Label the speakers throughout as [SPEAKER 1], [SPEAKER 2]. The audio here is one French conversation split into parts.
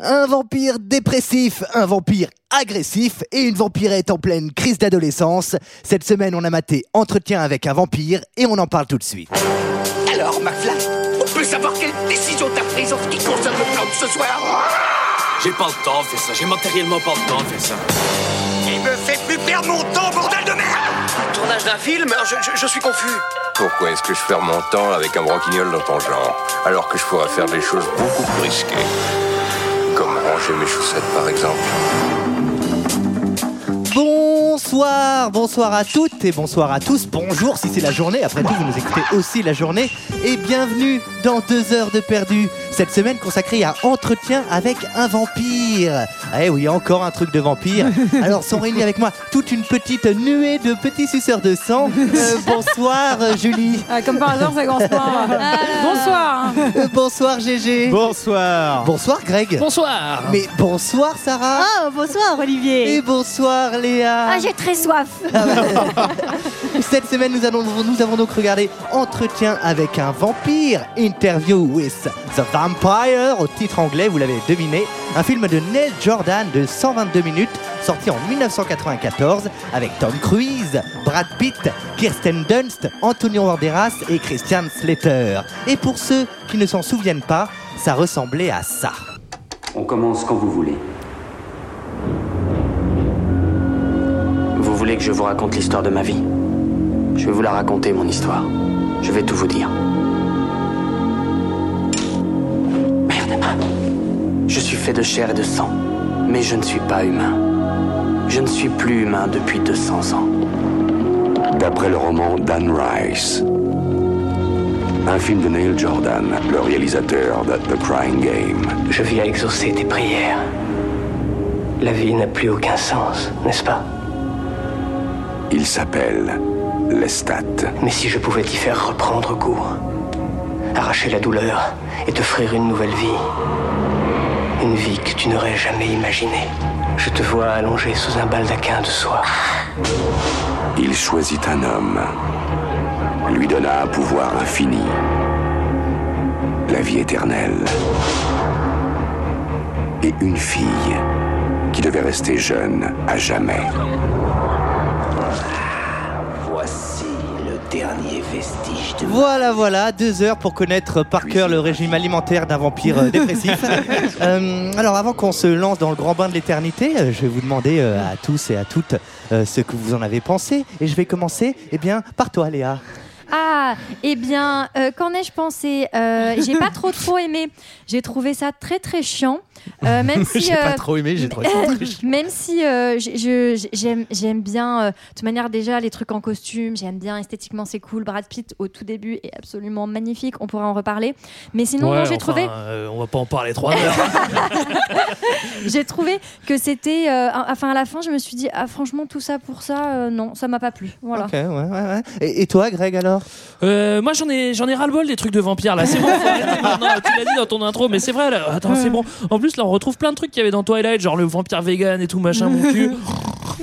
[SPEAKER 1] Un vampire dépressif, un vampire agressif et une vampirette en pleine crise d'adolescence. Cette semaine, on a maté Entretien avec un vampire et on en parle tout de suite.
[SPEAKER 2] Alors, McFly, on peut savoir quelle décision t'as prise en ce qui concerne le plan de ce soir
[SPEAKER 3] J'ai pas le temps de faire ça, j'ai matériellement pas le temps de faire ça.
[SPEAKER 2] Il me fait plus perdre mon temps, bordel de merde Tournage d'un film hein, je, suis confus.
[SPEAKER 4] Pourquoi est-ce que je perds mon temps avec un branquignol dans ton genre, alors que je pourrais faire des choses beaucoup plus risquées Comme ranger mes chaussettes, par exemple.
[SPEAKER 1] Bonsoir, bonsoir à toutes et bonsoir à tous. Bonjour si c'est la journée, après tout vous nous écoutez aussi la journée. Et bienvenue dans 2 heures de perdu, cette semaine consacrée à Entretien avec un vampire. Eh oui, encore un truc de vampire. Alors sont réunis avec moi toute une petite nuée de petits suceurs de sang. Euh, bonsoir euh, Julie. Ah
[SPEAKER 5] Ah, comme par hasard, ça commence pas. Bonsoir.
[SPEAKER 1] Euh, bonsoir GG.
[SPEAKER 6] Bonsoir.
[SPEAKER 1] Bonsoir Greg.
[SPEAKER 7] Bonsoir
[SPEAKER 1] Mais bonsoir Sarah.
[SPEAKER 8] Oh, bonsoir Olivier.
[SPEAKER 1] Ah. Et bonsoir Léa.
[SPEAKER 8] Ah, j'ai très soif.
[SPEAKER 1] Cette semaine, nous, allons, nous avons donc regardé Entretien avec un vampire, Interview with the Vampire, au titre anglais, vous l'avez deviné, un film de Neil Jordan de 122 minutes, sorti en 1994, avec Tom Cruise, Brad Pitt, Kirsten Dunst, Antonio Banderas et Christian Slater. Et pour ceux qui ne s'en souviennent pas, ça ressemblait à ça.
[SPEAKER 9] On commence quand vous voulez.
[SPEAKER 10] Vous voulez que je vous raconte l'histoire de ma vie Je vais vous la raconter, mon histoire. Je vais tout vous dire. Merde. Je suis fait de chair et de sang, mais je ne suis pas humain. Je ne suis plus humain depuis 200 ans.
[SPEAKER 9] D'après le roman Dan Rice. Un film de Neil Jordan, le réalisateur de The Crying Game.
[SPEAKER 10] Je viens exaucer tes prières. La vie n'a plus aucun sens, n'est-ce pas
[SPEAKER 9] Il s'appelle Lestat.
[SPEAKER 10] Mais si je pouvais t'y faire reprendre goût, arracher la douleur et t'offrir une nouvelle vie, une vie que tu n'aurais jamais imaginée, je te vois allongé sous un baldaquin de soie.
[SPEAKER 9] Il choisit un homme, lui donna un pouvoir infini, la vie éternelle, et une fille qui devait rester jeune à jamais.
[SPEAKER 10] Voici le dernier vestige de
[SPEAKER 1] Voilà, voilà, deux heures pour connaître par cœur le régime alimentaire d'un vampire euh, dépressif. Euh, alors, avant qu'on se lance dans le grand bain de l'éternité, euh, je vais vous demander euh, à tous et à toutes euh, ce que vous en avez pensé. Et je vais commencer, eh bien, par toi, Léa.
[SPEAKER 8] Ah, eh bien, euh, qu'en ai-je pensé Euh, J'ai pas trop trop aimé. J'ai trouvé ça très très chiant. Euh, même si,
[SPEAKER 6] J'ai
[SPEAKER 8] euh,
[SPEAKER 6] pas trop aimé, j'ai trouvé ça très chiant.
[SPEAKER 8] même si euh, j'ai- je- j'aime j'aime bien, euh, de toute manière déjà les trucs en costume, j'aime bien esthétiquement c'est cool. Brad Pitt au tout début est absolument magnifique. On pourra en reparler. Mais sinon, non,
[SPEAKER 7] Ouais,
[SPEAKER 8] j'ai
[SPEAKER 7] enfin,
[SPEAKER 8] trouvé
[SPEAKER 7] euh, on va pas en parler trois heures.
[SPEAKER 8] j'ai trouvé que c'était. euh, enfin, à la fin, je me suis dit, ah, franchement, tout ça pour ça, euh, non, ça m'a pas plu. Voilà.
[SPEAKER 1] Ok, ouais, ouais, ouais. Et, et toi, Greg, alors
[SPEAKER 7] Euh, moi j'en ai j'en ai ras le bol des trucs de vampires là. C'est bon, faut arrêter maintenant. Tu l'as dit dans ton intro, mais c'est vrai. Là. Attends, c'est bon. En plus là, on retrouve plein de trucs qu'il y avait dans Twilight, genre le vampire vegan et tout machin. Mon cul.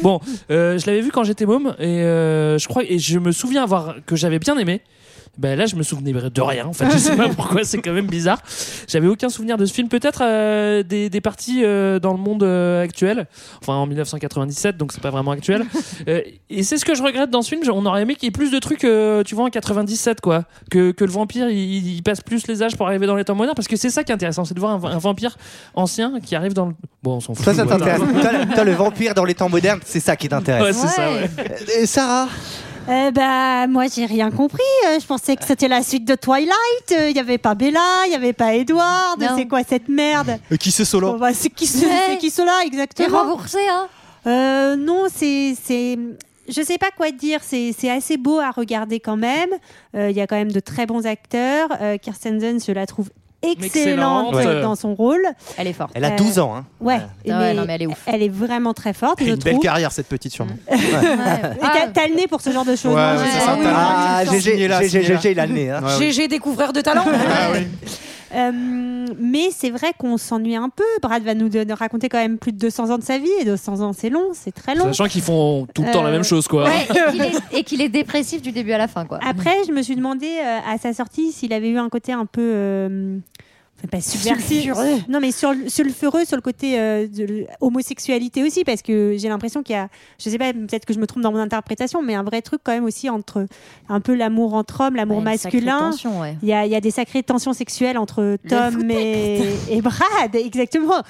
[SPEAKER 7] Bon, euh, je l'avais vu quand j'étais môme et euh, je crois et je me souviens avoir que j'avais bien aimé. Ben là, je me souvenais de rien. En fait, je sais pas pourquoi. C'est quand même bizarre. J'avais aucun souvenir de ce film. Peut-être euh, des, des parties euh, dans le monde euh, actuel. Enfin, en 1997, donc c'est pas vraiment actuel. Euh, et c'est ce que je regrette dans ce film. On aurait aimé qu'il y ait plus de trucs, euh, tu vois, en 97, quoi. Que, que le vampire, il, il passe plus les âges pour arriver dans les temps modernes. Parce que c'est ça qui est intéressant, c'est de voir un, un vampire ancien qui arrive dans le. Bon, on s'en fout.
[SPEAKER 1] Toi, ça
[SPEAKER 7] voilà.
[SPEAKER 1] t'intéresse. toi, le- toi, le vampire dans les temps modernes, c'est ça qui t'intéresse.
[SPEAKER 7] Ouais, c'est ça, ouais.
[SPEAKER 1] Euh, Sarah
[SPEAKER 8] Euh, bah, moi, j'ai rien compris. Euh, je pensais que c'était la suite de Twilight. Euh, Il y n'y avait pas Bella, il n'y avait pas Edward.
[SPEAKER 5] Non.
[SPEAKER 8] C'est quoi cette merde
[SPEAKER 6] Euh, Qui c'est
[SPEAKER 8] Bon,
[SPEAKER 6] solo
[SPEAKER 8] bah, C'est qui, ce-
[SPEAKER 5] Ouais.
[SPEAKER 8] c'est qui cela exactement
[SPEAKER 5] remboursé, hein
[SPEAKER 8] Euh, Non, c'est. c'est- Je sais pas quoi te dire, c'est c'est assez beau à regarder quand même. Euh, Il y a quand même de très bons acteurs. Euh, Kirsten Dunst, je la trouve excellente
[SPEAKER 7] Excellente.
[SPEAKER 8] dans son rôle. Euh,
[SPEAKER 5] Elle est forte.
[SPEAKER 1] Elle a 12 ans. Hein.
[SPEAKER 8] Ouais,
[SPEAKER 5] Ah ouais, non, mais elle est ouf.
[SPEAKER 8] elle est vraiment très forte,
[SPEAKER 6] Elle a
[SPEAKER 8] je
[SPEAKER 6] une belle
[SPEAKER 8] trouve.
[SPEAKER 6] carrière cette petite sûrement.
[SPEAKER 8] Et T'as t'as le nez pour ce genre de choses.
[SPEAKER 6] Ouais,
[SPEAKER 8] hein,
[SPEAKER 6] ouais,
[SPEAKER 8] je-
[SPEAKER 6] c'est ça,
[SPEAKER 8] Oui,
[SPEAKER 6] t'as-
[SPEAKER 8] oui.
[SPEAKER 1] Ah, GG,
[SPEAKER 6] Signez-la,
[SPEAKER 1] GG,
[SPEAKER 6] signez-la.
[SPEAKER 1] il a le nez. hein.
[SPEAKER 6] Ouais, ouais.
[SPEAKER 5] GG, découvreur de talent.
[SPEAKER 8] Euh, mais c'est vrai qu'on s'ennuie un peu. Brad va nous don- raconter quand même plus de 200 ans de sa vie. Et 200 ans, c'est long, c'est très long.
[SPEAKER 7] Sachant qu'ils font tout le temps la
[SPEAKER 8] Ah Euh,
[SPEAKER 7] même chose, quoi.
[SPEAKER 5] Ouais, et qu'il est- et qu'il est, dépressif du début à la fin, quoi.
[SPEAKER 8] Après, je me suis demandé euh, à sa sortie s'il avait eu un côté un peu. euh, Pas sulfureux. Non, mais sur, le- sulfureux, sur le côté euh, de l- homosexualité aussi, parce que j'ai l'impression qu'il y a, je sais pas, peut-être que je me trompe dans mon interprétation, mais un vrai truc quand même aussi entre un peu l'amour entre hommes, l'amour
[SPEAKER 5] Ouais, une sacrée
[SPEAKER 8] masculin.
[SPEAKER 5] tension, ouais.
[SPEAKER 8] Il y, a, il y a des sacrées tensions sexuelles entre Tom et, et Brad, exactement.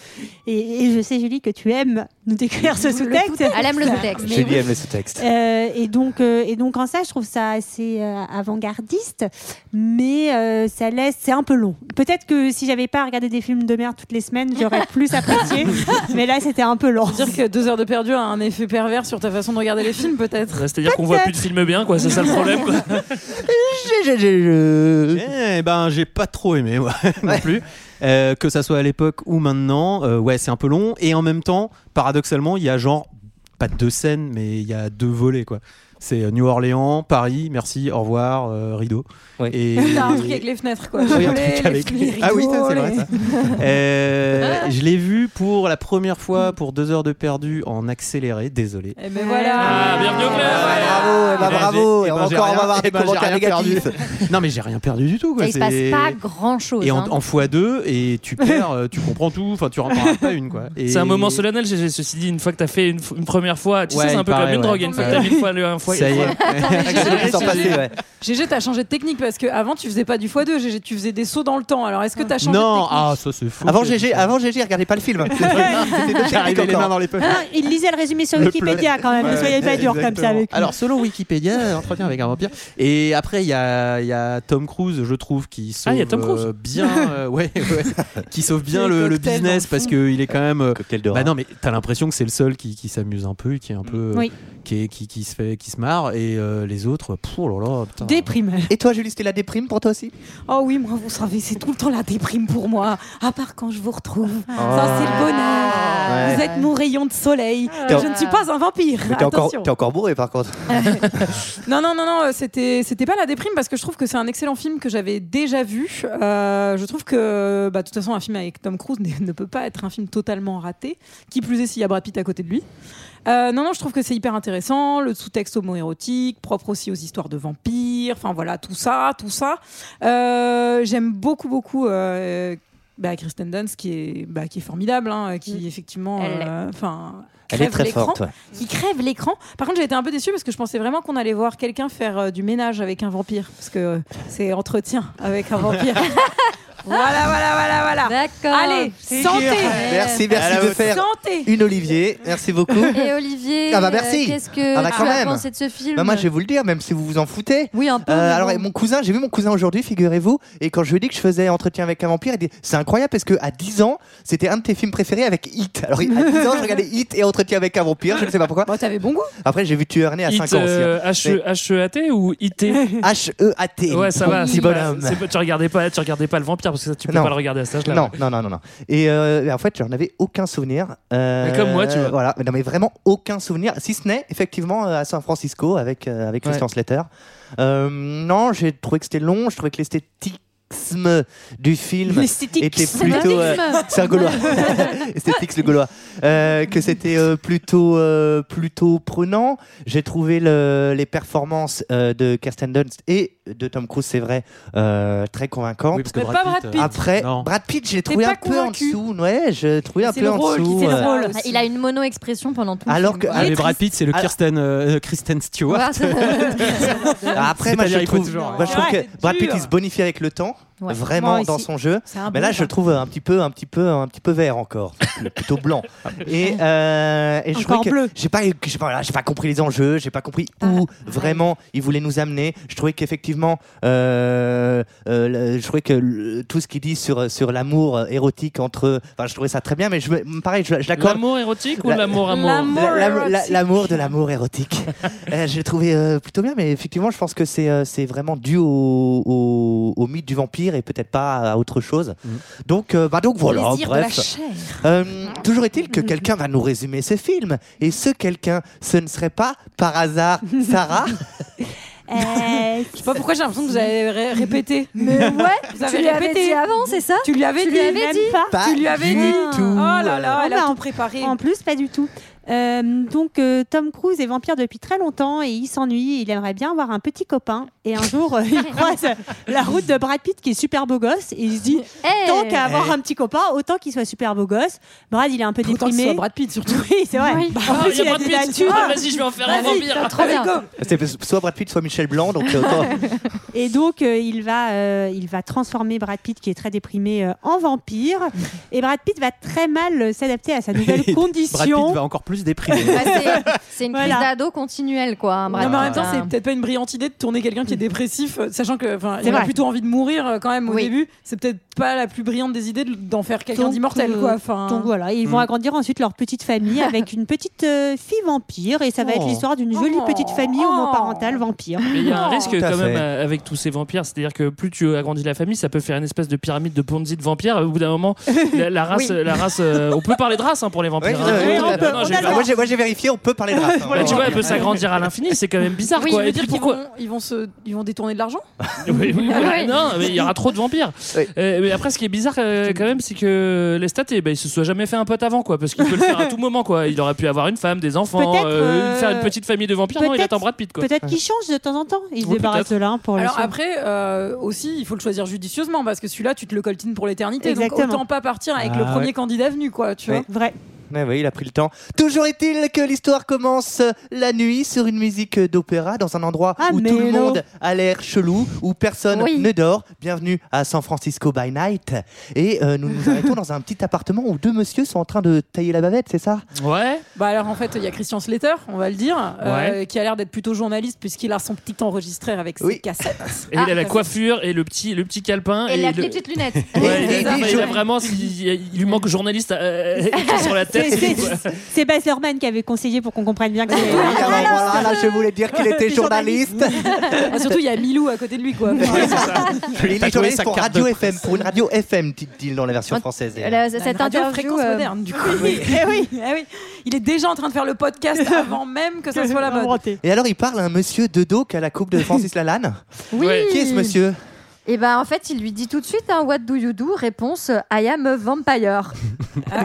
[SPEAKER 8] Et, et je sais, Julie, que tu aimes nous décrire ce sous-texte.
[SPEAKER 5] Elle aime le sous-texte.
[SPEAKER 8] Mais
[SPEAKER 6] J'ai dit
[SPEAKER 8] oui.
[SPEAKER 6] aime les sous-textes.
[SPEAKER 8] Euh, et donc, euh, et donc en ça, je trouve ça assez euh, avant-gardiste, mais euh, ça laisse, c'est un peu long. Peut-être que si j'avais pas regardé des films de merde toutes les semaines, j'aurais plus apprécié. mais là, c'était un peu long.
[SPEAKER 11] dire que deux heures de perdu a un effet pervers sur ta façon de regarder les films, peut-être.
[SPEAKER 7] C'est-à-dire qu'on voit plus de films bien, quoi. C'est ça le problème, quoi.
[SPEAKER 6] Eh ben, j'ai pas trop aimé, moi, non plus. Euh, que ça soit à l'époque ou maintenant, euh, ouais, c'est un peu long. Et en même temps, paradoxalement, il y a genre, pas deux scènes, mais il y a deux volets, quoi. C'est euh, New Orleans, Paris, merci, au revoir, euh, rideau. Et...
[SPEAKER 11] T'as un truc avec les fenêtres, quoi.
[SPEAKER 6] Oui, un truc
[SPEAKER 11] Les- les-
[SPEAKER 6] avec
[SPEAKER 11] les
[SPEAKER 6] les- Ah oui, ça, c'est
[SPEAKER 11] rideaux,
[SPEAKER 6] vrai,
[SPEAKER 11] les- Ah.
[SPEAKER 6] ça. Euh, je l'ai vu pour la première fois pour deux heures de perdu en accéléré, désolé.
[SPEAKER 11] Eh ben voilà.
[SPEAKER 7] Ah, bienvenue au club.
[SPEAKER 1] Bravo, eh ben,
[SPEAKER 6] Eh ben,
[SPEAKER 1] bravo.
[SPEAKER 6] j'ai-
[SPEAKER 1] Et
[SPEAKER 6] eh
[SPEAKER 1] on
[SPEAKER 6] ben,
[SPEAKER 1] va
[SPEAKER 6] j'ai
[SPEAKER 1] encore
[SPEAKER 6] rien-
[SPEAKER 1] on va avoir
[SPEAKER 6] eh
[SPEAKER 1] des
[SPEAKER 6] ben, j'ai
[SPEAKER 1] commentaires
[SPEAKER 6] rien perdu.
[SPEAKER 1] négatifs.
[SPEAKER 6] Non, mais j'ai rien perdu du tout. Quoi.
[SPEAKER 5] Il se passe
[SPEAKER 6] c'est-
[SPEAKER 5] pas grand chose.
[SPEAKER 6] et
[SPEAKER 8] hein.
[SPEAKER 6] en, en x2 et tu perds, euh, tu comprends tout, enfin tu remarques pas une quoi. Et-
[SPEAKER 7] C'est un moment solennel, j'ai- j'ai- ceci dit, une fois que t'as fait une, f- une première fois, tu
[SPEAKER 6] Ouais,
[SPEAKER 7] sais, c'est un peu
[SPEAKER 6] pareil,
[SPEAKER 7] comme une
[SPEAKER 6] ouais.
[SPEAKER 7] drogue, une fois que
[SPEAKER 6] Ouais.
[SPEAKER 7] t'as mis une fois, le- un fois,
[SPEAKER 6] Ça y
[SPEAKER 7] une fois-
[SPEAKER 6] est.
[SPEAKER 7] Ah,
[SPEAKER 1] Accéléré, sans passer, ouais.
[SPEAKER 11] GG, t'as changé de technique parce que avant tu faisais pas du x2, GG, tu faisais des sauts dans le temps. Alors est-ce que t'as changé
[SPEAKER 6] Non,
[SPEAKER 11] de technique
[SPEAKER 6] ah ça c'est fou.
[SPEAKER 1] Avant GG, avant GG, regardez pas le film.
[SPEAKER 6] J'ai arrivé les mains dans les poches.
[SPEAKER 8] Ah, il lisait le résumé sur
[SPEAKER 6] Le
[SPEAKER 8] Wikipédia quand même, ne
[SPEAKER 6] Ouais,
[SPEAKER 8] soyez pas dur comme ça
[SPEAKER 6] exactement.
[SPEAKER 8] avec lui.
[SPEAKER 6] Alors, selon Wikipédia, euh, entretien avec un vampire. Et après, il y a, il y a Tom Cruise, je trouve, qui sauve
[SPEAKER 7] Ah, il y a Tom
[SPEAKER 6] euh,
[SPEAKER 7] Cruise.
[SPEAKER 6] bien, euh, ouais, ouais, qui sauve bien
[SPEAKER 11] Les
[SPEAKER 6] le, le
[SPEAKER 11] cocktails dans
[SPEAKER 6] business
[SPEAKER 11] le
[SPEAKER 6] parce
[SPEAKER 11] fond.
[SPEAKER 6] qu'il est quand même. euh,
[SPEAKER 1] Cocktail de
[SPEAKER 6] bah non, mais t'as l'impression que c'est le seul qui, qui s'amuse un peu, qui est un peu, euh,
[SPEAKER 8] Mm. Oui.
[SPEAKER 6] qui, est- qui, qui se fait, qui se marre, et euh, les autres, pff, oh là là, putain.
[SPEAKER 11] Déprime.
[SPEAKER 1] Et toi, Julie, c'était la déprime pour toi aussi
[SPEAKER 11] Oh oui, moi, vous savez, c'est tout le temps la déprime pour moi. À part quand je vous retrouve. Ça, c'est le bonheur.
[SPEAKER 1] Ouais.
[SPEAKER 11] Vous êtes mon rayon de soleil.
[SPEAKER 1] T'es en-
[SPEAKER 11] Je ne suis pas un vampire.
[SPEAKER 1] Mais t'es encore,
[SPEAKER 11] Attention. Ah,
[SPEAKER 1] t'es encore bourré par contre.
[SPEAKER 11] Non, non, non, non, euh, c'était, c'était pas la déprime parce que je trouve que c'est un excellent film que j'avais déjà vu. Euh, je trouve que, bah, de toute façon, un film avec Tom Cruise ne, ne peut pas être un film totalement raté. Qui plus est, s'il y a Brad Pitt à côté de lui. Euh, non, non, je trouve que c'est hyper intéressant. Le sous-texte homo-érotique, propre aussi aux histoires de vampires. Enfin, voilà, tout ça, tout ça. Euh, j'aime beaucoup, beaucoup. euh, bah, Kristen Dunst qui est bah, qui est formidable hein, qui effectivement
[SPEAKER 5] Elle l'est.
[SPEAKER 11] euh, enfin
[SPEAKER 1] Elle est
[SPEAKER 11] crève
[SPEAKER 1] très
[SPEAKER 11] l'écran
[SPEAKER 1] forte. ouais.
[SPEAKER 11] qui crève l'écran. Par contre, j'ai été un peu déçue parce que je pensais vraiment qu'on allait voir quelqu'un faire euh, du ménage avec un vampire, parce que euh, c'est entretien avec un vampire. voilà, voilà, voilà, voilà.
[SPEAKER 5] D'accord.
[SPEAKER 11] Allez, santé,
[SPEAKER 1] Merci, merci de faire
[SPEAKER 11] santé.
[SPEAKER 1] une Olivier. Merci beaucoup.
[SPEAKER 5] Et Olivier,
[SPEAKER 1] Ah bah
[SPEAKER 5] euh,
[SPEAKER 1] merci.
[SPEAKER 5] qu'est-ce que
[SPEAKER 1] Ah bah
[SPEAKER 5] tu
[SPEAKER 1] quand
[SPEAKER 5] as
[SPEAKER 1] même.
[SPEAKER 5] pensé de ce film
[SPEAKER 1] Bah, moi, je vais vous le dire, même si vous vous en foutez.
[SPEAKER 5] Oui, un peu.
[SPEAKER 1] Euh,
[SPEAKER 5] mais
[SPEAKER 1] alors,
[SPEAKER 5] bon.
[SPEAKER 1] et mon cousin, j'ai vu mon cousin aujourd'hui, figurez-vous, et quand je lui ai dit que je faisais entretien avec un vampire, il dit c'est incroyable parce que à 10 ans, c'était un de tes films préférés avec Hit. Alors, à 10 ans, je regardais Hit et entretien avec un vampire, je ne sais pas pourquoi.
[SPEAKER 11] Bon, Bah, t'avais bon goût.
[SPEAKER 1] Après, j'ai vu Tueur né à 5
[SPEAKER 7] Hit,
[SPEAKER 1] ans aussi. hein.
[SPEAKER 7] euh, H- H-E-A-T ou IT
[SPEAKER 1] H-E-A-T.
[SPEAKER 7] Ouais, ça va.
[SPEAKER 1] Petit
[SPEAKER 7] c'est pas-
[SPEAKER 1] bonhomme.
[SPEAKER 7] c'est pas- Tu regardais pas, tu regardais pas le vampire parce que ça, tu peux
[SPEAKER 1] Non.
[SPEAKER 7] pas le regarder à cet âge-là.
[SPEAKER 1] Non, non, non, non, non. Et euh, en fait, j'en avais aucun souvenir. Euh,
[SPEAKER 7] Mais comme moi, tu vois.
[SPEAKER 1] Voilà, Mais non, mais vraiment aucun souvenir, si ce n'est effectivement euh, à San Francisco avec, euh, avec Christian Slater. Euh, non, j'ai trouvé que c'était long, je trouvais que l'esthétisme du film était plutôt. euh, c'est un Gaulois. Esthétique, le Gaulois. Euh, que c'était euh, plutôt, euh, plutôt prenant. J'ai trouvé le- les performances euh, de Kirsten Dunst et de Tom Cruise, c'est vrai, euh, très convaincantes.
[SPEAKER 6] Oui, parce que
[SPEAKER 11] Mais pas Brad
[SPEAKER 6] euh,
[SPEAKER 11] Pitt.
[SPEAKER 1] Après,
[SPEAKER 6] Non.
[SPEAKER 1] Brad Pitt, j'ai trouvé
[SPEAKER 11] pas
[SPEAKER 1] un peu en
[SPEAKER 11] convaincu.
[SPEAKER 1] dessous. Ouais, je trouvais un
[SPEAKER 11] C'est
[SPEAKER 1] peu
[SPEAKER 11] le
[SPEAKER 1] en
[SPEAKER 11] rôle qui
[SPEAKER 1] dessous.
[SPEAKER 11] fait le
[SPEAKER 1] euh,
[SPEAKER 11] rôle.
[SPEAKER 5] Ah, Il a une mono-expression pendant tout le
[SPEAKER 1] Alors
[SPEAKER 5] film,
[SPEAKER 1] que-
[SPEAKER 5] quoi.
[SPEAKER 6] Ah,
[SPEAKER 11] Il est
[SPEAKER 6] mais Brad Pitt, c'est le
[SPEAKER 1] Ah.
[SPEAKER 6] Kirsten, euh, Kristen Stewart.
[SPEAKER 5] Voilà, c'est-
[SPEAKER 1] Ah, Après, moi, je
[SPEAKER 6] C'est-à-dire, il faut
[SPEAKER 1] trouve,
[SPEAKER 6] toujours-
[SPEAKER 1] moi, je trouve
[SPEAKER 11] Ouais,
[SPEAKER 1] que Brad Pitt,
[SPEAKER 11] dur.
[SPEAKER 1] il se bonifie avec le temps,
[SPEAKER 5] Ouais.
[SPEAKER 1] vraiment
[SPEAKER 11] Moi
[SPEAKER 1] dans
[SPEAKER 11] aussi.
[SPEAKER 1] son jeu.
[SPEAKER 11] C'est un
[SPEAKER 1] Mais
[SPEAKER 11] bon
[SPEAKER 1] là, je le
[SPEAKER 11] vin.
[SPEAKER 1] trouve un petit peu, un petit peu, un petit peu vert encore, plutôt blanc. Et, euh, et je
[SPEAKER 11] Encore
[SPEAKER 1] trouvais que
[SPEAKER 11] bleu. Ah.
[SPEAKER 1] j'ai pas, j'ai pas, voilà, j'ai pas compris les enjeux, j'ai pas compris où vraiment il voulait nous amener. Je trouvais qu'effectivement, euh, euh, le- je trouvais que le- tout ce qu'il dit sur sur l'amour euh, érotique entre, enfin, je trouvais ça très bien, mais je, me- pareil, je, je l'accorde.
[SPEAKER 7] L'amour érotique ou
[SPEAKER 1] La-
[SPEAKER 7] l'amour amour
[SPEAKER 11] L'amour.
[SPEAKER 1] La- la- la-
[SPEAKER 11] érotique.
[SPEAKER 1] L'amour de l'amour érotique. Euh, je l'ai trouvé euh, plutôt bien, mais effectivement, je pense que c'est euh, c'est vraiment dû au, au- au mythe du vampire et peut-être pas à autre chose. Donc, euh, bah donc voilà,
[SPEAKER 11] Mm. Plaisir de la
[SPEAKER 1] bref.
[SPEAKER 11] chair.
[SPEAKER 1] Euh, toujours est-il que quelqu'un va nous résumer ce film. Et ce quelqu'un, ce ne serait pas, par hasard, Sarah.
[SPEAKER 8] Euh,
[SPEAKER 11] Je sais pas pourquoi j'ai l'impression que vous avez ré- répété. Mais ouais, vous avez
[SPEAKER 5] Tu lui avais
[SPEAKER 11] répété.
[SPEAKER 5] dit avant, c'est ça
[SPEAKER 11] Tu lui avais
[SPEAKER 5] Tu
[SPEAKER 11] dit.
[SPEAKER 5] lui avais
[SPEAKER 8] même
[SPEAKER 5] dit.
[SPEAKER 8] pas.
[SPEAKER 1] Pas
[SPEAKER 11] Tu lui avais
[SPEAKER 1] du
[SPEAKER 11] dit.
[SPEAKER 1] tout.
[SPEAKER 11] Oh là là,
[SPEAKER 8] Ah
[SPEAKER 11] elle a
[SPEAKER 8] bah,
[SPEAKER 11] tout préparé.
[SPEAKER 8] En plus, pas du tout. Euh, donc euh, Tom Cruise est vampire depuis très longtemps et il s'ennuie. Il aimerait bien avoir un petit copain. Et un jour, euh, il croise la route de Brad Pitt qui est super beau gosse. Et il se dit
[SPEAKER 11] Eh.
[SPEAKER 8] tant qu'à avoir
[SPEAKER 1] Eh.
[SPEAKER 8] un petit copain, autant qu'il soit super beau gosse. Brad, il est un peu
[SPEAKER 11] Autant qu'il
[SPEAKER 8] déprimé.
[SPEAKER 11] soit Brad Pitt, surtout.
[SPEAKER 8] Oui, c'est vrai.
[SPEAKER 11] Oui.
[SPEAKER 8] En
[SPEAKER 11] Ah,
[SPEAKER 8] plus,
[SPEAKER 11] il y a
[SPEAKER 8] il a
[SPEAKER 11] Brad
[SPEAKER 8] de
[SPEAKER 11] Pitt,
[SPEAKER 8] la
[SPEAKER 11] c'est
[SPEAKER 8] thune.
[SPEAKER 11] tout. Ah, vas-y, je vais en faire un
[SPEAKER 8] Vas-y,
[SPEAKER 11] vampire.
[SPEAKER 8] t'as trop bien.
[SPEAKER 1] C'est soit Brad Pitt, soit Michel Blanc. Donc, euh, autant-
[SPEAKER 8] Et donc, euh, il, va, euh, il va transformer Brad Pitt, qui est très déprimé, euh, en vampire. Et Brad Pitt va très mal euh, s'adapter à sa nouvelle
[SPEAKER 6] Brad Pitt
[SPEAKER 8] condition.
[SPEAKER 6] va encore plus déprimer.
[SPEAKER 5] Bah, c'est- c'est une crise
[SPEAKER 8] Voilà.
[SPEAKER 5] d'ado continuelle, quoi. hein, Brad
[SPEAKER 11] Non, mais en même
[SPEAKER 5] Pitt,
[SPEAKER 11] temps, c'est
[SPEAKER 5] hein.
[SPEAKER 11] peut-être pas une brillante idée de tourner quelqu'un qui est dépressif, euh, sachant que enfin,
[SPEAKER 8] C'est
[SPEAKER 11] il a
[SPEAKER 8] vrai.
[SPEAKER 11] plutôt envie de mourir euh, quand même au
[SPEAKER 5] Oui.
[SPEAKER 11] début. C'est peut-être pas la plus brillante des idées de- d'en faire quelqu'un
[SPEAKER 8] Donc,
[SPEAKER 11] d'immortel,
[SPEAKER 8] euh,
[SPEAKER 11] quoi. Enfin, hein.
[SPEAKER 8] Donc voilà,
[SPEAKER 7] Hmm.
[SPEAKER 8] ils
[SPEAKER 1] Hmm.
[SPEAKER 8] vont
[SPEAKER 6] Mm.
[SPEAKER 8] agrandir ensuite leur petite famille avec une petite euh, fille vampire. Et ça va être
[SPEAKER 6] Oh.
[SPEAKER 8] l'histoire d'une jolie
[SPEAKER 11] Oh.
[SPEAKER 8] petite famille
[SPEAKER 11] Oh.
[SPEAKER 8] homoparentale vampire.
[SPEAKER 7] Mais il y a un
[SPEAKER 11] Non.
[SPEAKER 7] risque
[SPEAKER 6] Tout à
[SPEAKER 7] quand même
[SPEAKER 6] fait.
[SPEAKER 7] euh, avec tous ces vampires, c'est-à-dire que plus tu agrandis la famille, ça peut faire une espèce de pyramide de Ponzi de vampires. Au bout d'un moment, la, la race, la race, euh, on peut parler de race hein, pour les vampires.
[SPEAKER 1] Ouais,
[SPEAKER 7] hein.
[SPEAKER 1] ouais, on
[SPEAKER 7] Non,
[SPEAKER 1] peut-
[SPEAKER 7] non,
[SPEAKER 8] on
[SPEAKER 7] j'ai pas-
[SPEAKER 8] a le
[SPEAKER 1] Ah, moi, j'ai- moi, j'ai vérifié, on peut parler de race. hein.
[SPEAKER 7] Ouais, tu vois, elle peut s'agrandir à l'infini, c'est quand même bizarre.
[SPEAKER 11] oui,
[SPEAKER 7] quoi.
[SPEAKER 11] je veux
[SPEAKER 7] Et
[SPEAKER 11] dire
[SPEAKER 7] puis
[SPEAKER 11] qu'ils
[SPEAKER 7] pourquoi
[SPEAKER 11] vont, ils vont se, ils vont détourner de l'argent.
[SPEAKER 7] Oui, oui,
[SPEAKER 5] Ah
[SPEAKER 7] voilà.
[SPEAKER 5] ouais.
[SPEAKER 7] Non, mais il y aura trop de vampires.
[SPEAKER 1] Oui.
[SPEAKER 7] Euh, mais après, ce qui est bizarre euh, quand même, c'est que les stats, eh ben, ils se soient jamais fait un pote avant, quoi, parce qu'il peut le faire à tout moment, quoi. Il aurait pu avoir une femme, des enfants,
[SPEAKER 8] Peut-être,
[SPEAKER 7] euh,
[SPEAKER 8] euh,
[SPEAKER 7] faire une petite famille de vampires. Non, il
[SPEAKER 8] peut-être-
[SPEAKER 7] attend Brad Pitt, quoi.
[SPEAKER 8] Peut-être qu'ils changent de temps en temps. Ils se
[SPEAKER 7] Oui,
[SPEAKER 8] débarrassent
[SPEAKER 7] peut-être.
[SPEAKER 8] de l'un pour
[SPEAKER 11] Alors
[SPEAKER 8] le
[SPEAKER 11] après, euh, aussi, il faut le choisir judicieusement parce que celui-là, tu te le coltines pour l'éternité. Donc
[SPEAKER 8] Exactement.
[SPEAKER 11] autant pas partir avec
[SPEAKER 6] Ah
[SPEAKER 11] le
[SPEAKER 6] ouais.
[SPEAKER 11] premier candidat venu, quoi.
[SPEAKER 7] euh,
[SPEAKER 11] Tu vois.
[SPEAKER 1] Oui.
[SPEAKER 8] Vrai.
[SPEAKER 1] Ouais, ouais, il a pris le temps. Toujours est-il que l'histoire commence la nuit sur une musique d'opéra dans un endroit
[SPEAKER 8] Ah,
[SPEAKER 1] où tout le
[SPEAKER 8] mais non.
[SPEAKER 1] monde a l'air chelou, où personne
[SPEAKER 5] Oui.
[SPEAKER 1] ne dort. Bienvenue à San Francisco by Night. Et euh, nous nous arrêtons dans un petit appartement où deux messieurs sont en train de tailler la bavette, c'est ça
[SPEAKER 7] Ouais.
[SPEAKER 11] Bah alors en fait, il y a Christian Slater, on va le dire, euh, qui a l'air d'être plutôt journaliste puisqu'il a son petit enregistreur avec ses
[SPEAKER 1] Oui.
[SPEAKER 11] cassettes.
[SPEAKER 7] Et
[SPEAKER 11] Ah,
[SPEAKER 7] il a la coiffure et le petit, le petit calepin
[SPEAKER 5] Et, la
[SPEAKER 7] le-
[SPEAKER 5] petite lunette.
[SPEAKER 7] Ouais,
[SPEAKER 1] Et
[SPEAKER 7] il, a,
[SPEAKER 1] des
[SPEAKER 7] il a
[SPEAKER 1] jolies-
[SPEAKER 7] vraiment, il, il lui manque journaliste euh, écrit sur la
[SPEAKER 8] C'est-
[SPEAKER 7] tête.
[SPEAKER 8] C'est c'est Baz Luhrmann qui avait conseillé pour qu'on comprenne bien que c'est-
[SPEAKER 1] Oui, alors voilà, là je voulais dire qu'il était journaliste.
[SPEAKER 11] Ah, surtout, il y a Milou à côté de lui, quoi. Enfin,
[SPEAKER 1] Il
[SPEAKER 6] Tatouer
[SPEAKER 1] est journaliste
[SPEAKER 6] sa
[SPEAKER 1] pour
[SPEAKER 6] carte de
[SPEAKER 1] Radio FM, pour une radio FM, dit-il dans la version française.
[SPEAKER 5] La-
[SPEAKER 11] la
[SPEAKER 5] cette
[SPEAKER 11] radio
[SPEAKER 5] interview.
[SPEAKER 11] fréquence
[SPEAKER 5] euh,
[SPEAKER 11] moderne, du coup. Oui. eh oui, eh oui. Il est déjà en train de faire le podcast avant même que ça soit la mode.
[SPEAKER 1] Et alors il parle à un monsieur de dos qui a la coupe de Francis Lalanne.
[SPEAKER 5] Oui.
[SPEAKER 7] Ouais.
[SPEAKER 1] Qui est ce monsieur
[SPEAKER 5] Et ben en fait, il lui dit tout de suite hein, What do you do Réponse I am a vampire.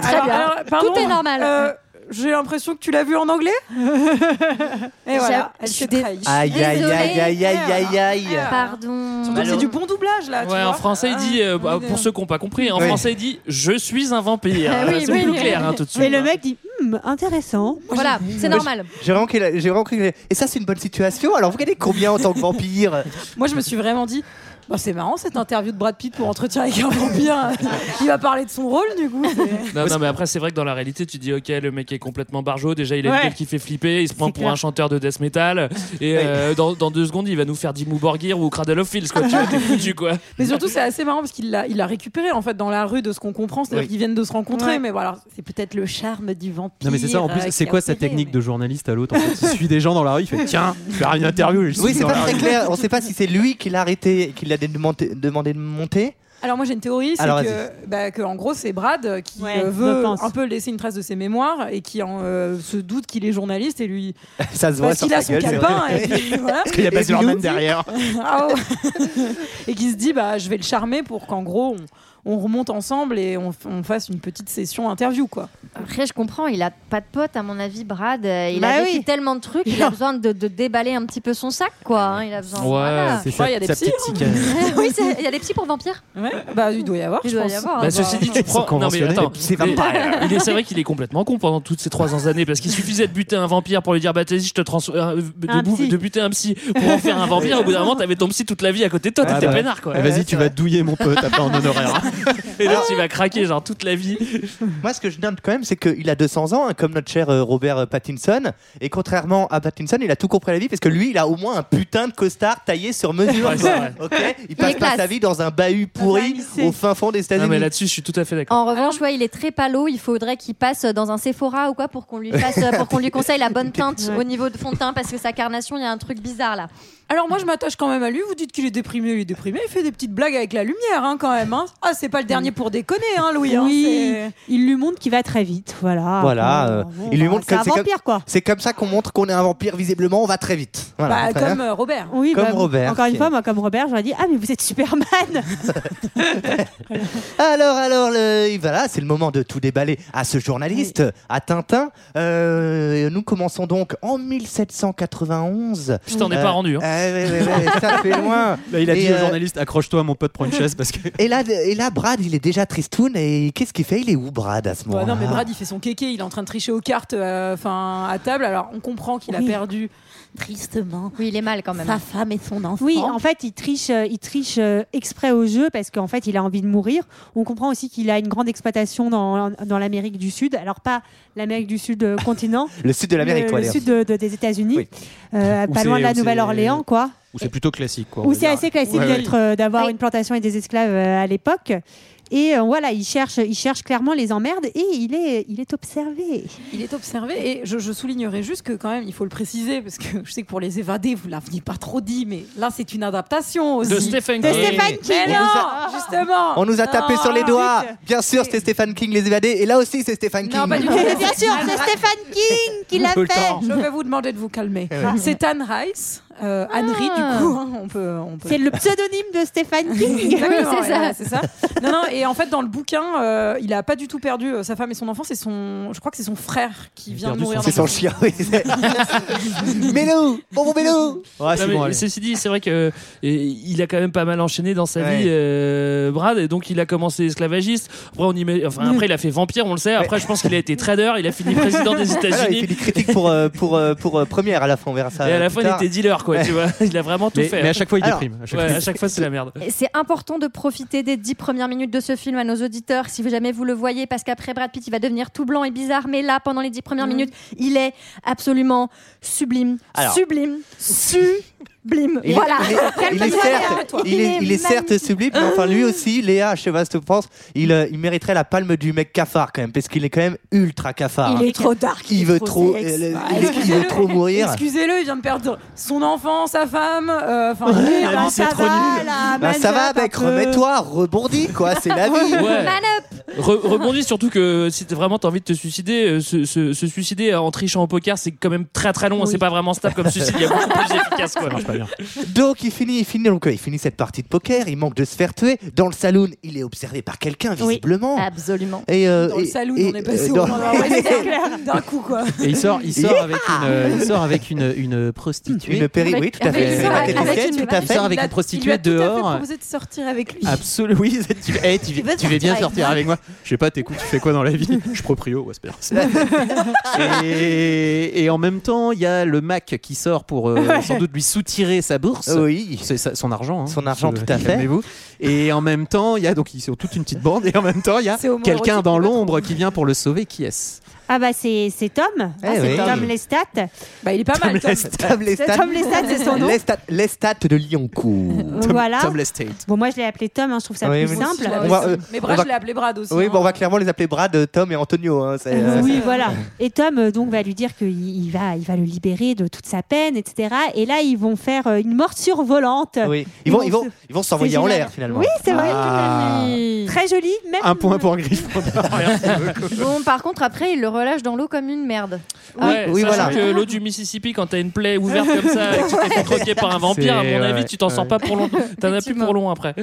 [SPEAKER 5] Très bien. Tout est normal.
[SPEAKER 11] euh, J'ai l'impression que tu l'as vu en anglais. Et voilà,
[SPEAKER 5] J'ai-
[SPEAKER 11] elle
[SPEAKER 5] je
[SPEAKER 11] s'est
[SPEAKER 5] suis dé-
[SPEAKER 11] trahie.
[SPEAKER 1] Aïe aïe aïe aïe aïe aïe aïe.
[SPEAKER 5] Pardon.
[SPEAKER 11] Surtout que c'est du bon doublage là. Ah, tu
[SPEAKER 7] Ouais, en
[SPEAKER 11] vois.
[SPEAKER 7] français, il dit, euh, bah, pour ceux qui n'ont pas compris, en
[SPEAKER 1] Oui.
[SPEAKER 7] français, il dit Je suis un vampire.
[SPEAKER 5] Ah oui,
[SPEAKER 7] c'est
[SPEAKER 5] oui,
[SPEAKER 7] plus
[SPEAKER 5] oui.
[SPEAKER 7] clair hein, tout de suite.
[SPEAKER 8] Et le mec dit Hmm, intéressant.
[SPEAKER 5] Voilà, c'est normal.
[SPEAKER 1] J'ai vraiment, cru- j'ai vraiment cru que- Et ça, c'est une bonne situation. Alors, vous gagnez combien en tant que vampire
[SPEAKER 11] Moi, je me suis vraiment dit. bah, c'est marrant cette interview de Brad Pitt pour entretien avec un vampire. Il va parler de son rôle du coup. c'est-
[SPEAKER 7] Non, non, mais après, c'est vrai que dans la réalité, tu dis, ok, le mec est complètement barjot. Déjà, il a
[SPEAKER 8] Ouais.
[SPEAKER 7] une gueule qui fait flipper. Il se prend
[SPEAKER 8] C'est
[SPEAKER 7] pour
[SPEAKER 8] clair.
[SPEAKER 7] un chanteur de death metal. Et euh, dans, dans deux secondes, il va nous faire Dimmu Borgir ou Cradle of Filth, quoi. Tu vois, t'es foutu, quoi.
[SPEAKER 11] Mais surtout c'est assez marrant parce qu'il l'a il a récupéré en fait dans la rue de ce qu'on comprend, c'est-à-dire
[SPEAKER 1] Oui.
[SPEAKER 11] qu'ils viennent de se rencontrer.
[SPEAKER 8] Ouais.
[SPEAKER 11] Mais voilà, c'est peut-être le charme du vampire.
[SPEAKER 6] Non mais c'est ça en
[SPEAKER 11] euh,
[SPEAKER 6] plus,
[SPEAKER 11] qui
[SPEAKER 6] c'est
[SPEAKER 11] a
[SPEAKER 6] quoi sa
[SPEAKER 11] opéré,
[SPEAKER 6] technique
[SPEAKER 11] mais-
[SPEAKER 6] de journaliste à l'autre en fait Il suit des gens dans la rue, il fait tiens, je vais faire une interview, je le
[SPEAKER 1] Oui,
[SPEAKER 6] suis
[SPEAKER 1] c'est
[SPEAKER 6] dans
[SPEAKER 1] pas
[SPEAKER 6] la
[SPEAKER 1] très
[SPEAKER 6] rue.
[SPEAKER 1] clair. On sait pas si c'est lui qui l'a arrêté, qui l'a demandé, demandé de monter.
[SPEAKER 11] Alors moi j'ai une théorie, c'est
[SPEAKER 1] Alors,
[SPEAKER 11] que, bah, que en gros c'est Brad euh, qui
[SPEAKER 8] Ouais,
[SPEAKER 11] euh,
[SPEAKER 8] je
[SPEAKER 11] veut
[SPEAKER 8] pense.
[SPEAKER 11] un peu laisser une trace de ses mémoires et qui en, euh, se doute qu'il est journaliste et lui
[SPEAKER 1] Ça se voit
[SPEAKER 11] parce
[SPEAKER 1] sur
[SPEAKER 11] qu'il a
[SPEAKER 1] sa
[SPEAKER 11] son
[SPEAKER 1] gueule. c'est
[SPEAKER 11] calepin
[SPEAKER 1] vrai.
[SPEAKER 11] et puis, voilà.
[SPEAKER 6] Il y a
[SPEAKER 1] Et
[SPEAKER 6] Baz
[SPEAKER 1] Milou
[SPEAKER 6] Luhrmann
[SPEAKER 1] dit-
[SPEAKER 6] derrière.
[SPEAKER 11] Ah, oh. et qui se dit bah je vais le charmer pour qu'en gros on, on remonte ensemble et on, f- on fasse une petite session interview quoi.
[SPEAKER 5] Après, je comprends, il a pas de pote, à mon avis, Brad. Euh, Il
[SPEAKER 8] Bah
[SPEAKER 5] a vécu
[SPEAKER 8] oui.
[SPEAKER 5] tellement de trucs, il a besoin de, de déballer un petit peu son sac, quoi. hein, Il a besoin.
[SPEAKER 7] Ouais.
[SPEAKER 5] voilà.
[SPEAKER 6] C'est
[SPEAKER 11] Je crois
[SPEAKER 6] sa,
[SPEAKER 11] qu'il y a des hein.
[SPEAKER 6] sa
[SPEAKER 11] psys,
[SPEAKER 6] petite
[SPEAKER 5] hein.
[SPEAKER 6] cicatrice.
[SPEAKER 5] oui, c'est- il y a des petits pour vampires.
[SPEAKER 11] Bah il doit y avoir.
[SPEAKER 5] Il
[SPEAKER 11] je
[SPEAKER 5] doit y
[SPEAKER 11] pense.
[SPEAKER 5] avoir. hein.
[SPEAKER 7] Bah, ceci dit, tu
[SPEAKER 6] Ils sont
[SPEAKER 7] prends. Non, mais
[SPEAKER 6] conventionnés.
[SPEAKER 7] attends.
[SPEAKER 1] C'est
[SPEAKER 7] mais-
[SPEAKER 1] vampire.
[SPEAKER 7] il est, c'est vrai qu'il est complètement con pendant toutes ces trois ans années parce qu'il suffisait de buter un vampire pour lui dire bah t'as dit, je te trans euh, de,
[SPEAKER 8] Un
[SPEAKER 7] bou-
[SPEAKER 8] psy.
[SPEAKER 7] de buter un psy pour en faire un vampire au bout d'un moment t'avais ton psy toute la vie à côté de toi
[SPEAKER 6] Ah
[SPEAKER 7] t'étais
[SPEAKER 6] bah.
[SPEAKER 7] peinard quoi
[SPEAKER 6] Eh,
[SPEAKER 1] Ouais,
[SPEAKER 6] Vas-y, tu
[SPEAKER 1] c'est
[SPEAKER 6] vas
[SPEAKER 1] vrai.
[SPEAKER 6] douiller mon pote après en honoraire.
[SPEAKER 7] et là tu vas craquer genre toute la vie
[SPEAKER 1] Moi, ce que je note quand même, c'est qu'il a 200 ans, hein, comme notre cher euh, Robert euh, Pattinson. Et contrairement à Pattinson, il a tout compris à la vie parce que lui, il a au moins un putain de costard taillé sur mesure.
[SPEAKER 7] Ouais, c'est
[SPEAKER 1] quoi.
[SPEAKER 7] vrai.
[SPEAKER 1] Ok il passe pas
[SPEAKER 5] classe.
[SPEAKER 1] sa vie dans un bahut
[SPEAKER 8] un
[SPEAKER 1] pourri
[SPEAKER 8] lycée.
[SPEAKER 1] au fin fond des
[SPEAKER 7] non mais
[SPEAKER 1] États-Unis.
[SPEAKER 7] là-dessus je suis tout à fait d'accord
[SPEAKER 5] En revanche, ouais, il est très palo. Il faudrait qu'il passe dans un Sephora ou quoi euh, pour qu'on lui fasse, pour qu'on lui conseille la bonne teinte au niveau de fond de teint parce que sa carnation, il y a un truc bizarre là.
[SPEAKER 11] Alors moi, je m'attache quand même à lui. Vous dites qu'il est déprimé, il est déprimé. Il fait des petites blagues avec la lumière, hein, quand même. hein. Ah, c'est pas le dernier pour déconner, hein, Louis. hein,
[SPEAKER 8] Oui,
[SPEAKER 11] c'est-
[SPEAKER 8] il lui montre qu'il va très vite. Voilà.
[SPEAKER 1] Voilà,
[SPEAKER 8] Ah, Bon,
[SPEAKER 1] euh,
[SPEAKER 8] bon,
[SPEAKER 1] il lui
[SPEAKER 8] bah,
[SPEAKER 1] montre
[SPEAKER 8] c'est
[SPEAKER 1] que
[SPEAKER 8] un
[SPEAKER 1] c'est comme,
[SPEAKER 8] vampire, quoi.
[SPEAKER 1] c'est comme ça qu'on montre qu'on est un vampire. Visiblement, on va très vite. Voilà,
[SPEAKER 11] Bah,
[SPEAKER 1] très bien.
[SPEAKER 11] comme euh, Robert.
[SPEAKER 8] Oui,
[SPEAKER 1] Comme
[SPEAKER 8] bah,
[SPEAKER 1] Robert,
[SPEAKER 8] Encore une
[SPEAKER 1] qui-
[SPEAKER 8] fois, moi, comme Robert, j'aurais dit Ah, mais vous êtes Superman
[SPEAKER 1] Alors, alors, le- voilà, c'est le moment de tout déballer à ce journaliste, à Tintin. Euh, nous commençons donc en 1791.
[SPEAKER 7] Putain, on n'est pas rendu, hein.
[SPEAKER 1] euh, ouais, ouais, ouais, ça fait loin.
[SPEAKER 6] Là, Bah, il a
[SPEAKER 1] Et,
[SPEAKER 6] dit au
[SPEAKER 1] euh,
[SPEAKER 6] journaliste accroche-toi, mon pote, prends une chaise parce que.
[SPEAKER 1] Et là, et là, Brad, il est déjà tristoun. Et qu'est-ce qu'il fait Il est où, Brad, à ce
[SPEAKER 11] Bah
[SPEAKER 1] moment-là
[SPEAKER 11] non, mais Brad, il fait son kéké, il est en train de tricher aux cartes euh, enfin à table. Alors, on comprend qu'il a
[SPEAKER 8] Oui.
[SPEAKER 11] perdu.
[SPEAKER 8] Tristement.
[SPEAKER 5] Oui, il est mal quand même.
[SPEAKER 8] Sa
[SPEAKER 5] femme et son enfant.
[SPEAKER 8] Oui, en fait, il triche, euh, il triche euh, exprès au jeu parce qu'en fait, il a envie de mourir. On comprend aussi qu'il a une grande exploitation dans, dans l'Amérique du Sud. Alors, pas l'Amérique du Sud euh, continent.
[SPEAKER 1] Le sud de l'Amérique,
[SPEAKER 8] le-
[SPEAKER 1] quoi,
[SPEAKER 8] le
[SPEAKER 1] d'ailleurs.
[SPEAKER 8] sud de- de- des États-Unis.
[SPEAKER 1] Oui.
[SPEAKER 8] Euh,
[SPEAKER 6] Où
[SPEAKER 8] pas
[SPEAKER 6] c'est-
[SPEAKER 8] loin de
[SPEAKER 6] où
[SPEAKER 8] la
[SPEAKER 6] c'est-
[SPEAKER 8] Nouvelle-Orléans, quoi.
[SPEAKER 6] Ou c'est plutôt classique, quoi. on
[SPEAKER 8] Où
[SPEAKER 6] va
[SPEAKER 8] c'est
[SPEAKER 6] dire.
[SPEAKER 8] assez classique
[SPEAKER 6] Ouais, ouais.
[SPEAKER 8] d'être, euh, d'avoir
[SPEAKER 5] Oui.
[SPEAKER 8] une plantation et des esclaves euh, à l'époque. Et euh, voilà, il cherche, il cherche clairement les emmerdes et il est, il est observé.
[SPEAKER 11] Il est observé et je, je soulignerai juste que quand même, il faut le préciser parce que je sais que pour les évadés, vous l'aviez pas trop dit, mais là, c'est une adaptation aussi.
[SPEAKER 7] De Stephen
[SPEAKER 8] De
[SPEAKER 7] King.
[SPEAKER 8] Stéphane
[SPEAKER 11] Mais
[SPEAKER 8] King
[SPEAKER 11] non,
[SPEAKER 1] nous
[SPEAKER 11] justement.
[SPEAKER 1] On nous a tapé
[SPEAKER 11] Ah, Non.
[SPEAKER 1] sur les doigts. Bien sûr, c'était Stéphane King, les évadés. Et là aussi, c'est Stéphane King.
[SPEAKER 11] Non, pas du tout.
[SPEAKER 8] Mais Bien sûr, c'est Stéphane King qui l'a
[SPEAKER 6] Tout le
[SPEAKER 8] fait.
[SPEAKER 6] temps.
[SPEAKER 11] Je vais vous demander de vous
[SPEAKER 1] Eh
[SPEAKER 11] calmer. C'est Anne Rice, euh, Anne Rice,
[SPEAKER 5] Ah.
[SPEAKER 11] du coup, hein, on peut. On peut...
[SPEAKER 8] C'est le pseudonyme de Stéphane King.
[SPEAKER 11] Exactement,
[SPEAKER 5] Oui, c'est
[SPEAKER 11] ouais,
[SPEAKER 5] ça.
[SPEAKER 11] ouais, c'est ça. Non, non, et en fait, dans le bouquin, euh, il a pas du tout perdu euh, sa femme et son enfant. C'est son, je crois que c'est son frère qui
[SPEAKER 6] Il a
[SPEAKER 11] vient de
[SPEAKER 6] perdu
[SPEAKER 11] mourir.
[SPEAKER 6] son-
[SPEAKER 1] C'est
[SPEAKER 11] dans
[SPEAKER 1] son
[SPEAKER 11] le-
[SPEAKER 1] chien, oui. c'est- Mélou Bonbon Mélou
[SPEAKER 6] Ouais,
[SPEAKER 7] Non,
[SPEAKER 6] c'est
[SPEAKER 7] mais
[SPEAKER 6] bon, allez.
[SPEAKER 7] ceci dit, c'est vrai que et, il a quand même pas mal enchaîné dans sa
[SPEAKER 1] Ouais.
[SPEAKER 7] vie, euh, Brad, et donc il a commencé esclavagiste. Après, on y met- enfin, après, il a fait vampire, on le sait. Après, je pense qu'il a été trader, il a fini président des
[SPEAKER 1] Ah, Il fait
[SPEAKER 7] États-Unis.
[SPEAKER 1] des critiques pour, euh, pour, euh, pour euh, première à la fin, on verra ça.
[SPEAKER 7] Et à la
[SPEAKER 1] plus
[SPEAKER 7] fin, il
[SPEAKER 1] tard.
[SPEAKER 7] était dealer, quoi, tu vois. Il a vraiment tout
[SPEAKER 6] Mais,
[SPEAKER 7] fait. hein.
[SPEAKER 6] mais à chaque fois, il
[SPEAKER 1] Alors,
[SPEAKER 6] déprime. à chaque
[SPEAKER 7] Ouais,
[SPEAKER 6] fois.
[SPEAKER 7] à chaque fois, c'est la merde.
[SPEAKER 5] Et C'est important de profiter des dix premières minutes de ce film à nos auditeurs, si jamais vous le voyez, parce qu'après Brad Pitt, il va devenir tout blanc et bizarre. Mais là, pendant les dix premières minutes, il est absolument sublime,
[SPEAKER 1] Alors.
[SPEAKER 5] sublime, sublime.
[SPEAKER 1] Il est-
[SPEAKER 5] voilà.
[SPEAKER 1] il est- Il est, certes, il est- il est certes sublime, mais enfin lui aussi, Léa, je sais pas ce que tu penses, il, euh, il mériterait la palme du mec cafard quand même, parce qu'il est quand même ultra cafard. hein.
[SPEAKER 11] Il est trop dark.
[SPEAKER 1] Il veut trop,
[SPEAKER 11] sexe.
[SPEAKER 1] euh, le-
[SPEAKER 11] Ah,
[SPEAKER 1] il- il veut
[SPEAKER 11] excusez-le.
[SPEAKER 1] trop mourir.
[SPEAKER 11] Excusez-le, il vient de perdre son enfant, sa femme. euh, Enfin, lui,
[SPEAKER 6] la
[SPEAKER 1] Ah,
[SPEAKER 6] vie,
[SPEAKER 11] hein,
[SPEAKER 6] c'est
[SPEAKER 11] ça
[SPEAKER 6] trop
[SPEAKER 11] va,
[SPEAKER 6] nul.
[SPEAKER 11] là,
[SPEAKER 1] Ben,
[SPEAKER 11] manage
[SPEAKER 1] ça va,
[SPEAKER 11] un
[SPEAKER 1] mec,
[SPEAKER 11] peu.
[SPEAKER 1] remets-toi, rebondis, quoi, c'est la vie.
[SPEAKER 7] Ouais.
[SPEAKER 5] Man up.
[SPEAKER 7] Re- rebondis surtout que si t'as vraiment t'as envie de te suicider, euh, se, se- se suicider en trichant au poker, c'est quand même très très long. hein. C'est pas vraiment stable comme suicide. Il y a beaucoup plus efficace quoi.
[SPEAKER 6] Marche pas bien.
[SPEAKER 1] Donc il finit, il finit, donc, euh, il finit cette partie de poker, il manque de se faire tuer. Dans le saloon, il est observé par quelqu'un,
[SPEAKER 8] Oui.
[SPEAKER 1] visiblement.
[SPEAKER 5] Absolument.
[SPEAKER 1] Et, euh,
[SPEAKER 11] Dans le
[SPEAKER 1] et-
[SPEAKER 11] salon,
[SPEAKER 1] et-
[SPEAKER 11] on est passé
[SPEAKER 1] euh,
[SPEAKER 11] au
[SPEAKER 1] dans-
[SPEAKER 11] moment- ouais, c'est clair, d'un coup, quoi.
[SPEAKER 6] Et il sort, il sort avec une, euh, il sort avec une, une prostituée.
[SPEAKER 1] Une péri,
[SPEAKER 5] Avec-
[SPEAKER 1] oui, tout à
[SPEAKER 5] avec
[SPEAKER 1] fait.
[SPEAKER 6] une-
[SPEAKER 1] la
[SPEAKER 6] avec
[SPEAKER 1] téléquête,
[SPEAKER 5] une-
[SPEAKER 1] tout à
[SPEAKER 6] Il
[SPEAKER 1] fait.
[SPEAKER 6] sort avec
[SPEAKER 11] Il a-
[SPEAKER 6] une prostituée
[SPEAKER 11] il lui a tout à fait
[SPEAKER 6] dehors.
[SPEAKER 11] proposé de sortir avec lui.
[SPEAKER 6] Absolument. Oui, tu, eh, tu, veux- tu veux bien sortir avec moi. Je sais pas, t'es cool, tu fais quoi dans la vie Je suis proprio, ouais, c'est bien. et, et en même temps, il y a le Mac qui sort pour euh, sans doute lui soutirer sa bourse.
[SPEAKER 1] Oui.
[SPEAKER 6] C'est sa- son argent. hein.
[SPEAKER 1] Son argent,
[SPEAKER 6] Je-
[SPEAKER 1] tout à fait.
[SPEAKER 6] calmez-vous. Et en même temps, il y a donc ils sont toute une petite bande. Et en même temps, il y a
[SPEAKER 11] C'est homo-érotique,
[SPEAKER 6] quelqu'un dans
[SPEAKER 11] le patron.
[SPEAKER 6] l'ombre qui vient pour le sauver. Qui est-ce
[SPEAKER 8] Ah bah c'est c'est Tom, Ah,
[SPEAKER 1] Eh
[SPEAKER 8] c'est
[SPEAKER 1] oui.
[SPEAKER 8] Tom Lestat.
[SPEAKER 11] Bah, il est pas mal. Tom.
[SPEAKER 1] Tom Lestat.
[SPEAKER 8] Tom Lestat, c'est son nom.
[SPEAKER 1] Lestat- Lestat de Lyoncourt.
[SPEAKER 6] Tom,
[SPEAKER 8] voilà.
[SPEAKER 6] Tom Lestate.
[SPEAKER 8] Bon moi je l'ai appelé Tom, hein, je trouve ça
[SPEAKER 1] Oui,
[SPEAKER 8] plus
[SPEAKER 1] mais-
[SPEAKER 8] simple.
[SPEAKER 1] On va, euh,
[SPEAKER 11] mais
[SPEAKER 1] on
[SPEAKER 11] Brad,
[SPEAKER 1] va-
[SPEAKER 11] je l'ai appelé Brad aussi.
[SPEAKER 1] Oui,
[SPEAKER 11] hein.
[SPEAKER 1] bon, on va clairement les appeler Brad, Tom et Antonio. hein, c'est, euh,
[SPEAKER 8] Oui, voilà. Et Tom euh, donc va lui dire qu'il il va, il va le libérer de toute sa peine, etc. Et là ils vont faire euh, une morsure volante.
[SPEAKER 1] oui. Ils vont,
[SPEAKER 8] Ils
[SPEAKER 1] ils
[SPEAKER 8] vont
[SPEAKER 1] vont, ils vont s'envoyer en l'air finalement.
[SPEAKER 8] Oui, c'est vrai.
[SPEAKER 6] Ah.
[SPEAKER 8] Très joli, même.
[SPEAKER 6] Un point pour Griffon.
[SPEAKER 5] Bon, par contre, après, il le relâche dans l'eau comme une merde.
[SPEAKER 7] Ouais,
[SPEAKER 1] oui,
[SPEAKER 7] sachant
[SPEAKER 1] voilà.
[SPEAKER 7] que l'eau du Mississippi, quand t'as une plaie ouverte comme ça et que tu t'es fait croquer par un vampire, à
[SPEAKER 6] C'est-
[SPEAKER 7] mon avis,
[SPEAKER 6] ouais,
[SPEAKER 7] tu t'en sors
[SPEAKER 6] ouais.
[SPEAKER 7] pas pour longtemps. T'en as plus
[SPEAKER 5] Effectivement.
[SPEAKER 7] pour long après.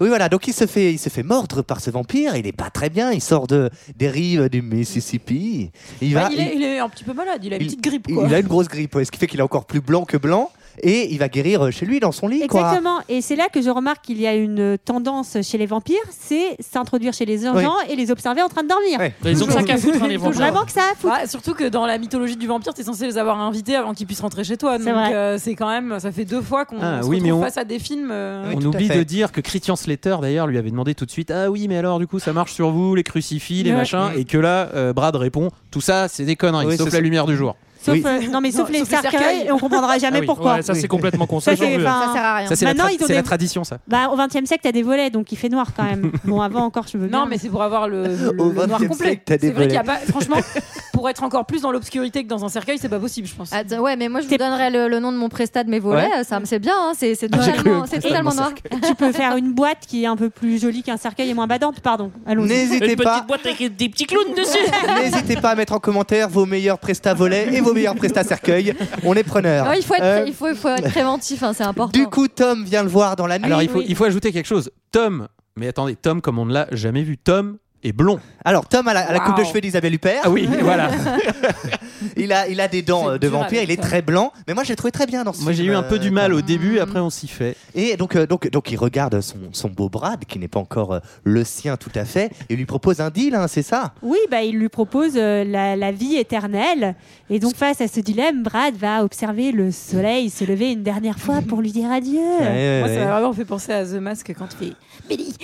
[SPEAKER 1] Oui, voilà. Donc il se fait, il se fait mordre par ce vampire. Il est pas très bien. Il sort de des rives du Mississippi. Il
[SPEAKER 11] Bah,
[SPEAKER 1] va.
[SPEAKER 11] il, est, il est un petit peu malade, il a une
[SPEAKER 1] il-
[SPEAKER 11] petite grippe.
[SPEAKER 1] il-
[SPEAKER 11] Quoi.
[SPEAKER 1] il a une grosse grippe, ouais, ce qui fait qu'il est encore plus blanc que blanc. Et il va guérir euh, chez lui dans son lit, quoi.
[SPEAKER 8] Exactement. Et c'est là que je remarque qu'il y a une tendance chez les vampires, c'est s'introduire chez les gens et les observer en train de dormir.
[SPEAKER 1] Ouais.
[SPEAKER 7] Mais ils ont que ça qu'à foutre, hein, les
[SPEAKER 8] Il faut
[SPEAKER 7] vampires.
[SPEAKER 8] vraiment que ça a foutu.
[SPEAKER 11] Ouais, surtout que dans la mythologie du vampire, t'es censé les avoir invités avant qu'ils puissent rentrer chez toi.
[SPEAKER 8] C'est
[SPEAKER 11] Donc
[SPEAKER 8] vrai.
[SPEAKER 11] euh, c'est quand même, ça fait deux fois qu'on
[SPEAKER 6] Ah,
[SPEAKER 11] se
[SPEAKER 6] oui, mais
[SPEAKER 11] retrouve
[SPEAKER 6] on-
[SPEAKER 11] face à des films. euh,
[SPEAKER 1] Ah Oui,
[SPEAKER 6] On
[SPEAKER 1] tout à
[SPEAKER 6] oublie
[SPEAKER 1] fait.
[SPEAKER 6] de dire que Christian Slater, d'ailleurs, lui avait demandé tout de suite Ah oui, mais alors, du coup, ça marche sur vous, les crucifix, les
[SPEAKER 11] Ouais.
[SPEAKER 6] machins, et que là, euh, Brad répond Tout ça, c'est des conneries,
[SPEAKER 1] Oui,
[SPEAKER 6] sauf
[SPEAKER 1] c'est-
[SPEAKER 6] la lumière du jour.
[SPEAKER 8] Sauf,
[SPEAKER 1] Oui.
[SPEAKER 8] euh, non, mais sauf
[SPEAKER 11] Non,
[SPEAKER 8] les
[SPEAKER 11] sauf les
[SPEAKER 8] cercueils,
[SPEAKER 11] cercueils.
[SPEAKER 8] et on comprendra jamais
[SPEAKER 6] Ah oui.
[SPEAKER 8] pourquoi.
[SPEAKER 7] Ouais, ça,
[SPEAKER 1] Oui.
[SPEAKER 7] c'est complètement con.
[SPEAKER 8] Ça,
[SPEAKER 7] ça, j'en
[SPEAKER 8] c'est-
[SPEAKER 7] veux.
[SPEAKER 8] enfin,
[SPEAKER 5] Ça sert à rien.
[SPEAKER 6] Ça, c'est la,
[SPEAKER 8] Maintenant,
[SPEAKER 6] tra-
[SPEAKER 8] ils
[SPEAKER 6] c'est
[SPEAKER 8] ont des-
[SPEAKER 6] la tradition, ça.
[SPEAKER 8] Bah, au 20 e siècle, t'as des volets, donc il fait noir quand même. bon, avant encore, je veux bien.
[SPEAKER 11] Non, mais c'est pour avoir le, le-
[SPEAKER 1] Au
[SPEAKER 11] le noir
[SPEAKER 1] 20e
[SPEAKER 11] complet.
[SPEAKER 1] siècle, t'as des
[SPEAKER 11] C'est vrai qu'il y a pas. Franchement, pour- pour être encore plus dans l'obscurité que dans un cercueil, c'est pas possible, je pense.
[SPEAKER 5] Attends, ouais, mais moi je vous donnerai le, le nom de mon prestat de mes volets.
[SPEAKER 11] Ouais.
[SPEAKER 5] Ça, me- c'est bien, hein, c'est c'est
[SPEAKER 8] Ah, j'ai
[SPEAKER 5] totalement,
[SPEAKER 8] cru.
[SPEAKER 5] c'est totalement noir.
[SPEAKER 8] Tu peux faire une boîte qui est un peu plus jolie qu'un cercueil et moins badante, pardon. Allons-y.
[SPEAKER 1] N'hésitez Une petite pas.
[SPEAKER 7] boîte avec des petits clowns
[SPEAKER 1] N'hésitez pas à mettre en commentaire vos meilleurs prestats volets et vos meilleurs prestats cercueils. On est preneurs.
[SPEAKER 5] Ouais, il, faut être,
[SPEAKER 1] Euh,
[SPEAKER 5] il, faut, il faut être préventif, hein, c'est important.
[SPEAKER 1] Du coup, Tom vient le voir dans la nuit.
[SPEAKER 6] Alors il faut, il faut ajouter quelque chose. Tom, mais attendez, Tom comme on ne l'a jamais vu, Tom est blond.
[SPEAKER 1] Alors Tom a la, à la coupe de cheveux d'Isabelle Huppert.
[SPEAKER 6] Ah oui, voilà.
[SPEAKER 1] il, a, il a des dents euh, de
[SPEAKER 6] dur
[SPEAKER 1] vampire,
[SPEAKER 6] avec
[SPEAKER 1] il est
[SPEAKER 6] Tom.
[SPEAKER 1] très blanc. Mais moi, j'ai trouvé très bien dans ce
[SPEAKER 6] Moi j'ai
[SPEAKER 1] film,
[SPEAKER 6] eu un
[SPEAKER 1] euh,
[SPEAKER 6] peu du mal au début, après on s'y fait.
[SPEAKER 1] Et donc, euh, donc, donc il regarde son, son beau Brad, qui n'est pas encore euh, le sien tout à fait, et lui propose un deal, hein, c'est ça
[SPEAKER 8] Oui, bah, il lui propose euh, la, la vie éternelle. Et donc, face à ce dilemme, Brad va observer le soleil se lever une dernière fois pour lui dire adieu.
[SPEAKER 11] Moi, ça m'a vraiment fait penser à The Mask quand il fait Billy,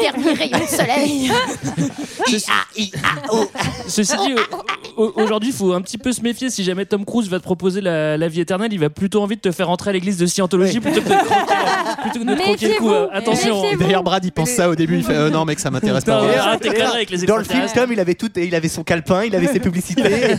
[SPEAKER 5] dernier rayon de soleil.
[SPEAKER 7] Ceci dit, au- au- aujourd'hui, il faut un petit peu se méfier. Si jamais Tom Cruise va te proposer la, la vie éternelle, il va plutôt envie de te faire entrer à l'église de Scientologie plutôt que de te croquer- plutôt que de te croquer le cou.
[SPEAKER 6] Méfiez-vous,
[SPEAKER 7] Attention.
[SPEAKER 6] méfiez-vous. D'ailleurs, Brad, il pense ça au début, il fait, euh, non, mec, ça
[SPEAKER 1] Ah,
[SPEAKER 6] m'intéresse pas.
[SPEAKER 7] Non, arrête, t'es cadré avec les
[SPEAKER 1] Dans le film,
[SPEAKER 7] extraterrestres.
[SPEAKER 1] Tom, il avait, tout, il avait son calepin, il avait ses publicités.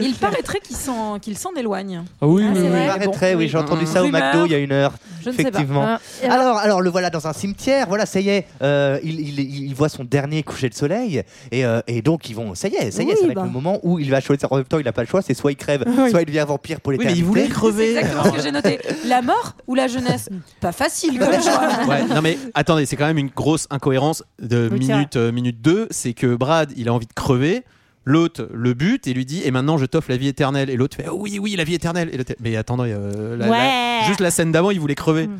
[SPEAKER 11] Il paraîtrait qu'il s'en qu'il s'en éloigne.
[SPEAKER 7] Ah
[SPEAKER 6] Ah
[SPEAKER 1] oui,
[SPEAKER 11] oui, Ah, c'est oui. vrai.
[SPEAKER 1] il paraîtrait, oui, j'ai entendu ça au
[SPEAKER 11] Rumeur.
[SPEAKER 1] McDo il y a une heure.
[SPEAKER 11] Je ne sais pas.
[SPEAKER 1] Effectivement.
[SPEAKER 11] Ah, et alors-
[SPEAKER 1] Alors, alors, le voilà dans un cimetière. Voilà, ça y est, euh, il, il- il voit son dernier coucher de soleil, et, euh, et donc ils vont. Ça y est, ça y est,
[SPEAKER 8] Oui,
[SPEAKER 1] ça va
[SPEAKER 8] bah.
[SPEAKER 1] être le moment où il va choisir. En même temps, il n'a pas le choix. C'est soit il crève,
[SPEAKER 8] Oui.
[SPEAKER 1] soit il devient vampire pour les
[SPEAKER 6] Oui, mais il voulait crever.
[SPEAKER 11] C'est exactement ce que j'ai noté. La mort ou la jeunesse Pas facile comme choix.
[SPEAKER 6] Ouais, non mais attendez, c'est quand même une grosse incohérence de
[SPEAKER 11] Oui, c'est
[SPEAKER 6] minute euh, minute 2, c'est que Brad, il a envie de crever. L'autre le but et lui dit et maintenant je t'offre la vie éternelle et l'autre fait oh oui oui la vie éternelle et l'autre fait, mais attendez euh, la- la-
[SPEAKER 5] Ouais.
[SPEAKER 6] juste la scène d'avant il voulait crever
[SPEAKER 11] Mm.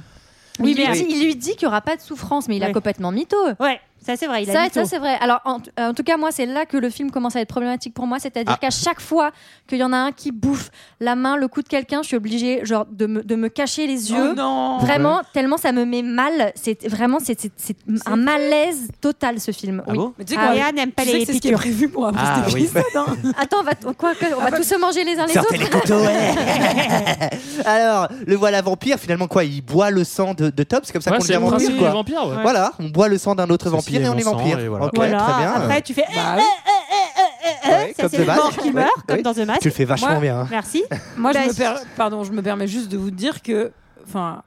[SPEAKER 5] Oui,
[SPEAKER 6] Oui,
[SPEAKER 5] il, lui
[SPEAKER 6] mais-
[SPEAKER 5] dit, il lui dit qu'il n'y aura pas de souffrance, mais il a complètement mytho.
[SPEAKER 8] Ouais, ça c'est vrai. il a
[SPEAKER 5] ça,
[SPEAKER 8] mytho.
[SPEAKER 5] ça, c'est vrai. Alors, en, euh, en tout cas, moi, c'est là que le film commence à être problématique pour moi. C'est-à-dire
[SPEAKER 8] Ah.
[SPEAKER 5] qu'à chaque fois qu'il y en a un qui bouffe la main, le cou de quelqu'un, je suis obligée genre, de, me, de me cacher les yeux.
[SPEAKER 11] Oh non
[SPEAKER 5] Vraiment, tellement ça me met mal. C'est vraiment c'est c'est- c'est un malaise total, ce film. oui.
[SPEAKER 11] Ah bon Mais tu sais qu'on- Ariane n'aime pas tu sais les que c'est ce qui est piqûres. prévu pour Ah bah, après Ah, cet oui. épisode,
[SPEAKER 5] Attends, on va, t- quoi, quoi, on va tous se manger les uns les
[SPEAKER 1] Sortez
[SPEAKER 5] autres.
[SPEAKER 1] les couteaux, ouais. Alors, le voilà vampire, finalement, quoi Il boit le sang de, de Top, c'est comme ça
[SPEAKER 7] Ouais,
[SPEAKER 1] qu'on
[SPEAKER 7] c'est
[SPEAKER 1] devient
[SPEAKER 7] le
[SPEAKER 1] vampire,
[SPEAKER 7] principe
[SPEAKER 1] quoi.
[SPEAKER 7] des vampires, ouais.
[SPEAKER 1] Voilà, on boit le sang d'un autre
[SPEAKER 6] Ceci
[SPEAKER 1] vampire
[SPEAKER 6] est
[SPEAKER 1] et on
[SPEAKER 6] mon
[SPEAKER 1] est
[SPEAKER 6] sang,
[SPEAKER 1] vampire.
[SPEAKER 6] et voilà.
[SPEAKER 1] Ok,
[SPEAKER 8] Voilà,
[SPEAKER 1] très bien.
[SPEAKER 8] Après, tu fais.
[SPEAKER 11] Bah
[SPEAKER 8] euh, euh, euh, euh, euh, ça,
[SPEAKER 1] comme
[SPEAKER 8] c'est le
[SPEAKER 1] The
[SPEAKER 8] mort
[SPEAKER 1] Mask.
[SPEAKER 8] qui meurt,
[SPEAKER 1] Ouais,
[SPEAKER 8] comme
[SPEAKER 1] oui.
[SPEAKER 8] dans The Mask.
[SPEAKER 1] Tu le fais vachement
[SPEAKER 11] Moi-
[SPEAKER 1] bien. hein.
[SPEAKER 8] Merci.
[SPEAKER 11] Moi, je
[SPEAKER 8] Bah,
[SPEAKER 11] me per- pardon, je me permets juste de vous dire que, enfin,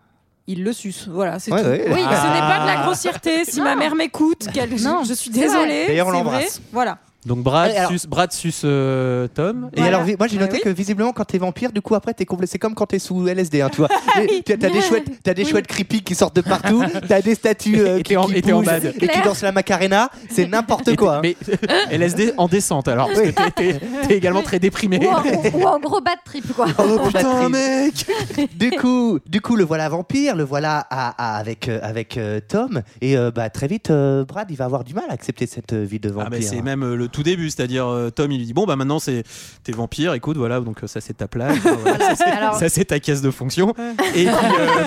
[SPEAKER 11] il le suce. Voilà, c'est
[SPEAKER 1] Ouais,
[SPEAKER 11] tout.
[SPEAKER 1] ouais.
[SPEAKER 11] Oui,
[SPEAKER 1] Ah.
[SPEAKER 11] ce n'est pas de la grossièté. Si ma mère m'écoute, qu'elle- je, je suis
[SPEAKER 1] c'est vrai.
[SPEAKER 11] désolée.
[SPEAKER 1] D'ailleurs, on
[SPEAKER 11] c'est
[SPEAKER 1] l'embrasse.
[SPEAKER 11] vrai. Voilà.
[SPEAKER 6] donc Brad
[SPEAKER 1] Allez, alors-
[SPEAKER 6] suce Brad suce euh, Tom
[SPEAKER 1] Et alors, vi- moi j'ai noté que visiblement, quand t'es vampire, du coup, après, t'es complet. C'est comme quand t'es sous LSD, hein, tu vois. Les- T'as t'as des chouettes, t'as des chouettes creepy qui sortent de partout, t'as des statues euh, qui, qui
[SPEAKER 6] et t'es en
[SPEAKER 1] bougent
[SPEAKER 6] bad.
[SPEAKER 1] et qui dansent la macarena. C'est n'importe quoi. hein.
[SPEAKER 6] mais LSD en descente alors parce que t'es- t'es t'es également très déprimé
[SPEAKER 5] Ou en, ou en gros bad trip, quoi.
[SPEAKER 1] Oh,
[SPEAKER 11] Oh,
[SPEAKER 1] mec du coup, du coup, le voilà vampire, le voilà à- à- avec euh, avec euh, Tom et euh, bah très vite, euh, Brad, il va avoir du mal à accepter cette euh, vie de
[SPEAKER 6] Ah, mais
[SPEAKER 1] vampire.
[SPEAKER 6] c'est même euh, le tout début, c'est-à-dire euh, Tom il lui dit bon bah maintenant c'est t'es vampire, écoute voilà donc euh, ça c'est ta plage, euh, voilà, ça, c'est-
[SPEAKER 1] Alors-
[SPEAKER 6] ça c'est ta caisse de fonction et puis, euh,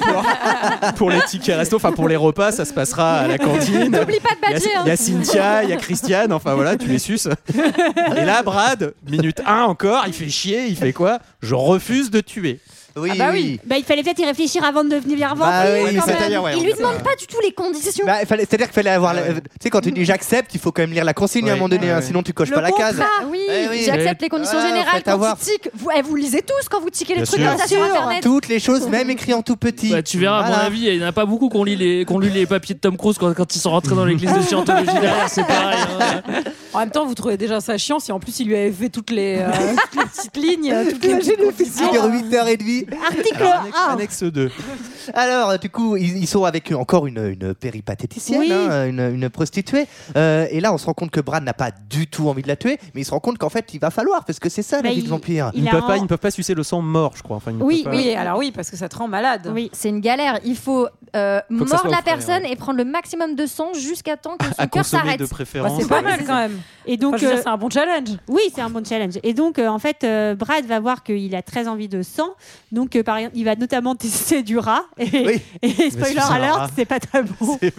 [SPEAKER 6] pour, pour les tickets resto, enfin pour les repas ça se passera à la cantine.
[SPEAKER 5] N'oublie pas de
[SPEAKER 6] Il y a-
[SPEAKER 5] badger, hein.
[SPEAKER 6] Il y a Cynthia, il y a Christiane, enfin voilà tu les suces. Et là Brad minute 1 encore, il fait chier, il fait quoi Je refuse de tuer.
[SPEAKER 1] Oui, Bah
[SPEAKER 8] Bah, il fallait peut-être y réfléchir avant de devenir vampire.
[SPEAKER 1] oui,
[SPEAKER 8] quand
[SPEAKER 1] c'est-
[SPEAKER 8] même.
[SPEAKER 1] c'est-à-dire, ouais,
[SPEAKER 5] Il
[SPEAKER 1] on
[SPEAKER 5] lui
[SPEAKER 1] peut-
[SPEAKER 5] demande pas du tout les conditions.
[SPEAKER 1] Bah, il fallait- C'est-à-dire qu'il fallait avoir. la- Tu sais, quand tu dis j'accepte, il faut quand même lire la consigne à un moment donné, hein, sinon tu coches pas la case.
[SPEAKER 5] contrat, Oui,
[SPEAKER 1] Eh oui.
[SPEAKER 5] j'accepte les conditions
[SPEAKER 1] Ah,
[SPEAKER 5] générales
[SPEAKER 1] faites
[SPEAKER 5] quand
[SPEAKER 1] avoir.
[SPEAKER 5] tu tiques. Vous, eh, vous lisez tous quand vous tiquez les
[SPEAKER 7] Bien
[SPEAKER 5] trucs
[SPEAKER 7] sûr.
[SPEAKER 5] comme ça sur
[SPEAKER 1] Bien sûr.
[SPEAKER 5] Internet.
[SPEAKER 1] Toutes les choses, même écrites en tout petit.
[SPEAKER 7] Bah, tu verras, à
[SPEAKER 1] Voilà.
[SPEAKER 7] mon avis, il n'y en a pas beaucoup qu'on lit, les, qu'on lit les papiers de Tom Cruise quand, quand ils sont rentrés dans l'église de Scientologie
[SPEAKER 1] Ah,
[SPEAKER 7] derrière, c'est pareil. hein.
[SPEAKER 11] En même temps, vous trouvez déjà ça chiant si en plus il lui avait fait toutes les, euh, toutes les petites lignes, euh, toutes les petites conditions.
[SPEAKER 1] Figure 8h30.
[SPEAKER 8] Article
[SPEAKER 6] Alors, annexe, annexe 2.
[SPEAKER 1] Alors, du coup, ils, ils sont avec encore une, une péripatéticienne,
[SPEAKER 6] Oui.
[SPEAKER 1] hein, une, une prostituée. Euh, et là, on se rend compte que Brad n'a pas du tout envie de la tuer, mais il se rend compte qu'en fait, il va falloir, parce que c'est ça la vie de vampire.
[SPEAKER 6] Ils ne peuvent pas, ils ne peuvent pas sucer le sang mort, je crois. Enfin, ils ne
[SPEAKER 5] Oui,
[SPEAKER 6] peuvent pas-
[SPEAKER 5] oui,
[SPEAKER 11] alors oui, parce que ça te rend malade.
[SPEAKER 5] Oui, c'est une galère. Il faut, euh,
[SPEAKER 6] Faut que ça
[SPEAKER 5] mordre
[SPEAKER 6] soit au
[SPEAKER 5] la
[SPEAKER 6] frais,
[SPEAKER 5] personne et prendre le maximum de sang jusqu'à temps que
[SPEAKER 6] À
[SPEAKER 5] son cœur
[SPEAKER 6] consommer
[SPEAKER 8] Bah,
[SPEAKER 5] s'arrête.
[SPEAKER 6] de préférence.
[SPEAKER 11] c'est pas mal quand même.
[SPEAKER 8] Et donc,
[SPEAKER 11] Enfin, je veux dire,
[SPEAKER 8] euh,
[SPEAKER 11] c'est un bon challenge.
[SPEAKER 8] Oui, c'est un bon challenge. Et donc, euh, en fait, euh, Brad va voir qu'il a très envie de sang. Donc, euh, par exemple, il va notamment tester du rat. Et, et
[SPEAKER 1] Mais c'est
[SPEAKER 8] spoiler
[SPEAKER 1] un rat.
[SPEAKER 8] alert, c'est pas très bon.
[SPEAKER 1] Oui, oui.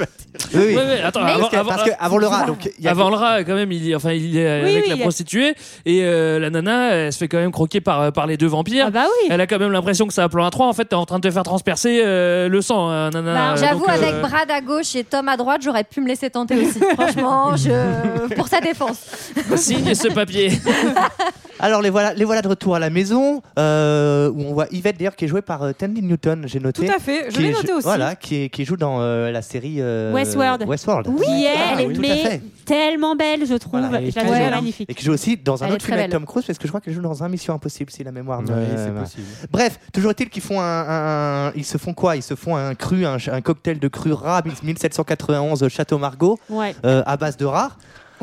[SPEAKER 7] Ouais, ouais, attends,
[SPEAKER 1] parce,
[SPEAKER 7] avant-
[SPEAKER 1] que,
[SPEAKER 7] avant-
[SPEAKER 1] parce que avant le rat, donc il y a-
[SPEAKER 7] Avant le rat, quand même, il est, enfin, il est
[SPEAKER 8] Oui,
[SPEAKER 7] avec
[SPEAKER 8] oui,
[SPEAKER 7] la
[SPEAKER 8] il y a-
[SPEAKER 7] prostituée et euh, la nana, elle se fait quand même croquer par, par les deux vampires.
[SPEAKER 1] Ah, bah
[SPEAKER 7] Elle a quand même l'impression que ça a plan à 3 En fait, t'es en train de te faire transpercer euh, le sang, euh, nana.
[SPEAKER 5] Bah,
[SPEAKER 7] Euh,
[SPEAKER 5] J'avoue,
[SPEAKER 7] donc, euh,
[SPEAKER 5] avec Brad à gauche et Tom à droite, j'aurais pu me laisser tenter aussi. Franchement, je... pour sa défense.
[SPEAKER 7] Signe ce papier.
[SPEAKER 1] Alors les voilà, les voilà de retour à la maison euh, où on voit Yvette d'ailleurs qui est jouée par euh, Tandy Newton, j'ai noté.
[SPEAKER 11] Tout à fait, je
[SPEAKER 1] Qui
[SPEAKER 11] l'ai
[SPEAKER 1] est-
[SPEAKER 11] noté aussi.
[SPEAKER 1] Voilà, qui, est- qui joue dans euh, la série euh,
[SPEAKER 8] Westworld.
[SPEAKER 1] Westworld.
[SPEAKER 8] Oui,
[SPEAKER 1] Ah,
[SPEAKER 8] elle
[SPEAKER 1] oui,
[SPEAKER 8] est
[SPEAKER 1] tout à
[SPEAKER 8] mais
[SPEAKER 1] fait.
[SPEAKER 8] tellement belle, je trouve.
[SPEAKER 1] Voilà, elle est
[SPEAKER 8] je la trouve
[SPEAKER 1] très jolie.
[SPEAKER 8] magnifique.
[SPEAKER 1] Et qui joue aussi dans un
[SPEAKER 8] Elle est
[SPEAKER 1] autre film
[SPEAKER 8] très
[SPEAKER 1] avec
[SPEAKER 8] belle.
[SPEAKER 1] Tom Cruise, parce que je crois qu'elle joue dans un Mission Impossible, si la mémoire
[SPEAKER 6] Ouais,
[SPEAKER 1] me-
[SPEAKER 6] c'est
[SPEAKER 1] me-
[SPEAKER 6] possible.
[SPEAKER 1] Bref, toujours est-il qu'ils font un, un- un- Ils se font quoi Ils se font un cru, un, ch- un cocktail de cru rat 1791 Château Margaux,
[SPEAKER 8] Ouais.
[SPEAKER 1] euh, à base de rats.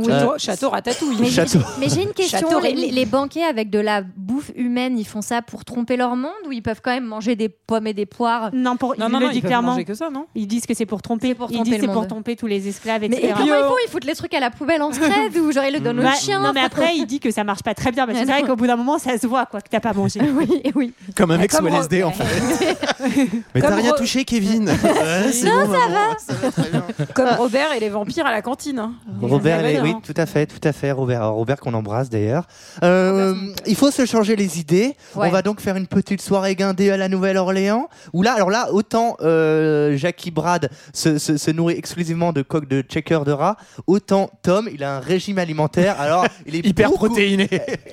[SPEAKER 1] Euh,
[SPEAKER 11] Château ratatouille.
[SPEAKER 5] Mais,
[SPEAKER 1] Château.
[SPEAKER 5] mais j'ai une question.
[SPEAKER 11] Château
[SPEAKER 5] Les,
[SPEAKER 11] Rémy.
[SPEAKER 5] les- les banquets avec de la bouffe humaine, ils font ça pour tromper leur monde ou ils peuvent quand même manger des pommes et des poires
[SPEAKER 8] Non, pour,
[SPEAKER 11] Non,
[SPEAKER 8] Oh, il
[SPEAKER 11] non,
[SPEAKER 8] le
[SPEAKER 11] non,
[SPEAKER 8] dit
[SPEAKER 11] ils peuvent
[SPEAKER 8] clairement.
[SPEAKER 11] manger que ça, non
[SPEAKER 8] Ils disent que c'est pour tromper.
[SPEAKER 5] pour
[SPEAKER 8] ils
[SPEAKER 5] tromper
[SPEAKER 8] disent
[SPEAKER 5] le
[SPEAKER 8] c'est pour
[SPEAKER 5] monde.
[SPEAKER 8] tromper tous les esclaves,
[SPEAKER 5] Mais et
[SPEAKER 8] etc.
[SPEAKER 5] comment ils font Ils foutent les trucs à la poubelle en scred ou genre ils le donnent
[SPEAKER 8] Ouais,
[SPEAKER 5] aux chiens
[SPEAKER 8] Bah, non mais après ils disent que ça marche pas très bien parce que
[SPEAKER 5] Mais
[SPEAKER 8] c'est vrai
[SPEAKER 5] non.
[SPEAKER 8] qu'au bout d'un moment ça se voit quoi que t'as pas mangé.
[SPEAKER 5] Oui, oui.
[SPEAKER 6] Comme un mec sous
[SPEAKER 11] Comme Ro-
[SPEAKER 6] LSD en fait. Mais t'as
[SPEAKER 11] Comme
[SPEAKER 6] rien
[SPEAKER 11] Ro-
[SPEAKER 6] touché, Kevin. Ouais, c'est bon, maman.
[SPEAKER 11] Comme Robert et les vampires à la cantine. hein.
[SPEAKER 1] Robert,
[SPEAKER 11] Robert,
[SPEAKER 1] les- oui,
[SPEAKER 11] hein.
[SPEAKER 1] tout à fait, tout à fait, Robert, Alors, Robert qu'on embrasse d'ailleurs. Euh, il faut se changer les idées.
[SPEAKER 5] Ouais.
[SPEAKER 1] On va donc faire une petite soirée guindée à la Nouvelle-Orléans. Où là, alors là, autant euh, Jackie Brad se, se- se nourrit exclusivement de coques de checker de rat, autant Tom, il a un régime alimentaire. Alors, il est
[SPEAKER 6] Hyper
[SPEAKER 1] beaucoup- Euh,
[SPEAKER 6] protéiné.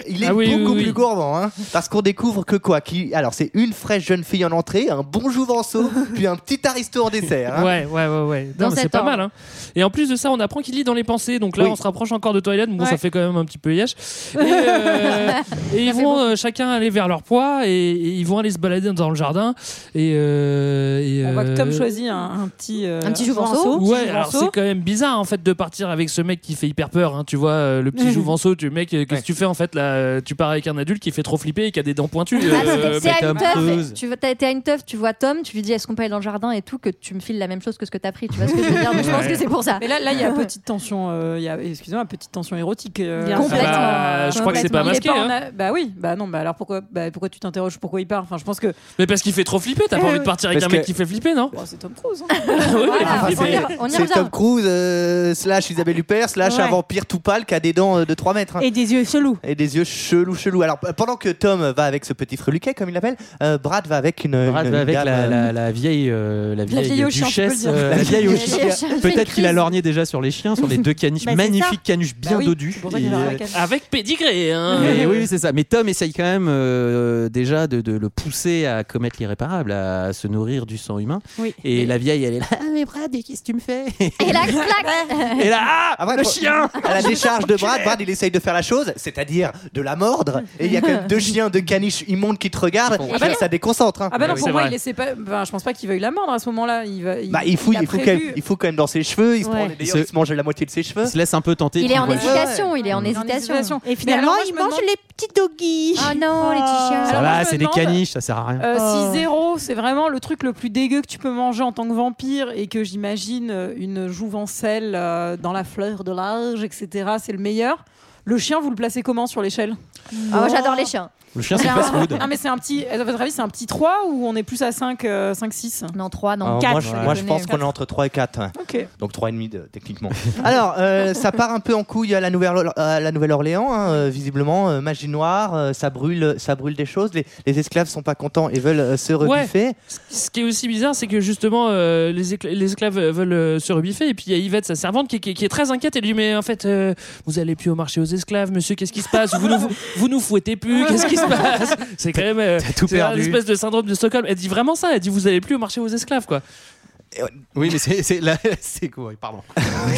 [SPEAKER 1] Il est
[SPEAKER 7] Ah oui,
[SPEAKER 1] beaucoup
[SPEAKER 7] oui, oui.
[SPEAKER 1] plus gourmand, hein, parce qu'on découvre que quoi qui, Alors, c'est une fraîche jeune fille en entrée, un bon jouvenceau, puis un petit aristo en dessert. hein.
[SPEAKER 7] Ouais, ouais, ouais, ouais.
[SPEAKER 5] Dans
[SPEAKER 7] Non, mais c'est
[SPEAKER 5] cet
[SPEAKER 7] pas
[SPEAKER 5] ordre.
[SPEAKER 7] mal. Hein. Et en plus de ça, on apprend qu'il lit dans les pensées. Donc là,
[SPEAKER 1] Oui.
[SPEAKER 7] on se rapproche encore de Twilight. Bon,
[SPEAKER 11] Ouais.
[SPEAKER 7] ça fait quand même un petit peu yesh. Et, euh, et ils
[SPEAKER 5] fait
[SPEAKER 7] vont euh, chacun aller vers leur poids et, et ils vont aller se balader dans le jardin. Et, euh, et,
[SPEAKER 11] On voit que Tom
[SPEAKER 7] euh,
[SPEAKER 11] choisit un, un petit, euh,
[SPEAKER 5] Un petit jouvenceau.
[SPEAKER 11] petit
[SPEAKER 7] Ouais, alors
[SPEAKER 11] jouvenceau.
[SPEAKER 7] c'est quand même bizarre en fait de partir avec ce mec qui fait hyper peur, hein, tu vois, euh, le petit jouvenceau, tu mec, euh, qu'est-ce que
[SPEAKER 1] Ouais.
[SPEAKER 7] tu fais en fait là euh, Tu pars avec un adulte qui fait trop flipper et qui a des dents pointues.
[SPEAKER 5] Ah,
[SPEAKER 7] euh,
[SPEAKER 5] c'est- c'est
[SPEAKER 7] mec.
[SPEAKER 5] à
[SPEAKER 6] Tom
[SPEAKER 5] une teuf.
[SPEAKER 6] Cruise.
[SPEAKER 5] Tu vois, t'as- t'es à une teuf, tu vois Tom, tu lui dis est-ce qu'on peut aller dans le jardin et tout, que tu me files la même chose que ce que t'as pris. Tu vois ce que je veux dire Donc, Je pense
[SPEAKER 7] Ouais.
[SPEAKER 5] que c'est pour ça.
[SPEAKER 11] Mais là, là, il y a petite tension, euh, il y a, excusez-moi, petite tension érotique. euh,
[SPEAKER 8] Bien
[SPEAKER 11] euh,
[SPEAKER 5] Complètement.
[SPEAKER 7] Ah bah, je crois que c'est pas
[SPEAKER 11] Il est
[SPEAKER 7] masqué.
[SPEAKER 11] pas en
[SPEAKER 7] hein.
[SPEAKER 11] a- Bah oui, bah non, bah alors pourquoi, bah pourquoi tu t'interroges, pourquoi il part Enfin, je pense que
[SPEAKER 7] Mais parce qu'il fait trop flipper, t'as pas
[SPEAKER 5] Euh,
[SPEAKER 7] envie de partir avec
[SPEAKER 1] Parce
[SPEAKER 7] un mec
[SPEAKER 1] que-
[SPEAKER 7] qui fait flipper, non
[SPEAKER 5] Oh,
[SPEAKER 11] Bon, c'est Tom Cruise. hein.
[SPEAKER 7] Oui,
[SPEAKER 5] Voilà,
[SPEAKER 7] il fait
[SPEAKER 5] on y
[SPEAKER 7] flipper.
[SPEAKER 5] re- on y
[SPEAKER 1] C'est
[SPEAKER 5] revient.
[SPEAKER 1] Tom Cruise, euh, slash Isabelle Huppert, slash
[SPEAKER 8] Ouais.
[SPEAKER 1] un vampire tout pâle qui a des dents euh, de 3 mètres. hein.
[SPEAKER 8] Et des yeux chelous.
[SPEAKER 1] Et des yeux chelous, chelous. Alors, p- pendant que Tom va avec ce petit freluquet, comme il l'appelle, euh, Brad va avec une.
[SPEAKER 6] Brad
[SPEAKER 1] une
[SPEAKER 6] va avec
[SPEAKER 1] dame,
[SPEAKER 6] la,
[SPEAKER 1] euh,
[SPEAKER 6] la- la vieille, euh, la vieille,
[SPEAKER 11] vieille au chien, tu peux le
[SPEAKER 6] duchesse,
[SPEAKER 11] dire.
[SPEAKER 6] euh, la vieille au chien. Peut-être qu'il a lorgné déjà sur les chiens, sur les deux caniches,
[SPEAKER 8] Bah, c'est
[SPEAKER 6] magnifiques caniches bien
[SPEAKER 11] Bah oui,
[SPEAKER 6] dodues.
[SPEAKER 11] C'est pour ça qu'il
[SPEAKER 6] Et,
[SPEAKER 11] est dans
[SPEAKER 6] euh,
[SPEAKER 11] la cage.
[SPEAKER 7] Avec pédigré, hein.
[SPEAKER 6] Mais oui, oui, c'est ça. Mais Tom essaye quand même euh, déjà de, de le pousser à commettre l'irréparable, à se nourrir du sang humain.
[SPEAKER 8] Oui.
[SPEAKER 6] Et la vieille, elle est là. Ah, mais Brad, mais qu'est-ce que tu me fais
[SPEAKER 5] Et là, clac
[SPEAKER 6] Et là, ah,
[SPEAKER 1] Ah ouais,
[SPEAKER 6] le
[SPEAKER 1] quoi.
[SPEAKER 6] chien
[SPEAKER 1] À la décharge de Brad, Brad il essaye de faire la chose, c'est-à-dire de la mordre, et il y a quand même deux chiens, deux caniches immondes qui te regardent,
[SPEAKER 11] Ah
[SPEAKER 1] ça,
[SPEAKER 11] bah
[SPEAKER 1] ça déconcentre. hein.
[SPEAKER 11] Ah bah non,
[SPEAKER 7] Oui,
[SPEAKER 11] pour
[SPEAKER 7] c'est
[SPEAKER 11] moi,
[SPEAKER 7] vrai.
[SPEAKER 11] il laissait pas. Enfin, je pense pas qu'il veuille la mordre à ce moment-là. Il va.
[SPEAKER 1] Bah, il fouille,
[SPEAKER 11] a
[SPEAKER 1] il, faut quand
[SPEAKER 11] prévu-
[SPEAKER 1] même, il faut quand même dans ses cheveux, il se,
[SPEAKER 8] Ouais.
[SPEAKER 1] prend- d'ailleurs,
[SPEAKER 6] Il se-
[SPEAKER 1] il se mange la moitié de ses cheveux.
[SPEAKER 6] Il se laisse un peu tenter.
[SPEAKER 5] Il est en
[SPEAKER 1] Ouais, ouais.
[SPEAKER 5] hésitation, il est en
[SPEAKER 11] Il est en
[SPEAKER 5] hésitation.
[SPEAKER 11] hésitation.
[SPEAKER 8] Et finalement
[SPEAKER 11] alors, moi,
[SPEAKER 8] ils
[SPEAKER 11] je me
[SPEAKER 8] mangent
[SPEAKER 11] demande- Ah
[SPEAKER 8] les petits doggies.
[SPEAKER 5] Oh non, les petits chiens.
[SPEAKER 6] Ça
[SPEAKER 11] Alors, moi,
[SPEAKER 6] va,
[SPEAKER 11] je me
[SPEAKER 6] c'est des
[SPEAKER 11] demande-
[SPEAKER 6] caniches, ça sert à rien.
[SPEAKER 11] Euh,
[SPEAKER 8] Oh.
[SPEAKER 11] Si zéro, c'est vraiment le truc le plus dégueu que tu peux manger en tant que vampire et que j'imagine euh, une jouvencelle euh, dans la fleur de l'âge, etc. C'est le meilleur. Le chien, vous le placez comment sur l'échelle
[SPEAKER 5] Ah, moi, j'adore les chiens.
[SPEAKER 6] Le chien, c'est
[SPEAKER 11] C'est un-
[SPEAKER 6] fast-food.
[SPEAKER 11] Ah mais c'est un petit. À votre avis, c'est un petit 3 ou on est plus à 5, euh, 5 6
[SPEAKER 5] Non, trois, non.
[SPEAKER 1] Alors,
[SPEAKER 5] quatre,
[SPEAKER 1] moi, je,
[SPEAKER 5] ça
[SPEAKER 1] moi, je
[SPEAKER 5] déconne.
[SPEAKER 1] pense qu'on est entre 3 et 4.
[SPEAKER 11] Ok.
[SPEAKER 1] Donc 3,5 de, techniquement. Alors, euh, ça part un peu en couille à la Nouvelle- à la Nouvelle-Orléans, hein, euh, visiblement. euh, magie noire, euh, ça, brûle, ça brûle des choses. Les, les esclaves sont pas contents et veulent euh, se rebiffer.
[SPEAKER 7] Ce qui est aussi bizarre, c'est que justement, euh, les, écla- les esclaves euh, veulent euh, se rebiffer. Et puis il y a Yvette, sa servante, qui, qui- qui est très inquiète. Elle lui dit Mais en fait, euh, vous allez plus au marché aux esclaves, monsieur, qu'est-ce qui se passe vous nous, vous nous fouettez plus, qu'est-ce qui se passe C'est quand même euh,
[SPEAKER 6] T'as tout
[SPEAKER 7] c'est un
[SPEAKER 6] perdu.
[SPEAKER 7] espèce de syndrome de Stockholm. Elle dit vraiment ça Elle dit Vous allez plus au marché aux esclaves, quoi.
[SPEAKER 6] Oui, mais c'est- c'est là, c'est quoi Pardon.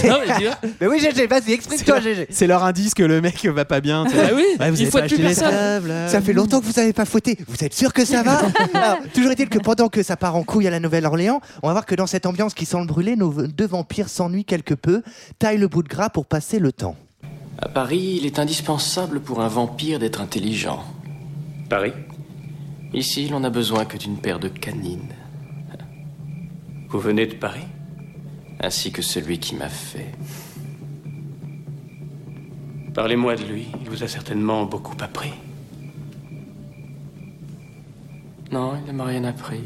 [SPEAKER 7] non, mais tu vois,
[SPEAKER 1] Mais oui, GG, vas-y, explique-toi, GG.
[SPEAKER 6] C'est leur indice que le mec va pas bien. tu sais.
[SPEAKER 7] bah oui,
[SPEAKER 6] Ouais, vous
[SPEAKER 7] il
[SPEAKER 6] avez
[SPEAKER 7] faut
[SPEAKER 6] pas
[SPEAKER 7] être plus
[SPEAKER 6] acheté
[SPEAKER 7] personne.
[SPEAKER 6] l'esclave, là.
[SPEAKER 1] Ça fait longtemps que vous avez pas fouetté. Vous êtes sûr que ça va Alors, Toujours est-il que pendant que ça part en couille à la Nouvelle-Orléans, on va voir que dans cette ambiance qui sent le brûler, nos v- deux vampires s'ennuient quelque peu, taillent le bout de gras pour passer le temps.
[SPEAKER 2] À Paris, il est indispensable pour un vampire d'être intelligent.
[SPEAKER 4] Paris
[SPEAKER 2] Ici, l'on a besoin que d'une paire de canines.
[SPEAKER 4] Vous venez de Paris
[SPEAKER 2] Ainsi que celui qui m'a fait.
[SPEAKER 4] Parlez-moi de lui, il vous a certainement beaucoup appris.
[SPEAKER 2] Non, il ne m'a rien appris.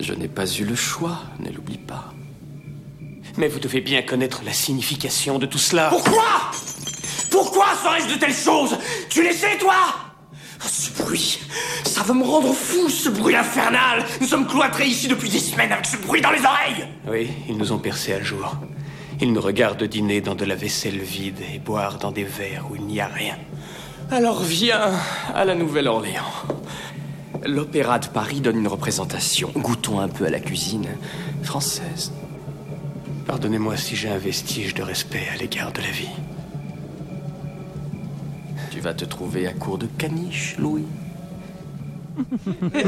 [SPEAKER 2] Je n'ai pas eu le choix, ne l'oublie pas.
[SPEAKER 4] Mais vous devez bien connaître la signification de tout cela. Pourquoi Pourquoi ferais-je de telles choses Tu les sais, toi Ah, Ce bruit Ça va me rendre fou, ce bruit infernal Nous sommes cloîtrés ici depuis des semaines avec ce bruit dans les oreilles
[SPEAKER 2] Oui, ils nous ont percés à jour.
[SPEAKER 4] Ils nous regardent dîner dans de la vaisselle vide et boire dans des verres où il n'y a rien. Alors viens à la Nouvelle-Orléans. L'Opéra de Paris donne une représentation. Goûtons un peu à la cuisine française. Pardonnez-moi si j'ai un vestige de respect à l'égard de la vie. Tu vas te trouver à court de caniche, Louis.
[SPEAKER 1] Et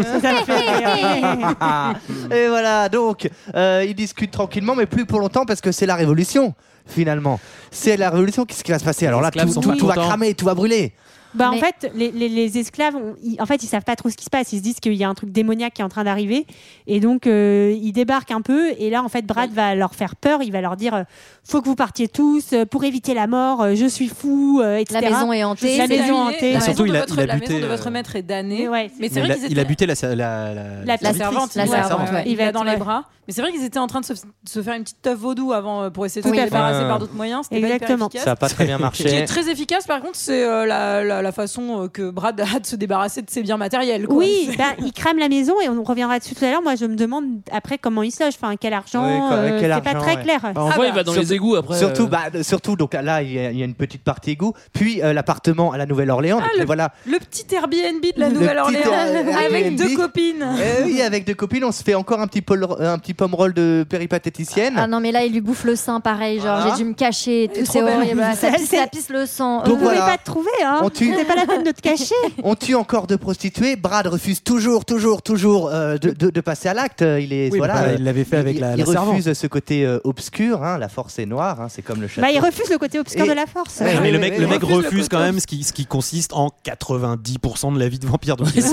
[SPEAKER 1] voilà, donc euh, ils discutent tranquillement, mais plus pour longtemps parce que c'est la révolution finalement. C'est la révolution, qu'est-ce qui va se passer Alors là,
[SPEAKER 6] esclaves
[SPEAKER 1] tout,
[SPEAKER 6] sont
[SPEAKER 1] tout-
[SPEAKER 6] pas
[SPEAKER 1] tout va
[SPEAKER 6] contents.
[SPEAKER 1] cramer, tout va brûler.
[SPEAKER 8] Bah,
[SPEAKER 5] Mais-
[SPEAKER 8] En fait, les, les- les esclaves, on- ils, en fait, ils savent pas trop ce qui se passe. Ils se disent qu'il y a un truc démoniaque qui est en train d'arriver. Et donc, euh, ils débarquent un peu. Et là, en fait, Brad va leur faire peur. Il va leur dire euh, faut que vous partiez tous euh, pour éviter la mort. euh, je suis fou, euh, etc.
[SPEAKER 5] La maison est
[SPEAKER 8] Je suis
[SPEAKER 5] hantée.
[SPEAKER 8] la
[SPEAKER 11] C'est
[SPEAKER 8] maison
[SPEAKER 11] terminé.
[SPEAKER 8] hantée.
[SPEAKER 11] La
[SPEAKER 6] Et surtout,
[SPEAKER 11] maison de
[SPEAKER 6] il a-
[SPEAKER 11] votre-
[SPEAKER 6] il a
[SPEAKER 11] la maison
[SPEAKER 6] buté,
[SPEAKER 11] de votre
[SPEAKER 6] euh,
[SPEAKER 11] maître est damnée.
[SPEAKER 8] Ouais.
[SPEAKER 11] Mais c'est
[SPEAKER 6] Mais
[SPEAKER 11] vrai
[SPEAKER 6] il a-
[SPEAKER 11] qu'ils étaient
[SPEAKER 6] il a buté la, la, la-
[SPEAKER 8] La
[SPEAKER 5] La
[SPEAKER 11] la
[SPEAKER 8] petite
[SPEAKER 11] servante,
[SPEAKER 5] la
[SPEAKER 11] il l'a-
[SPEAKER 5] servante, ouais.
[SPEAKER 11] il l'a dans les
[SPEAKER 5] Exactement.
[SPEAKER 11] bras. Mais c'est vrai qu'ils étaient en train de se, de se faire une petite teuf vaudou avant euh, pour essayer de
[SPEAKER 8] Tout
[SPEAKER 11] se
[SPEAKER 8] à fait.
[SPEAKER 11] débarrasser
[SPEAKER 6] Ouais.
[SPEAKER 11] par d'autres moyens. C'était pas hyper
[SPEAKER 8] Exactement.
[SPEAKER 11] efficace.
[SPEAKER 1] Ça n'a pas très bien
[SPEAKER 11] Ce qui
[SPEAKER 1] marché.
[SPEAKER 11] est très efficace, par contre, c'est euh, la, la- la façon euh, que Brad a de se débarrasser de ses biens matériels. quoi.
[SPEAKER 8] Oui,
[SPEAKER 11] C'est-
[SPEAKER 8] bah, ils crament la maison et on reviendra dessus tout à l'heure. Moi, je me demande après comment ils se logent. Enfin, quel argent
[SPEAKER 1] Oui, quoi, avec
[SPEAKER 8] euh,
[SPEAKER 1] quel
[SPEAKER 8] C'est pas
[SPEAKER 1] argent,
[SPEAKER 8] très
[SPEAKER 1] ouais.
[SPEAKER 8] clair.
[SPEAKER 7] Bah, en vrai, il va dans
[SPEAKER 1] surtout-
[SPEAKER 7] les égouts après.
[SPEAKER 1] Surtout,
[SPEAKER 7] euh,
[SPEAKER 1] bah, euh, surtout, donc là, il y, a il y a une petite partie égout, puis euh, l'appartement à la Nouvelle-Orléans. donc,
[SPEAKER 11] Ah, le-
[SPEAKER 1] voilà.
[SPEAKER 11] Le petit Airbnb de la
[SPEAKER 1] Le
[SPEAKER 11] Nouvelle-Orléans euh,
[SPEAKER 1] petit Air-
[SPEAKER 11] avec
[SPEAKER 1] Airbnb.
[SPEAKER 11] deux copines.
[SPEAKER 1] Eh oui, avec deux copines, on se fait encore un petit, pol- euh, un petit pomme-roll de péripatéticienne.
[SPEAKER 5] Ah non, mais là, il lui bouffe le sein, pareil. Genre,
[SPEAKER 1] Voilà.
[SPEAKER 5] j'ai dû me cacher et tout, c'est
[SPEAKER 8] belle.
[SPEAKER 5] horrible. Ça
[SPEAKER 8] Elle,
[SPEAKER 5] pisse,
[SPEAKER 8] c'est-
[SPEAKER 5] ça pisse le sang.
[SPEAKER 1] Donc
[SPEAKER 5] Euh,
[SPEAKER 8] Vous ne
[SPEAKER 1] voilà.
[SPEAKER 8] pouvez pas te trouver, hein.
[SPEAKER 1] On tue.
[SPEAKER 8] C'était pas la peine de te cacher.
[SPEAKER 1] On tue encore deux prostituées. Brad refuse toujours, toujours, toujours euh, de, de- de passer à l'acte. Il est
[SPEAKER 6] Oui,
[SPEAKER 1] voilà.
[SPEAKER 6] bah,
[SPEAKER 1] euh,
[SPEAKER 6] il l'avait fait avec
[SPEAKER 1] il-
[SPEAKER 6] la-
[SPEAKER 1] il
[SPEAKER 6] la
[SPEAKER 1] refuse
[SPEAKER 6] servante.
[SPEAKER 1] ce côté euh, obscur. hein, la force est noire. hein, c'est comme le château.
[SPEAKER 8] Bah, ils refusent le côté obscur
[SPEAKER 1] Et-
[SPEAKER 8] de la force.
[SPEAKER 1] Ouais,
[SPEAKER 6] Non, mais
[SPEAKER 1] oui,
[SPEAKER 6] le
[SPEAKER 1] oui,
[SPEAKER 6] mec,
[SPEAKER 1] oui,
[SPEAKER 6] le
[SPEAKER 1] oui.
[SPEAKER 6] mec
[SPEAKER 11] Refuse le
[SPEAKER 6] refuse quand
[SPEAKER 11] coton.
[SPEAKER 6] même ce qui, ce qui consiste en 90% de la vie de vampire. Donc, c'est
[SPEAKER 5] Ouais,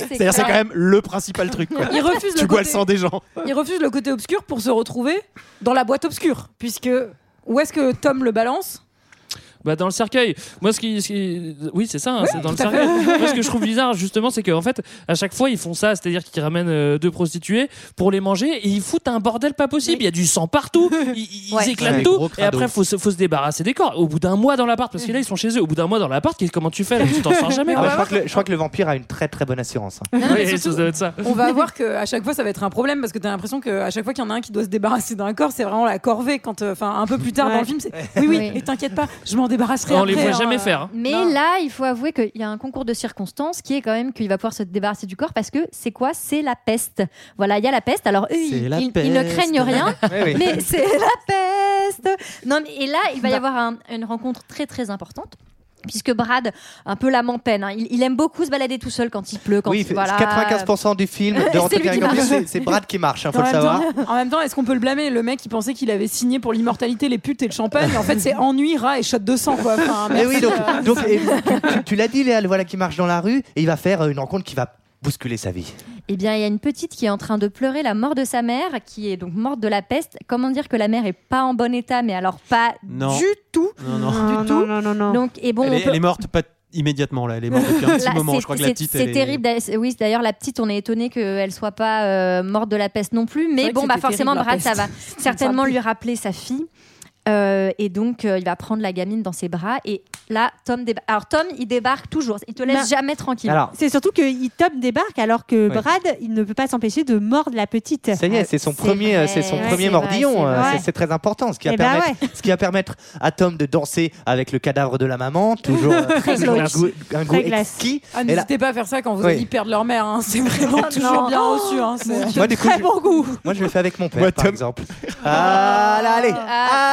[SPEAKER 5] c'est
[SPEAKER 6] c'est-à-dire, c'est
[SPEAKER 5] clair.
[SPEAKER 6] quand même le principal truc. Quoi.
[SPEAKER 11] Il refuse,
[SPEAKER 6] Tu
[SPEAKER 11] le
[SPEAKER 6] bois le
[SPEAKER 11] côté,
[SPEAKER 6] sang des gens.
[SPEAKER 11] il refuse le côté obscur pour se retrouver dans la boîte obscure. Puisque où est-ce que Tom le balance
[SPEAKER 7] Bah dans le cercueil. Moi ce qui, ce qui- oui c'est ça, hein, c'est dans le
[SPEAKER 11] tout à
[SPEAKER 7] cercueil. Moi ce que je trouve bizarre justement c'est qu'en fait à chaque fois ils font ça, c'est-à-dire qu'ils ramènent euh, deux prostituées pour les manger et ils foutent un bordel pas possible. Il y a du sang partout, ils, ils
[SPEAKER 5] Ouais.
[SPEAKER 7] éclatent
[SPEAKER 6] Ouais, les
[SPEAKER 7] tout
[SPEAKER 6] gros
[SPEAKER 7] et après
[SPEAKER 6] crados.
[SPEAKER 7] faut se, faut se débarrasser des corps. Au bout d'un mois dans l'appart parce que là ils sont chez eux. Au bout d'un mois dans l'appart, qu'est- comment tu fais là Tu t'en sors jamais.
[SPEAKER 1] Ah
[SPEAKER 7] quoi.
[SPEAKER 1] ouais, je, crois que le, je crois que le vampire a une très très bonne assurance. hein.
[SPEAKER 11] Non, non, mais
[SPEAKER 7] Ouais,
[SPEAKER 11] surtout,
[SPEAKER 7] ça doit être ça.
[SPEAKER 11] on va voir que à chaque fois ça va être un problème parce que t'as l'impression que à chaque fois qu'il y en a un qui doit se débarrasser d'un corps c'est vraiment la corvée quand euh, enfin un peu plus tard
[SPEAKER 8] Ouais.
[SPEAKER 11] dans le film c'est oui oui
[SPEAKER 5] Oui.
[SPEAKER 11] et t'inquiète pas je m'en débarrasserai
[SPEAKER 7] On les
[SPEAKER 11] après,
[SPEAKER 7] voit
[SPEAKER 11] hein.
[SPEAKER 7] jamais faire. hein.
[SPEAKER 5] Mais
[SPEAKER 11] Non.
[SPEAKER 5] là, il faut avouer qu'il y a un concours de circonstances qui est quand même qu'il va pouvoir se débarrasser du corps parce que c'est quoi C'est la peste. Voilà, il y a la peste. Alors eux,
[SPEAKER 6] C'est
[SPEAKER 5] ils,
[SPEAKER 6] la
[SPEAKER 5] ils- ils ne
[SPEAKER 6] peste.
[SPEAKER 5] craignent rien,
[SPEAKER 1] Oui, oui.
[SPEAKER 5] mais c'est la peste. Non, mais- et là, il va y avoir un- une rencontre très très importante. Puisque Brad, un peu l'âme en peine, hein. il, il aime beaucoup se balader tout seul quand il pleut. Quand
[SPEAKER 1] Oui,
[SPEAKER 5] il-
[SPEAKER 1] fait-
[SPEAKER 5] voilà.
[SPEAKER 1] 95% du film de Antoine
[SPEAKER 5] lui qui
[SPEAKER 1] Gargano,
[SPEAKER 5] marche.
[SPEAKER 1] c'est- c'est Brad qui marche, hein, faut
[SPEAKER 11] En
[SPEAKER 1] le
[SPEAKER 11] même,
[SPEAKER 1] savoir.
[SPEAKER 11] temps, en même temps, est-ce qu'on peut le blâmer Le mec, il pensait qu'il avait signé pour l'immortalité, les putes et le champagne. Et en fait, c'est ennui, rat et shot de sang, quoi. Enfin,
[SPEAKER 1] Mais
[SPEAKER 11] merci,
[SPEAKER 1] oui, donc,
[SPEAKER 11] euh.
[SPEAKER 1] donc, et tu, tu l'as dit, Léa, le voilà qui marche dans la rue et il va faire euh, une rencontre qui va bousculer sa vie.
[SPEAKER 5] Eh bien, il y a une petite qui est en train de pleurer la mort de sa mère, qui est donc morte de la peste. Comment dire que la mère est pas en bon état, mais alors pas
[SPEAKER 6] Non.
[SPEAKER 5] du tout.
[SPEAKER 6] Non, non.
[SPEAKER 8] Non,
[SPEAKER 11] Ah,
[SPEAKER 5] du
[SPEAKER 8] non,
[SPEAKER 5] tout.
[SPEAKER 8] non, non, non.
[SPEAKER 5] Donc, et bon,
[SPEAKER 6] elle,
[SPEAKER 5] on
[SPEAKER 6] est,
[SPEAKER 5] peut-
[SPEAKER 6] elle est morte pas immédiatement là. Elle est morte depuis un petit
[SPEAKER 5] Là,
[SPEAKER 6] moment.
[SPEAKER 5] c'est-
[SPEAKER 6] Je crois que la
[SPEAKER 5] c'est-
[SPEAKER 6] petite. elle
[SPEAKER 5] C'est
[SPEAKER 6] est-
[SPEAKER 5] terrible. d'ailleurs, c'est- Oui, d'ailleurs, la petite, on est étonné qu'elle soit pas euh, morte de la peste non plus.
[SPEAKER 11] C'est
[SPEAKER 5] Mais
[SPEAKER 11] vrai
[SPEAKER 5] bon,
[SPEAKER 11] que
[SPEAKER 5] bah
[SPEAKER 11] c'était
[SPEAKER 5] forcément,
[SPEAKER 11] terrible, la
[SPEAKER 5] Brad, ça va certainement
[SPEAKER 11] plus.
[SPEAKER 5] lui rappeler sa fille. Euh, et donc, euh, il va prendre la gamine dans ses bras. Et là, Tom débarque. Alors, Tom, il débarque toujours. Il te laisse jamais tranquille.
[SPEAKER 1] Alors,
[SPEAKER 8] C'est surtout que il- Tom débarque alors que
[SPEAKER 6] Ouais.
[SPEAKER 8] Brad, il ne peut pas s'empêcher de mordre la petite.
[SPEAKER 1] Ça y est, c'est son
[SPEAKER 5] C'est
[SPEAKER 1] premier, euh,
[SPEAKER 5] vrai,
[SPEAKER 1] c'est son
[SPEAKER 5] ouais,
[SPEAKER 1] premier
[SPEAKER 5] c'est
[SPEAKER 1] mordillon.
[SPEAKER 5] vrai, c'est
[SPEAKER 1] euh,
[SPEAKER 8] vrai.
[SPEAKER 1] c'est- C'est très important, ce qui, va
[SPEAKER 8] Eh ben
[SPEAKER 1] permettre, ce qui va permettre à Tom de danser avec le cadavre de la maman, toujours, euh, toujours un
[SPEAKER 5] glauque.
[SPEAKER 1] goût, un goût
[SPEAKER 8] Très glace.
[SPEAKER 1] exquis.
[SPEAKER 11] Ah,
[SPEAKER 1] Et là-
[SPEAKER 11] N'hésitez pas à faire ça quand vous
[SPEAKER 1] Oui.
[SPEAKER 11] allez perdre leur mère. hein. C'est vraiment toujours bien reçu. hein. C'est-
[SPEAKER 1] moi, du coup, je- moi, je le fais avec mon père,
[SPEAKER 6] Moi,
[SPEAKER 1] par
[SPEAKER 6] Tom-
[SPEAKER 1] exemple. Ah, là, allez.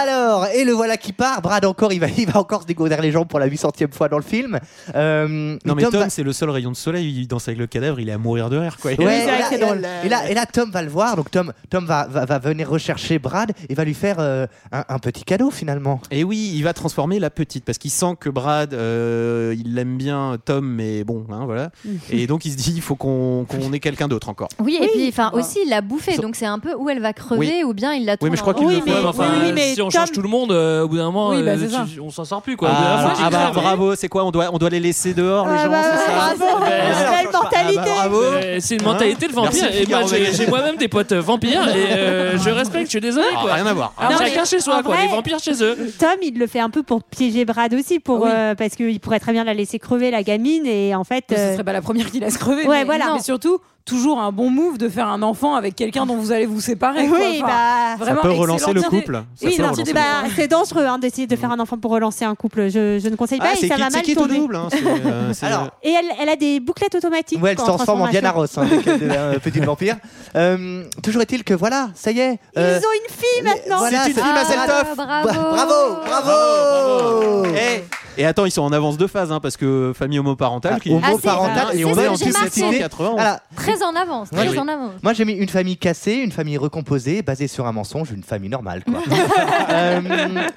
[SPEAKER 1] Alors, et le voilà qui part. Brad encore, il va, il va encore se dégourdir les jambes pour la 800e fois dans le film. Euh,
[SPEAKER 6] Non mais
[SPEAKER 1] Tom
[SPEAKER 6] Tom,
[SPEAKER 1] va-
[SPEAKER 6] c'est le seul rayon de soleil. Il danse avec le cadavre. Il est à mourir de rire. Quoi.
[SPEAKER 1] Ouais,
[SPEAKER 8] c'est vrai
[SPEAKER 1] et,
[SPEAKER 8] que
[SPEAKER 1] là,
[SPEAKER 8] c'est
[SPEAKER 1] et là-
[SPEAKER 8] drôle.
[SPEAKER 1] et là, et là, Tom va le voir. Donc, Tom, Tom va, va, va venir rechercher Brad et va lui faire euh, un, un petit cadeau finalement.
[SPEAKER 6] Et oui, il va transformer la petite parce qu'il sent que Brad, euh, il l'aime bien Tom, mais bon, hein, voilà. Et donc il se dit, il faut qu'on qu'on ait quelqu'un d'autre encore.
[SPEAKER 5] oui, et puis enfin
[SPEAKER 11] Voilà.
[SPEAKER 5] aussi, il l'a bouffée.
[SPEAKER 6] Sauf-
[SPEAKER 5] Donc, c'est un peu où elle va crever ou bien il la
[SPEAKER 6] mais
[SPEAKER 5] tourne
[SPEAKER 6] je crois
[SPEAKER 5] en-
[SPEAKER 6] qu'il
[SPEAKER 8] Oui,
[SPEAKER 6] le
[SPEAKER 8] mais,
[SPEAKER 6] faut,
[SPEAKER 7] enfin,
[SPEAKER 8] oui, oui, mais
[SPEAKER 7] si on
[SPEAKER 8] Tom,
[SPEAKER 7] change lâche tout le monde, euh, au bout d'un moment,
[SPEAKER 11] Oui, bah,
[SPEAKER 7] euh,
[SPEAKER 11] c'est
[SPEAKER 7] tu-
[SPEAKER 11] ça.
[SPEAKER 7] on s'en sort plus quoi. Au bout d'un
[SPEAKER 6] Ah,
[SPEAKER 7] moment,
[SPEAKER 6] ah
[SPEAKER 7] j'ai
[SPEAKER 6] bah
[SPEAKER 7] craint.
[SPEAKER 6] bravo, c'est quoi on doit, on doit les laisser dehors,
[SPEAKER 8] Ah
[SPEAKER 6] les gens c'est ça
[SPEAKER 8] bah,
[SPEAKER 6] Eh ben,
[SPEAKER 8] belle
[SPEAKER 6] Ah, bah, bravo.
[SPEAKER 7] Euh, C'est une mentalité de vampire.
[SPEAKER 6] Hein Merci,
[SPEAKER 7] et moi,
[SPEAKER 6] Figaro
[SPEAKER 7] j'ai
[SPEAKER 6] Magazine.
[SPEAKER 7] j'ai moi-même des potes euh, vampires et euh, je respecte, je suis désolé.
[SPEAKER 6] Ah,
[SPEAKER 7] quoi.
[SPEAKER 6] rien à voir.
[SPEAKER 7] Alors,
[SPEAKER 8] Non,
[SPEAKER 7] chacun
[SPEAKER 8] mais
[SPEAKER 7] chez soi,
[SPEAKER 8] en
[SPEAKER 7] quoi.
[SPEAKER 8] vrai-
[SPEAKER 7] les vampires chez eux.
[SPEAKER 8] Tom, il le fait un peu pour piéger Brad aussi, pour,
[SPEAKER 11] Oui.
[SPEAKER 8] euh, parce qu'il pourrait très bien la laisser crever, la gamine, et en fait.
[SPEAKER 11] Ce
[SPEAKER 8] euh,
[SPEAKER 11] serait pas la première qui laisse crever.
[SPEAKER 8] Ouais,
[SPEAKER 11] mais,
[SPEAKER 8] voilà.
[SPEAKER 11] mais surtout, toujours un bon move de faire un enfant avec quelqu'un dont vous allez vous séparer. quoi.
[SPEAKER 8] Oui,
[SPEAKER 11] Enfin,
[SPEAKER 8] bah.
[SPEAKER 6] Ça
[SPEAKER 11] vraiment
[SPEAKER 6] peut relancer
[SPEAKER 11] excellent.
[SPEAKER 6] le
[SPEAKER 11] Bien des-
[SPEAKER 6] couple. Ça
[SPEAKER 11] Oui,
[SPEAKER 6] peut
[SPEAKER 11] non,
[SPEAKER 6] relancer
[SPEAKER 11] c'est
[SPEAKER 6] le Mm.
[SPEAKER 11] bah,
[SPEAKER 8] bah, c'est dangereux hein, d'essayer de faire un enfant pour relancer un couple. Je, je ne conseille pas
[SPEAKER 6] Ah,
[SPEAKER 8] et
[SPEAKER 6] c'est
[SPEAKER 8] Eh ben, ça va
[SPEAKER 6] qui, c'est
[SPEAKER 8] mal
[SPEAKER 6] qui tout
[SPEAKER 8] tourner.
[SPEAKER 6] double hein, c'est, euh, c'est-
[SPEAKER 1] Alors,
[SPEAKER 8] Et elle, elle a des bouclettes automatiques.
[SPEAKER 1] Ouais, elle se
[SPEAKER 8] en
[SPEAKER 1] transforme en Diana
[SPEAKER 8] transformation.
[SPEAKER 1] Ross, hein, avec, euh, petite vampire. Euh, toujours est-il que voilà, ça y est. euh,
[SPEAKER 8] Ils ont une fille maintenant.
[SPEAKER 1] voilà,
[SPEAKER 6] une fille, Mazel Tov.
[SPEAKER 5] Bravo.
[SPEAKER 1] Bravo, bravo.
[SPEAKER 6] Eh, Et attends, ils sont en avance de phase hein, parce que famille homoparentale.
[SPEAKER 1] Ah,
[SPEAKER 6] qui-
[SPEAKER 1] homoparentale,
[SPEAKER 6] et
[SPEAKER 5] c'est
[SPEAKER 6] on
[SPEAKER 5] ce
[SPEAKER 6] est
[SPEAKER 5] que
[SPEAKER 6] en
[SPEAKER 5] j'ai marqué.
[SPEAKER 6] 1780.
[SPEAKER 1] Voilà.
[SPEAKER 5] Très en avance,
[SPEAKER 1] Ouais,
[SPEAKER 5] très
[SPEAKER 1] oui.
[SPEAKER 5] en avance.
[SPEAKER 1] Moi, j'ai mis une famille cassée, une famille recomposée, basée sur un mensonge, une famille normale. Quoi. Euh,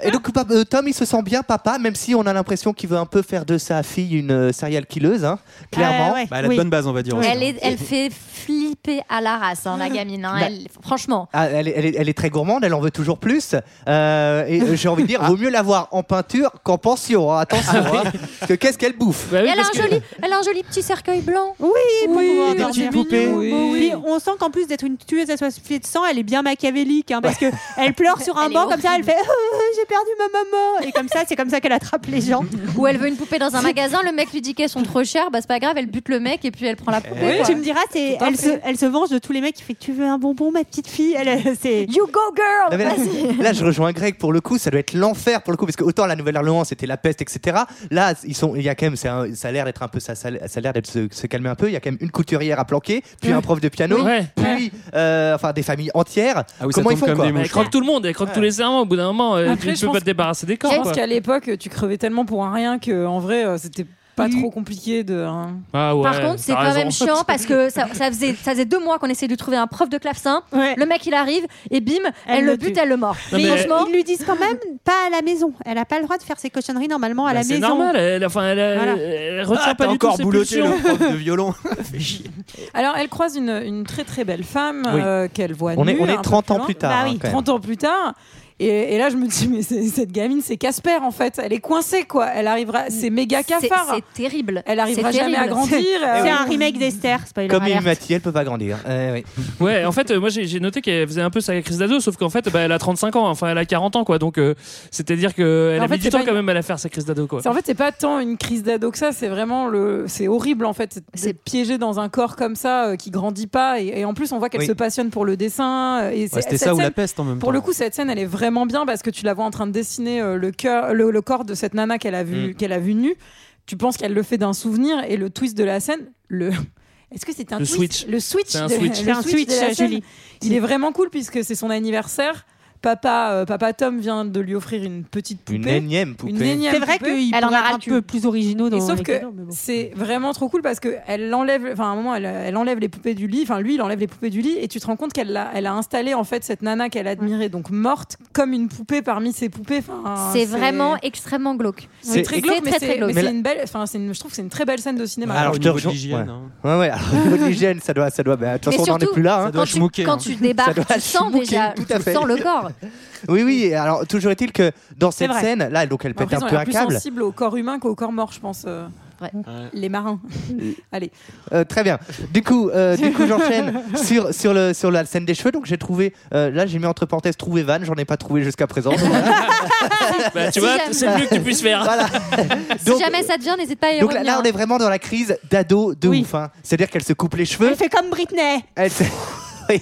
[SPEAKER 1] et donc, pap- euh, Tom, il se sent bien papa, même si on a l'impression qu'il veut un peu faire de sa fille une euh, serial killeuse, hein, clairement.
[SPEAKER 8] Ah, ouais.
[SPEAKER 6] Bah, elle a de
[SPEAKER 8] Oui.
[SPEAKER 6] bonnes bases, on va dire. aussi.
[SPEAKER 5] Elle, est- elle fait flipper à la race, hein, la gamine. hein.
[SPEAKER 1] hein. Bah-
[SPEAKER 5] Elle- franchement.
[SPEAKER 1] Ah, elle, est, elle est- elle est très gourmande, elle en veut toujours plus. Euh, et euh, j'ai envie de
[SPEAKER 6] Ah.
[SPEAKER 1] dire, vaut mieux l'avoir en peinture qu'en pension. hein, Attention, hein, parce que qu'est-ce qu'elle bouffe
[SPEAKER 7] Bah oui,
[SPEAKER 5] Et elle, a
[SPEAKER 7] parce
[SPEAKER 5] un
[SPEAKER 7] que-
[SPEAKER 5] joli, elle a un joli petit cercueil blanc.
[SPEAKER 8] Oui, pour
[SPEAKER 11] Oui,
[SPEAKER 8] pouvoir
[SPEAKER 11] des
[SPEAKER 8] dormir.
[SPEAKER 11] petites poupées. Oui.
[SPEAKER 8] Puis on sent qu'en plus d'être une tueuse à soie de sang, elle est bien machiavélique hein, parce que elle pleure sur un
[SPEAKER 5] Elle est
[SPEAKER 8] banc comme ça, elle
[SPEAKER 5] horrible.
[SPEAKER 8] fait Oh, j'ai perdu ma maman et comme ça, c'est comme ça qu'elle attrape les gens.
[SPEAKER 5] Ou elle veut une poupée dans un magasin, le mec lui dit qu'elles sont trop chères, bah c'est pas grave, elle bute le mec et puis elle prend la poupée.
[SPEAKER 8] Oui,
[SPEAKER 5] quoi.
[SPEAKER 8] tu me diras, c'est
[SPEAKER 11] à
[SPEAKER 8] elle
[SPEAKER 11] fait.
[SPEAKER 8] se, elle se venge de tous les mecs qui fait tu veux un bonbon ma petite fille. Elle c'est
[SPEAKER 5] You go
[SPEAKER 1] Non,
[SPEAKER 5] girl
[SPEAKER 1] mais là,
[SPEAKER 5] Vas-y.
[SPEAKER 1] là, je rejoins Greg pour le coup, ça doit être l'enfer pour le coup, parce que autant la Nouvelle-Orléans c'était la peste, etc. Là, ils sont, il y a quand même, c'est un- ça a l'air d'être un peu, ça, ça, ça a l'air d'être se, se calmer un peu. Il y a quand même une couturière à planquer, puis un prof de piano,
[SPEAKER 7] Ouais.
[SPEAKER 1] puis euh, enfin des familles entières.
[SPEAKER 6] Ah oui, ça
[SPEAKER 1] Comment ils
[SPEAKER 6] tombe
[SPEAKER 1] font
[SPEAKER 6] comme
[SPEAKER 1] quoi
[SPEAKER 6] des
[SPEAKER 7] Mais
[SPEAKER 6] mouches. hein.
[SPEAKER 7] elle croque tout le monde, elle croque tous les serments. Au bout d'un moment, euh,
[SPEAKER 11] Après,
[SPEAKER 7] tu
[SPEAKER 11] je
[SPEAKER 7] peux
[SPEAKER 11] pense-
[SPEAKER 7] pas te débarrasser des corps.
[SPEAKER 11] Je
[SPEAKER 7] quoi.
[SPEAKER 11] pense qu'à l'époque, tu crevais tellement pour un rien que, en vrai, euh, c'était pas trop compliqué de. hein.
[SPEAKER 7] Ah ouais,
[SPEAKER 5] Par contre, c'est
[SPEAKER 7] t'as
[SPEAKER 5] quand
[SPEAKER 7] raison.
[SPEAKER 5] même chiant parce que ça, ça faisait, ça faisait deux mois qu'on essayait de trouver un prof de clavecin.
[SPEAKER 8] Ouais.
[SPEAKER 5] Le mec il arrive et bim, elle,
[SPEAKER 8] Elle
[SPEAKER 5] le
[SPEAKER 8] le
[SPEAKER 5] bute,
[SPEAKER 8] tue.
[SPEAKER 5] elle le mord.
[SPEAKER 7] Non,
[SPEAKER 8] mais
[SPEAKER 7] mais-
[SPEAKER 8] franchement, ils lui disent quand même pas à la maison. Elle a pas le droit de faire ses cochonneries normalement à
[SPEAKER 7] Bah,
[SPEAKER 8] la
[SPEAKER 7] c'est
[SPEAKER 8] maison.
[SPEAKER 7] normal, elle, enfin, elle, elle-
[SPEAKER 8] Voilà.
[SPEAKER 7] elle
[SPEAKER 6] Ah,
[SPEAKER 7] retient
[SPEAKER 6] t'as
[SPEAKER 7] pas du tout
[SPEAKER 6] encore
[SPEAKER 7] ses
[SPEAKER 6] bouloté
[SPEAKER 7] pulsions.
[SPEAKER 6] le prof de violon. Fais chier.
[SPEAKER 11] Alors, elle croise une, une très très belle femme
[SPEAKER 1] Oui.
[SPEAKER 11] euh, qu'elle voit
[SPEAKER 1] On est,
[SPEAKER 11] nue,
[SPEAKER 1] on
[SPEAKER 11] un
[SPEAKER 1] est
[SPEAKER 11] peu
[SPEAKER 1] 30 ans
[SPEAKER 11] loin.
[SPEAKER 1] plus tard.
[SPEAKER 8] Bah
[SPEAKER 1] hein,
[SPEAKER 8] oui,
[SPEAKER 1] quand même.
[SPEAKER 11] 30 ans plus tard. Et, et là, je me dis, mais c'est- cette gamine, c'est Casper en fait. Elle est coincée, quoi. Elle arrivera, c'est méga
[SPEAKER 5] C'est
[SPEAKER 11] cafard.
[SPEAKER 5] c'est terrible.
[SPEAKER 11] Elle arrivera
[SPEAKER 5] C'est
[SPEAKER 11] jamais à
[SPEAKER 5] terrible.
[SPEAKER 11] grandir.
[SPEAKER 8] C'est
[SPEAKER 11] Euh,
[SPEAKER 8] un remake d'Esther, spoiler
[SPEAKER 1] Comme
[SPEAKER 8] alert.
[SPEAKER 1] une Mathieu, elle peut pas grandir. Euh, oui.
[SPEAKER 7] Ouais, en fait, euh, moi j'ai j'ai noté qu'elle faisait un peu sa crise d'ado, sauf qu'en fait, bah, elle a 35 ans, enfin elle a 40 ans quoi, donc euh, c'est-à-dire qu'elle
[SPEAKER 11] En
[SPEAKER 7] avait
[SPEAKER 11] fait,
[SPEAKER 7] du
[SPEAKER 11] c'est
[SPEAKER 7] temps
[SPEAKER 11] pas
[SPEAKER 7] quand
[SPEAKER 11] une-
[SPEAKER 7] même à la faire sa crise d'ado quoi.
[SPEAKER 11] C'est- En fait, c'est pas tant une crise d'ado que ça, c'est vraiment le. C'est horrible en fait.
[SPEAKER 5] C'est-
[SPEAKER 11] C'est piégé dans un corps comme ça euh, qui grandit pas. Et, et en plus, on voit qu'elle
[SPEAKER 1] Oui.
[SPEAKER 11] se passionne pour le dessin. euh, Et c'est-
[SPEAKER 6] Ouais, C'était
[SPEAKER 11] cette
[SPEAKER 6] ça ou la
[SPEAKER 11] scène-
[SPEAKER 6] peste en même temps.
[SPEAKER 11] Pour le coup, cette scène, elle est vraiment bien parce que tu la vois en train de dessiner euh, le, cœur, le, le corps de cette nana qu'elle a vue
[SPEAKER 1] Mm.
[SPEAKER 11] qu'elle a vue nue. Tu penses qu'elle le fait d'un souvenir et le twist de la scène, le. Est-ce que c'est un
[SPEAKER 7] Le
[SPEAKER 11] twist
[SPEAKER 7] switch.
[SPEAKER 11] Le switch.
[SPEAKER 7] C'est un
[SPEAKER 11] de-
[SPEAKER 7] switch.
[SPEAKER 11] le
[SPEAKER 8] C'est un switch, euh,
[SPEAKER 11] de la scène.
[SPEAKER 8] Julie.
[SPEAKER 11] Il est vraiment cool puisque c'est son anniversaire. Papa, euh, papa Tom vient de lui offrir une petite poupée.
[SPEAKER 1] Une énième poupée.
[SPEAKER 11] Une énième
[SPEAKER 8] C'est vrai
[SPEAKER 11] poupée.
[SPEAKER 8] qu'il
[SPEAKER 5] Elle en
[SPEAKER 8] pourrait
[SPEAKER 5] a
[SPEAKER 8] être
[SPEAKER 5] ras
[SPEAKER 8] un
[SPEAKER 5] le cul.
[SPEAKER 8] peu plus originaux dans
[SPEAKER 11] Et sauf
[SPEAKER 8] les
[SPEAKER 11] que
[SPEAKER 8] cadeaux, mais bon.
[SPEAKER 11] c'est vraiment trop cool parce que elle enlève, enfin à un moment elle, elle enlève les poupées du lit, enfin lui il enlève les poupées du lit et tu te rends compte qu'elle a, elle a installé en fait cette nana qu'elle admirait donc morte comme une poupée parmi ses poupées. Enfin,
[SPEAKER 5] C'est vraiment extrêmement glauque.
[SPEAKER 11] c'est très glauque, mais
[SPEAKER 5] très,
[SPEAKER 11] c'est-
[SPEAKER 5] très
[SPEAKER 11] mais
[SPEAKER 5] glauque.
[SPEAKER 11] c'est une belle, enfin c'est une- je trouve que c'est une très belle scène de cinéma.
[SPEAKER 1] Alors,
[SPEAKER 6] Ah, Alors,
[SPEAKER 1] je
[SPEAKER 6] au
[SPEAKER 1] te
[SPEAKER 6] niveau de
[SPEAKER 1] rejoins-
[SPEAKER 6] l'hygiène.
[SPEAKER 1] ouais.
[SPEAKER 6] hein.
[SPEAKER 1] Ouais, ouais, alors, au niveau de l'hygiène, ça doit. Ça doit bah, de toute
[SPEAKER 5] Mais
[SPEAKER 1] façon, on n'en est
[SPEAKER 5] surtout-
[SPEAKER 1] plus là. hein.
[SPEAKER 6] doit
[SPEAKER 5] quand, tu,
[SPEAKER 6] schmooker,
[SPEAKER 5] quand
[SPEAKER 6] hein.
[SPEAKER 5] tu
[SPEAKER 1] Ça
[SPEAKER 5] débarques,
[SPEAKER 1] doit
[SPEAKER 5] tu sens
[SPEAKER 1] schmooker,
[SPEAKER 5] déjà,
[SPEAKER 1] tout
[SPEAKER 5] tu
[SPEAKER 1] à fait.
[SPEAKER 5] sens le corps.
[SPEAKER 1] Oui, oui, alors toujours est-il que dans cette
[SPEAKER 8] vrai.
[SPEAKER 1] scène, là, donc elle pète
[SPEAKER 11] Après, ils
[SPEAKER 1] un
[SPEAKER 11] ont
[SPEAKER 1] peu
[SPEAKER 11] l'air
[SPEAKER 1] un
[SPEAKER 11] plus
[SPEAKER 1] câble.
[SPEAKER 11] sensible au corps humain qu'au corps mort, je pense. euh,
[SPEAKER 5] Ouais.
[SPEAKER 11] Les marins. Allez.
[SPEAKER 1] Euh, très bien. Du coup, euh, du coup j'enchaîne sur, sur, le, sur la scène des cheveux. Donc j'ai trouvé, euh, là j'ai mis entre parenthèses trouvé Van, j'en ai pas trouvé jusqu'à présent.
[SPEAKER 7] Bah,
[SPEAKER 5] Si
[SPEAKER 7] tu vois,
[SPEAKER 5] jamais-
[SPEAKER 7] c'est le mieux que tu puisses faire.
[SPEAKER 1] voilà.
[SPEAKER 5] si jamais ça devient, n'hésite pas à y
[SPEAKER 1] donc là,
[SPEAKER 5] revenir.
[SPEAKER 1] là, on est vraiment dans la crise d'ado de
[SPEAKER 8] Oui.
[SPEAKER 1] ouf. hein. C'est-à-dire qu'elle se coupe les cheveux.
[SPEAKER 8] Elle fait comme Britney.
[SPEAKER 1] Elle se- Oui,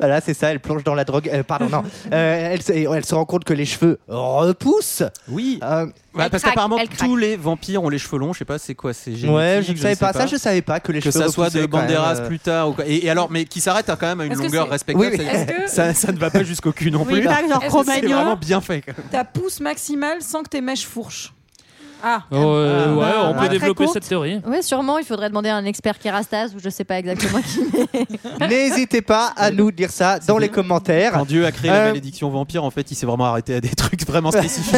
[SPEAKER 1] voilà, c'est ça, elle plonge dans la drogue. Euh, pardon, non. Euh, elle, se- elle se rend compte que les cheveux repoussent.
[SPEAKER 6] Oui.
[SPEAKER 1] Euh,
[SPEAKER 6] Bah,
[SPEAKER 5] Elle
[SPEAKER 6] parce
[SPEAKER 5] craque,
[SPEAKER 6] qu'apparemment
[SPEAKER 5] elle craque.
[SPEAKER 6] tous les vampires ont les cheveux longs. Je sais pas, c'est quoi, c'est génétique.
[SPEAKER 1] ouais, je ne savais
[SPEAKER 6] sais
[SPEAKER 1] pas. Ça, je savais pas que les
[SPEAKER 6] que
[SPEAKER 1] cheveux
[SPEAKER 6] ça soit de
[SPEAKER 1] repoussaient quand même,
[SPEAKER 6] Banderas
[SPEAKER 1] euh.
[SPEAKER 6] plus tard ou quoi. Et, et alors, mais qui s'arrête hein, quand même à une
[SPEAKER 11] Est-ce que
[SPEAKER 6] longueur
[SPEAKER 11] c'est-
[SPEAKER 6] respectable.
[SPEAKER 1] Oui, oui.
[SPEAKER 6] c'est-à-dire que Ça, ça ne va pas jusqu'au cul non
[SPEAKER 8] Oui,
[SPEAKER 6] plus.
[SPEAKER 8] pas genre
[SPEAKER 11] Est-ce que c'est
[SPEAKER 6] C'est
[SPEAKER 8] Cro-Magnon.
[SPEAKER 6] vraiment bien fait. quand même.
[SPEAKER 11] Ta pousse maximale sans que tes mèches fourchent. Ah.
[SPEAKER 6] Oh,
[SPEAKER 7] Euh,
[SPEAKER 11] Ah.
[SPEAKER 7] ouais,
[SPEAKER 6] bah,
[SPEAKER 11] Ah.
[SPEAKER 7] on
[SPEAKER 11] Ah,
[SPEAKER 7] peut
[SPEAKER 11] très
[SPEAKER 7] développer
[SPEAKER 11] courte.
[SPEAKER 7] cette théorie.
[SPEAKER 5] Oui, sûrement, il faudrait demander à un expert Kérastase ou je sais pas exactement qui.
[SPEAKER 1] N'hésitez pas à nous dire ça dans les commentaires.
[SPEAKER 6] Quand Dieu a créé la
[SPEAKER 1] Euh,
[SPEAKER 6] malédiction vampire, en fait, il s'est vraiment arrêté à des trucs vraiment spécifiques.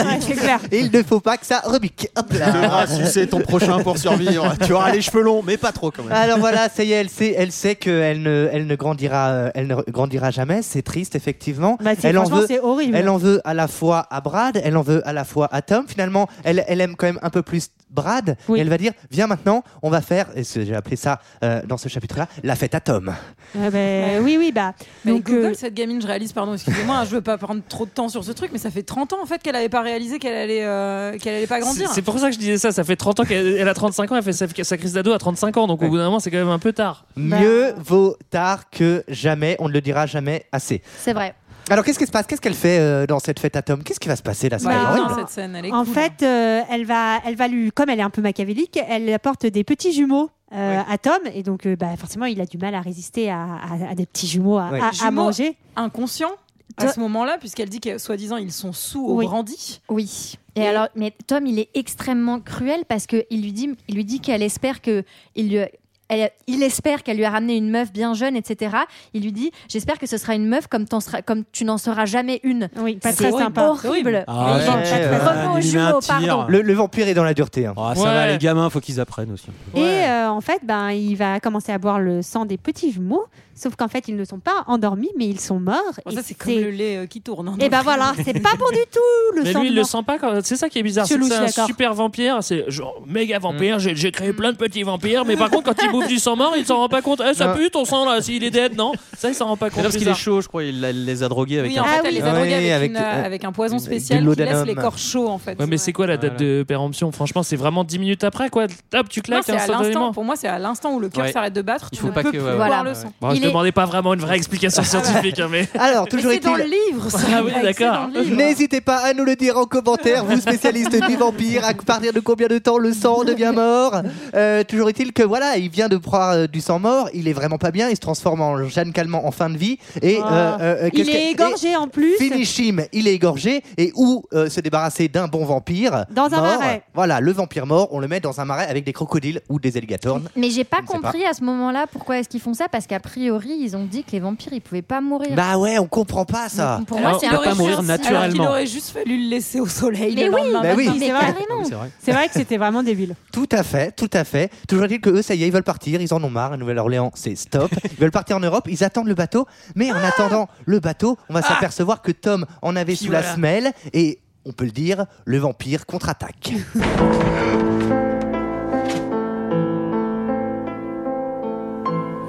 [SPEAKER 1] Il ne faut pas que ça rebique. Hop
[SPEAKER 6] Tu devras
[SPEAKER 1] là.
[SPEAKER 6] sucer ton prochain pour survivre. Tu auras les cheveux longs, mais pas trop quand même.
[SPEAKER 1] Alors voilà, ça y est, elle sait, elle sait qu'elle ne, elle ne grandira, euh, elle ne grandira jamais. C'est triste, effectivement.
[SPEAKER 8] Bah si,
[SPEAKER 1] elle en
[SPEAKER 8] franchement,
[SPEAKER 1] veut,
[SPEAKER 8] c'est horrible.
[SPEAKER 1] elle en veut à la fois à Brad, elle en veut à la fois à Tom. Finalement, elle, elle aime quand même un peu plus Brad. Et elle va dire, viens maintenant, on va faire. Et c'est- j'ai appelé ça euh, dans ce chapitre-là, la fête à Tom.
[SPEAKER 8] Ah ben, oui, oui, bah.
[SPEAKER 11] Mais
[SPEAKER 8] Donc,
[SPEAKER 11] Google,
[SPEAKER 8] euh,
[SPEAKER 11] cette gamine, je réalise, pardon, excusez-moi, hein, je veux pas prendre trop de temps sur ce truc, mais ça fait 30 ans en fait qu'elle avait pas réalisé qu'elle allait, euh, qu'elle allait pas
[SPEAKER 7] C'est
[SPEAKER 11] grandir.
[SPEAKER 7] c'est pour ça que je disais ça. Ça fait 30 ans qu'elle elle a 35 ans, elle fait sa, sa crise d'ado à 35 ans, donc au bout d'un moment, c'est quand même un peu tard.
[SPEAKER 8] Bah.
[SPEAKER 1] Mieux vaut tard que jamais. On ne le dira jamais assez.
[SPEAKER 5] C'est vrai.
[SPEAKER 1] Alors qu'est-ce qui se passe Qu'est-ce qu'elle fait euh, dans cette fête à Tom Qu'est-ce qui va se passer là Ça
[SPEAKER 11] Bah,
[SPEAKER 1] va être
[SPEAKER 11] putain,
[SPEAKER 1] horrible.
[SPEAKER 11] cette scène, elle est
[SPEAKER 8] en
[SPEAKER 11] cool. hein.
[SPEAKER 8] fait, euh, elle, va, elle va lui, comme elle est un peu machiavélique, elle apporte des petits jumeaux. euh, à Tom et donc euh, bah, forcément il a du mal à résister à, à- à des petits jumeaux à,
[SPEAKER 1] Ouais.
[SPEAKER 8] à- à
[SPEAKER 11] Jumeaux
[SPEAKER 8] manger
[SPEAKER 11] inconscient à
[SPEAKER 8] Toi-
[SPEAKER 11] ce moment-là, puisqu'elle dit que soi-disant ils sont sous au
[SPEAKER 8] Oui.
[SPEAKER 11] brandy.
[SPEAKER 5] Oui. Et alors, mais Tom, il est extrêmement cruel parce que il lui dit, il lui dit qu'elle espère que il lui. elle- il espère qu'elle lui a ramené une meuf bien jeune, etc. Il lui dit J'espère que ce sera une meuf comme, t'en seras- comme tu n'en seras jamais une.
[SPEAKER 8] oui pas
[SPEAKER 5] C'est
[SPEAKER 8] très sympa
[SPEAKER 5] horrible.
[SPEAKER 6] Ah
[SPEAKER 1] ouais,
[SPEAKER 5] Pas de
[SPEAKER 1] ouais.
[SPEAKER 5] propos aux
[SPEAKER 6] Il lui met un
[SPEAKER 5] jumeaux,
[SPEAKER 6] tir.
[SPEAKER 5] pardon.
[SPEAKER 1] Euh, le, le vampire est dans la dureté. hein.
[SPEAKER 6] Ah, ça va,
[SPEAKER 7] Ouais.
[SPEAKER 6] les gamins, faut qu'ils apprennent aussi.
[SPEAKER 8] Et euh, en fait, ben, il va commencer à boire le sang des petits jumeaux, sauf qu'en fait, ils ne sont pas endormis, mais ils sont morts.
[SPEAKER 11] Bon,
[SPEAKER 8] Et
[SPEAKER 11] Oh, ça c'est comme le lait euh, qui tourne. hein.
[SPEAKER 8] Et ben voilà, c'est pas bon du tout le
[SPEAKER 7] Mais
[SPEAKER 8] sang.
[SPEAKER 7] lui, il
[SPEAKER 8] de
[SPEAKER 7] le
[SPEAKER 8] mort.
[SPEAKER 7] sent pas. Quand... C'est ça qui est bizarre. C'est
[SPEAKER 8] Chelou,
[SPEAKER 7] que c'est
[SPEAKER 8] je suis
[SPEAKER 7] un
[SPEAKER 8] d'accord.
[SPEAKER 7] super vampire. C'est genre méga
[SPEAKER 1] Mm.
[SPEAKER 7] vampire. J'ai j'ai créé plein de petits vampires. Mais par contre, quand il bouffe du sang mort, il s'en rend pas compte. Eh, ça
[SPEAKER 1] Non.
[SPEAKER 7] pue ton sang là. S'il est dead, non Ça, il s'en rend pas
[SPEAKER 6] Mais
[SPEAKER 7] compte.
[SPEAKER 6] là, parce qu'il est
[SPEAKER 7] bizarre.
[SPEAKER 6] chaud, je crois, il, la- les a drogués avec
[SPEAKER 11] Oui,
[SPEAKER 6] un.
[SPEAKER 11] en fait,
[SPEAKER 8] Ah
[SPEAKER 11] elle
[SPEAKER 8] oui.
[SPEAKER 11] les a drogués
[SPEAKER 1] Ah oui,
[SPEAKER 11] avec, une,
[SPEAKER 1] avec,
[SPEAKER 11] euh,
[SPEAKER 1] euh,
[SPEAKER 11] avec un poison
[SPEAKER 1] du- du
[SPEAKER 11] spécial qui laisse
[SPEAKER 1] laudanum.
[SPEAKER 11] les corps chauds en fait.
[SPEAKER 7] Ouais, mais c'est quoi la date
[SPEAKER 6] Voilà.
[SPEAKER 7] de péremption Franchement, c'est vraiment 10 minutes après quoi. Hop, tu
[SPEAKER 11] Non,
[SPEAKER 7] claques hein,
[SPEAKER 11] c'est à
[SPEAKER 7] instantanément.
[SPEAKER 11] l'instant. Pour moi, c'est à l'instant où le cœur
[SPEAKER 6] Ouais.
[SPEAKER 11] s'arrête de battre.
[SPEAKER 6] Il
[SPEAKER 11] Tu
[SPEAKER 6] faut
[SPEAKER 11] ne
[SPEAKER 6] pas
[SPEAKER 11] peux
[SPEAKER 6] que-
[SPEAKER 11] plus
[SPEAKER 6] ouais,
[SPEAKER 5] ouais,
[SPEAKER 11] boire
[SPEAKER 5] ouais.
[SPEAKER 11] le sang.
[SPEAKER 7] Bon, je
[SPEAKER 5] Il est-
[SPEAKER 7] demandais pas vraiment une vraie explication scientifique, hein, mais.
[SPEAKER 1] Alors
[SPEAKER 11] Mais
[SPEAKER 1] toujours
[SPEAKER 11] c'est dans le
[SPEAKER 1] est-il.
[SPEAKER 11] livre. ça.
[SPEAKER 7] Ah oui,
[SPEAKER 11] C'est
[SPEAKER 7] d'accord.
[SPEAKER 11] dans le livre.
[SPEAKER 1] N'hésitez pas à nous le dire en commentaire, vous spécialistes du vampire, à partir de combien de temps le sang devient mort. Euh, toujours est-il que voilà, il vient de prendre euh, du sang mort, il est vraiment pas bien, il se transforme en Jeanne Calment en fin de vie. Et,
[SPEAKER 8] Ah.
[SPEAKER 1] euh, euh, euh,
[SPEAKER 8] Il
[SPEAKER 1] qu'est-ce que-
[SPEAKER 8] est égorgé en plus.
[SPEAKER 1] et Finish him, il est égorgé et où euh, se débarrasser d'un bon vampire
[SPEAKER 8] Dans un
[SPEAKER 1] mort.
[SPEAKER 8] marais.
[SPEAKER 1] Voilà, le vampire mort, on le met dans un marais avec des crocodiles ou des alligators.
[SPEAKER 5] Mais j'ai pas
[SPEAKER 1] Je ne sais
[SPEAKER 5] compris à ce moment-là pourquoi est-ce qu'ils font ça parce qu'a priori ils ont dit que les vampires ils pouvaient pas mourir.
[SPEAKER 1] Bah ouais, on comprend pas ça.
[SPEAKER 5] Donc, pour
[SPEAKER 7] Alors,
[SPEAKER 5] moi c'est
[SPEAKER 7] on
[SPEAKER 5] un
[SPEAKER 7] peut pas
[SPEAKER 5] peu
[SPEAKER 7] mourir
[SPEAKER 5] chiant.
[SPEAKER 6] naturellement.
[SPEAKER 11] Alors qu'il aurait juste fallu le laisser au soleil.
[SPEAKER 5] Mais
[SPEAKER 11] le
[SPEAKER 5] oui,
[SPEAKER 11] lendemain
[SPEAKER 1] Bah oui.
[SPEAKER 11] matin.
[SPEAKER 5] Mais
[SPEAKER 8] c'est vrai.
[SPEAKER 5] carrément.
[SPEAKER 6] Oui, c'est vrai.
[SPEAKER 8] C'est vrai que c'était vraiment débile.
[SPEAKER 1] Tout à fait, tout à fait. Toujours est-il que eux, ça y est, ils veulent partir, ils en ont marre, la Nouvelle-Orléans, c'est stop. Ils veulent partir en Europe, ils attendent le bateau, mais
[SPEAKER 7] Ah
[SPEAKER 1] en attendant le bateau, on va s'apercevoir que Tom en avait sous la semelle et on peut le dire, le vampire contre-attaque.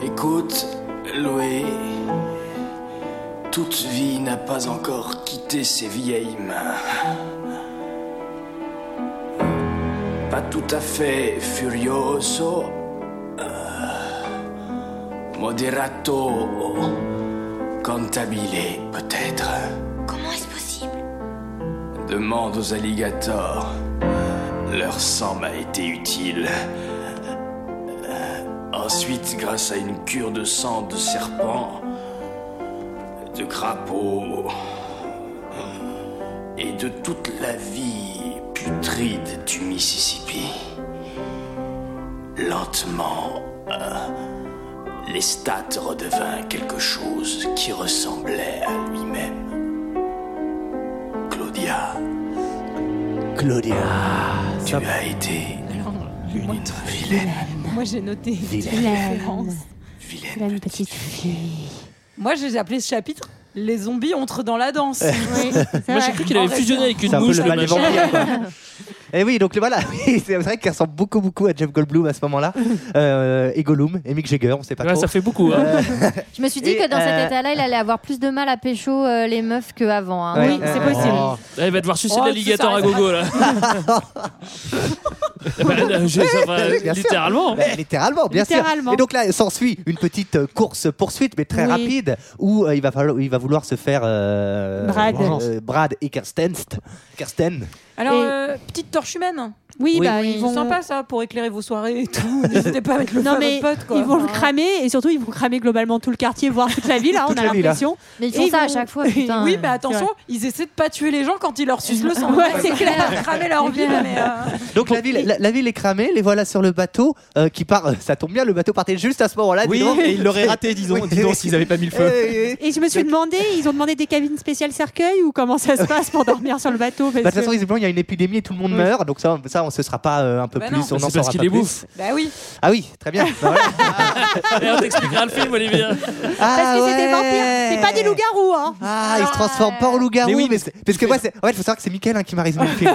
[SPEAKER 2] Écoute, Loé, toute vie n'a pas encore quitté ses vieilles mains. Pas tout à fait furioso, euh, moderato, cantabile peut-être.
[SPEAKER 12] Comment est-ce possible
[SPEAKER 2] Demande aux alligators. Leur sang m'a été utile. Euh, ensuite, grâce à une cure de sang de serpent, de crapaud et de toute la vie putride du Mississippi, lentement, euh, Lestat redevint quelque chose qui ressemblait à lui-même. Claudia.
[SPEAKER 1] Claudia.
[SPEAKER 2] Tu as été une vilaine,
[SPEAKER 11] Moi, j'ai noté. une
[SPEAKER 1] Vilaine.
[SPEAKER 11] référence.
[SPEAKER 2] vilaine.
[SPEAKER 8] La petite fille.
[SPEAKER 11] Moi, j'ai appelé ce chapitre Les zombies entrent dans la danse.
[SPEAKER 8] Oui, c'est
[SPEAKER 7] Moi,
[SPEAKER 8] vrai.
[SPEAKER 7] j'ai cru qu'il avait
[SPEAKER 11] En
[SPEAKER 7] fusionné avec une
[SPEAKER 1] C'est un peu
[SPEAKER 7] mouche.
[SPEAKER 1] le
[SPEAKER 7] le
[SPEAKER 1] mal des
[SPEAKER 7] machin.
[SPEAKER 1] vampires. quoi. Et Eh oui, donc le- voilà, oui, c'est vrai qu'il ressemble beaucoup, beaucoup à Jeff Goldblum à ce moment-là. Euh, et Gollum, et Mick Jagger, on sait pas
[SPEAKER 7] Ouais,
[SPEAKER 1] trop.
[SPEAKER 7] ça fait beaucoup. hein.
[SPEAKER 5] Je me suis dit
[SPEAKER 1] Et,
[SPEAKER 5] que dans
[SPEAKER 1] euh,
[SPEAKER 5] cet état-là il allait avoir plus de mal à pécho euh, les meufs qu'avant. hein.
[SPEAKER 1] Ouais,
[SPEAKER 8] Oui,
[SPEAKER 1] euh,
[SPEAKER 8] c'est possible.
[SPEAKER 1] oh.
[SPEAKER 7] Là, Eh, il va devoir sucer
[SPEAKER 11] Oh,
[SPEAKER 7] l'alligator
[SPEAKER 11] ça,
[SPEAKER 7] à
[SPEAKER 11] ça
[SPEAKER 7] gogo là.
[SPEAKER 6] Eh
[SPEAKER 7] Bah, là,
[SPEAKER 6] ben,
[SPEAKER 7] je- ça va,
[SPEAKER 6] euh,
[SPEAKER 1] Oui, bien sûr.
[SPEAKER 7] littéralement.
[SPEAKER 1] Bah, littéralement, bien
[SPEAKER 8] Littéralement.
[SPEAKER 1] sûr. Et donc là, s'ensuit une petite euh, course-poursuite, mais très
[SPEAKER 8] Oui.
[SPEAKER 1] rapide, où euh, il, va falloir, il va vouloir se faire. euh,
[SPEAKER 8] Brad.
[SPEAKER 1] euh, Brad et Kirsten. Kirsten.
[SPEAKER 11] Alors,
[SPEAKER 8] Et- euh,
[SPEAKER 11] euh, petite torche humaine.
[SPEAKER 8] Oui,
[SPEAKER 11] Oui.
[SPEAKER 8] bah,
[SPEAKER 11] Oui.
[SPEAKER 8] ils vont.
[SPEAKER 11] Sympa, ça, pour éclairer vos soirées et tout. N'hésitez pas à mettre le feu
[SPEAKER 8] non,
[SPEAKER 11] à
[SPEAKER 8] mais
[SPEAKER 11] votre pote, quoi. Ah.
[SPEAKER 8] Ils vont le
[SPEAKER 11] Enfin,
[SPEAKER 8] cramer et surtout ils vont cramer globalement tout le quartier, voire toute la ville. hein,
[SPEAKER 11] Toute
[SPEAKER 8] on a
[SPEAKER 11] la ville, hein.
[SPEAKER 8] l'impression.
[SPEAKER 5] Mais ils
[SPEAKER 8] Et
[SPEAKER 5] font ça à
[SPEAKER 8] vont-
[SPEAKER 5] chaque fois, putain.
[SPEAKER 11] oui,
[SPEAKER 5] euh,
[SPEAKER 11] mais attention,
[SPEAKER 5] c'est vrai.
[SPEAKER 11] ils essaient de pas tuer les gens quand ils leur sucent le sang.
[SPEAKER 8] Ouais,
[SPEAKER 11] Ils
[SPEAKER 8] c'est
[SPEAKER 11] vont
[SPEAKER 8] clair.
[SPEAKER 11] Cramer leur ville, mais. euh,
[SPEAKER 1] Donc la ville, la, la ville est cramée, les voilà sur le bateau euh, qui part. euh, ça tombe bien, le bateau partait juste à ce moment-là.
[SPEAKER 6] Oui,
[SPEAKER 1] dis donc.
[SPEAKER 6] et ils l'auraient raté, disons,
[SPEAKER 1] Oui.
[SPEAKER 6] dis donc, s'ils avaient pas mis le feu.
[SPEAKER 1] Euh,
[SPEAKER 8] Et je me suis demandé, ils ont demandé des cabines spéciales cercueil ou comment ça se passe pour dormir sur le bateau
[SPEAKER 1] bah, De
[SPEAKER 8] parce
[SPEAKER 1] toute façon,
[SPEAKER 8] que-
[SPEAKER 1] visiblement, il y a une épidémie et tout le monde
[SPEAKER 8] Oui.
[SPEAKER 1] meurt, donc ça, ça on se sera pas euh, un peu
[SPEAKER 11] Bah non.
[SPEAKER 1] plus, on
[SPEAKER 11] C'est
[SPEAKER 1] en
[SPEAKER 11] parce
[SPEAKER 1] saura
[SPEAKER 11] qu'il
[SPEAKER 1] pas
[SPEAKER 11] les
[SPEAKER 1] plus.
[SPEAKER 7] bouffe.
[SPEAKER 11] Bah oui.
[SPEAKER 1] Ah oui, très bien. Bah voilà.
[SPEAKER 7] Et on t'expliquera le film, Olivier.
[SPEAKER 8] Parce que c'est des vampires,
[SPEAKER 1] Ah ouais.
[SPEAKER 8] c'est pas des loups-garous. Hein.
[SPEAKER 1] Ah, il se transforme pas en loup-garou.
[SPEAKER 6] Mais oui,
[SPEAKER 1] mais c'est- parce que moi, c'est- en fait, faut savoir que c'est Mickaël hein, qui m'a résumé le film.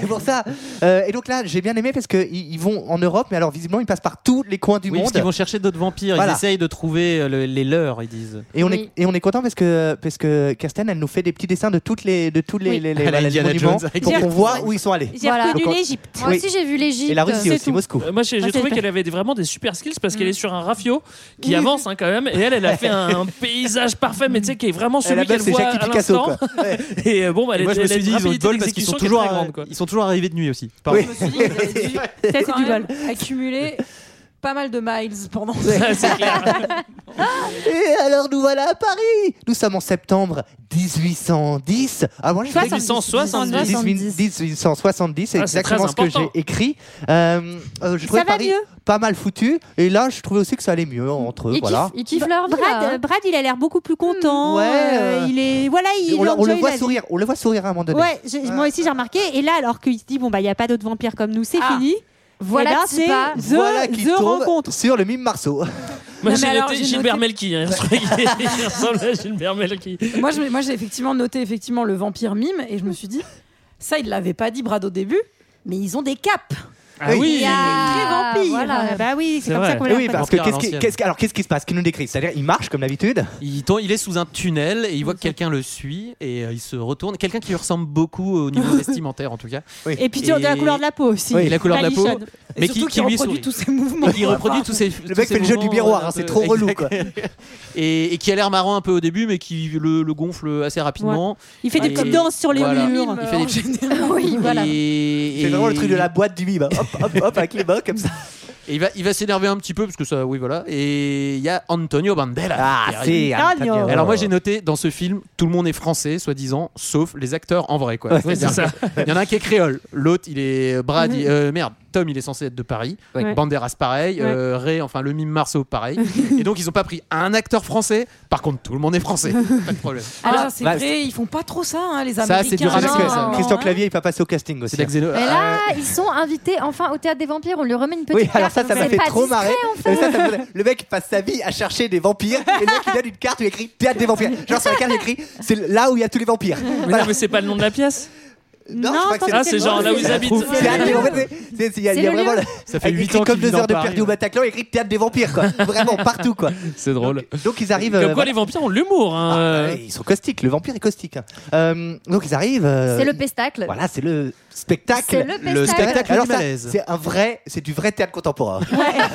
[SPEAKER 1] c'est pour ça. Euh, et donc là, j'ai bien aimé parce qu'ils ils vont en Europe, mais alors visiblement, ils passent par tous les coins du
[SPEAKER 6] Oui,
[SPEAKER 1] monde.
[SPEAKER 6] parce qu'ils vont chercher d'autres vampires.
[SPEAKER 1] Voilà.
[SPEAKER 6] Ils essayent de trouver euh, le- les leurs, ils disent.
[SPEAKER 1] Et on,
[SPEAKER 5] Oui.
[SPEAKER 1] est, et on est content parce que, parce que Kirsten, elle nous fait des petits dessins de, toutes les, de tous les,
[SPEAKER 5] Oui.
[SPEAKER 1] les, les-
[SPEAKER 6] À la
[SPEAKER 1] voilà, les
[SPEAKER 6] Indiana
[SPEAKER 1] monuments
[SPEAKER 6] Jones avec
[SPEAKER 1] pour
[SPEAKER 8] les-
[SPEAKER 1] qu'on voit où ils sont allés.
[SPEAKER 8] J'ai
[SPEAKER 5] Voilà.
[SPEAKER 8] reconnu
[SPEAKER 1] Donc, on-
[SPEAKER 8] l'Égypte.
[SPEAKER 5] Moi
[SPEAKER 1] Oui.
[SPEAKER 5] aussi, j'ai vu l'Égypte.
[SPEAKER 1] Et la Russie
[SPEAKER 5] C'est
[SPEAKER 1] aussi,
[SPEAKER 5] tout.
[SPEAKER 1] Moscou.
[SPEAKER 7] Euh, Moi, j'ai
[SPEAKER 8] Ah,
[SPEAKER 7] j'ai
[SPEAKER 8] c'est
[SPEAKER 7] trouvé
[SPEAKER 8] pas-
[SPEAKER 7] qu'elle avait des- vraiment des super skills parce qu'elle est sur un rafio qui avance hein, quand même. Et elle, elle a fait un paysage parfait, mais tu sais, qui est vraiment
[SPEAKER 1] Et la
[SPEAKER 7] celui
[SPEAKER 1] meuf,
[SPEAKER 7] qu'elle
[SPEAKER 1] c'est
[SPEAKER 7] voit
[SPEAKER 1] Jackie
[SPEAKER 7] à
[SPEAKER 1] Picasso.
[SPEAKER 7] l'instant.
[SPEAKER 1] Quoi. Ouais.
[SPEAKER 7] Et euh, bon, bah, elle
[SPEAKER 6] Et moi,
[SPEAKER 7] est-
[SPEAKER 6] je me
[SPEAKER 7] elle a
[SPEAKER 6] suis
[SPEAKER 7] une
[SPEAKER 6] dit, ils ont le
[SPEAKER 7] rapidité
[SPEAKER 6] bol parce qu'ils sont
[SPEAKER 7] d'exécution qui est
[SPEAKER 6] toujours,
[SPEAKER 7] très
[SPEAKER 6] à-
[SPEAKER 7] grande, quoi.
[SPEAKER 6] ils sont toujours arrivés de nuit aussi. Pardon.
[SPEAKER 1] Oui.
[SPEAKER 11] Je me suis dit, ils avaient dû
[SPEAKER 8] Ça, c'est
[SPEAKER 11] quand
[SPEAKER 8] du
[SPEAKER 11] même
[SPEAKER 8] bol.
[SPEAKER 11] accumuler pas mal de miles pendant
[SPEAKER 7] Ça, c'est clair.
[SPEAKER 1] Et alors nous voilà à Paris Nous sommes en septembre 1810. Ah, moi, je voulais-
[SPEAKER 7] 1870.
[SPEAKER 1] 1870, 1870, c'est
[SPEAKER 7] Ah, c'est
[SPEAKER 1] exactement
[SPEAKER 7] très
[SPEAKER 1] ce que j'ai
[SPEAKER 7] important.
[SPEAKER 1] écrit. Euh, euh, je trouvais
[SPEAKER 8] va
[SPEAKER 1] Paris
[SPEAKER 8] mieux.
[SPEAKER 1] pas mal foutu. Et là, je trouvais aussi que ça allait mieux entre eux.
[SPEAKER 5] Ils
[SPEAKER 1] Voilà.
[SPEAKER 5] kiffent, ils kiffent leur vie,
[SPEAKER 8] Brad,
[SPEAKER 5] là, hein.
[SPEAKER 8] euh, Brad, il a l'air beaucoup plus content.
[SPEAKER 1] Mm. Ouais,
[SPEAKER 8] euh,
[SPEAKER 1] euh,
[SPEAKER 8] il est, voilà, il
[SPEAKER 1] on, le- on
[SPEAKER 8] enjoy
[SPEAKER 1] le voit
[SPEAKER 8] la vie.
[SPEAKER 1] sourire. On le voit sourire à un moment donné.
[SPEAKER 8] Ouais, j'ai- moi aussi j'ai remarqué. Et là, alors qu'il se dit bon bah il y a pas d'autres vampires comme nous, c'est
[SPEAKER 11] Ah.
[SPEAKER 8] fini.
[SPEAKER 5] Voilà
[SPEAKER 8] Eh ben,
[SPEAKER 5] qui part.
[SPEAKER 8] c'est the,
[SPEAKER 1] voilà qui
[SPEAKER 8] the
[SPEAKER 1] tombe
[SPEAKER 8] rencontre.
[SPEAKER 1] sur le mime Marceau.
[SPEAKER 7] Moi,
[SPEAKER 11] Non, mais
[SPEAKER 7] j'ai
[SPEAKER 11] alors,
[SPEAKER 7] noté
[SPEAKER 11] j'ai
[SPEAKER 7] Gilbert
[SPEAKER 11] noté-
[SPEAKER 7] Melki. hein. Je trouvais qu'il- il ressemble à Gilbert Melki.
[SPEAKER 11] moi, je- moi, j'ai effectivement noté effectivement le vampire mime et je me suis dit, ça, ils l'avaient pas dit Brad au début, mais ils ont des capes.
[SPEAKER 7] Ah oui!
[SPEAKER 8] Très
[SPEAKER 11] Ah,
[SPEAKER 8] vampire.
[SPEAKER 5] Voilà.
[SPEAKER 8] Bah oui, c'est
[SPEAKER 6] C'est
[SPEAKER 8] comme
[SPEAKER 6] vrai.
[SPEAKER 8] ça qu'on
[SPEAKER 1] Et
[SPEAKER 8] l'a
[SPEAKER 1] Eh oui,
[SPEAKER 8] fait.
[SPEAKER 1] parce que
[SPEAKER 6] Vampire à
[SPEAKER 1] qu'est-ce qui,
[SPEAKER 6] l'ancienne.
[SPEAKER 1] qu'est-ce qui- alors qu'est-ce qui se passe Qu'ils nous décrivent C'est-à-dire, il marche comme d'habitude.
[SPEAKER 6] Il, tend- il est sous un tunnel et il voit que quelqu'un le suit et euh, il se retourne. Quelqu'un qui lui ressemble beaucoup au niveau vestimentaire en tout cas.
[SPEAKER 8] Et puis tu as de la
[SPEAKER 6] Et-
[SPEAKER 8] couleur de la peau aussi.
[SPEAKER 6] Et la couleur de la peau.
[SPEAKER 8] Palichonne.
[SPEAKER 6] Mais
[SPEAKER 11] et surtout
[SPEAKER 6] qui, qui lui
[SPEAKER 11] reproduit
[SPEAKER 6] sourit.
[SPEAKER 11] tous ces mouvements.
[SPEAKER 6] Il reproduit tous ses.
[SPEAKER 1] Le mec fait le jeu du miroir. hein, c'est trop relou. Quoi.
[SPEAKER 6] Et, et qui a l'air marrant un peu au début, mais qui le, le gonfle assez rapidement.
[SPEAKER 8] Il fait des
[SPEAKER 6] Et-
[SPEAKER 8] petites danses sur les
[SPEAKER 6] voilà.
[SPEAKER 8] murs.
[SPEAKER 6] Il fait des petites-
[SPEAKER 5] Oui, voilà.
[SPEAKER 6] Et-
[SPEAKER 1] C'est vraiment le truc de la
[SPEAKER 6] et-
[SPEAKER 1] boîte du mime. hein. Hop, hop, hop, avec les mains comme ça.
[SPEAKER 6] Et il va, il va s'énerver un petit peu parce que ça, oui, voilà. Et il y a Antonio Bandela. qui arrive.
[SPEAKER 1] c'est
[SPEAKER 8] Antonio.
[SPEAKER 1] Ah, Antonio.
[SPEAKER 6] Alors moi j'ai noté dans ce film tout le monde est français soi-disant sauf les acteurs en vrai quoi.
[SPEAKER 1] Ouais,
[SPEAKER 6] C'est-à-dire
[SPEAKER 7] c'est ça.
[SPEAKER 6] que Il y en a un qui est créole, l'autre il est Brad,
[SPEAKER 8] Mm-hmm.
[SPEAKER 6] il- euh, merde Tom il est censé être de Paris,
[SPEAKER 8] Ouais.
[SPEAKER 6] Banderas pareil, euh, Ray enfin le mime Marceau pareil. Et donc ils ont pas pris un acteur français. Par contre tout le monde est français, pas de problème.
[SPEAKER 8] Ah,
[SPEAKER 11] Alors, Ah, c'est
[SPEAKER 1] Bah,
[SPEAKER 11] vrai, ils font pas trop ça, hein, les
[SPEAKER 6] Ça,
[SPEAKER 11] Américains.
[SPEAKER 6] c'est du
[SPEAKER 1] Parce que
[SPEAKER 5] Non,
[SPEAKER 6] ça.
[SPEAKER 5] non,
[SPEAKER 1] Christian
[SPEAKER 8] euh,
[SPEAKER 11] hein.
[SPEAKER 1] Clavier, il va passer au casting aussi. hein. Ah
[SPEAKER 6] C'est de la xéno-
[SPEAKER 5] Mais là, ils sont invités enfin au théâtre des vampires. On lui remet une petite
[SPEAKER 1] euh, Oui, alors ça,
[SPEAKER 5] carte.
[SPEAKER 1] ça m'a
[SPEAKER 5] C'est
[SPEAKER 1] fait
[SPEAKER 5] pas
[SPEAKER 1] trop
[SPEAKER 5] discret,
[SPEAKER 1] marrer. Euh,
[SPEAKER 5] en fait.
[SPEAKER 1] Ça, ça me faisait- Le mec passe sa vie à chercher des vampires et le mec il donne une carte où il écrit Théâtre des vampires. Genre sur la carte il écrit c'est là où il y a tous les vampires.
[SPEAKER 7] Mais
[SPEAKER 1] Voilà.
[SPEAKER 7] non, mais c'est pas le nom de la pièce!
[SPEAKER 8] Non,
[SPEAKER 1] je crois que
[SPEAKER 8] je
[SPEAKER 1] c'est
[SPEAKER 8] pense
[SPEAKER 7] Ah,
[SPEAKER 8] que
[SPEAKER 7] c'est genre là où ils
[SPEAKER 1] Ça
[SPEAKER 7] habitent!
[SPEAKER 1] trouve- c'est un- en fait, c'est- c'est- Il y a, il y a
[SPEAKER 5] C'est le
[SPEAKER 1] vraiment.
[SPEAKER 5] lieu.
[SPEAKER 1] le-
[SPEAKER 6] Ça fait
[SPEAKER 1] il
[SPEAKER 6] 8
[SPEAKER 1] écrit
[SPEAKER 6] ans
[SPEAKER 1] comme
[SPEAKER 6] qu'ils
[SPEAKER 1] deux
[SPEAKER 6] vivent
[SPEAKER 1] heures
[SPEAKER 6] en
[SPEAKER 1] de
[SPEAKER 6] Paris,
[SPEAKER 1] perdu au
[SPEAKER 6] ouais.
[SPEAKER 1] Bataclan, il écrit Théâtre des vampires quoi. Vraiment partout quoi.
[SPEAKER 6] C'est drôle.
[SPEAKER 1] Donc ils arrivent.
[SPEAKER 7] Comme
[SPEAKER 1] euh,
[SPEAKER 7] quoi
[SPEAKER 1] voilà.
[SPEAKER 7] les vampires ont de l'humour! hein.
[SPEAKER 1] Ah,
[SPEAKER 7] Euh,
[SPEAKER 1] ouais, Ils sont caustiques, le vampire est caustique. hein. Euh, Donc ils arrivent. euh,
[SPEAKER 5] C'est le pestacle.
[SPEAKER 1] Voilà, c'est le spectacle.
[SPEAKER 5] C'est le
[SPEAKER 6] Le
[SPEAKER 5] pestacle.
[SPEAKER 6] spectacle
[SPEAKER 1] Alors
[SPEAKER 6] du
[SPEAKER 1] ça,
[SPEAKER 6] malaise.
[SPEAKER 1] c'est un vrai, c'est du vrai théâtre contemporain.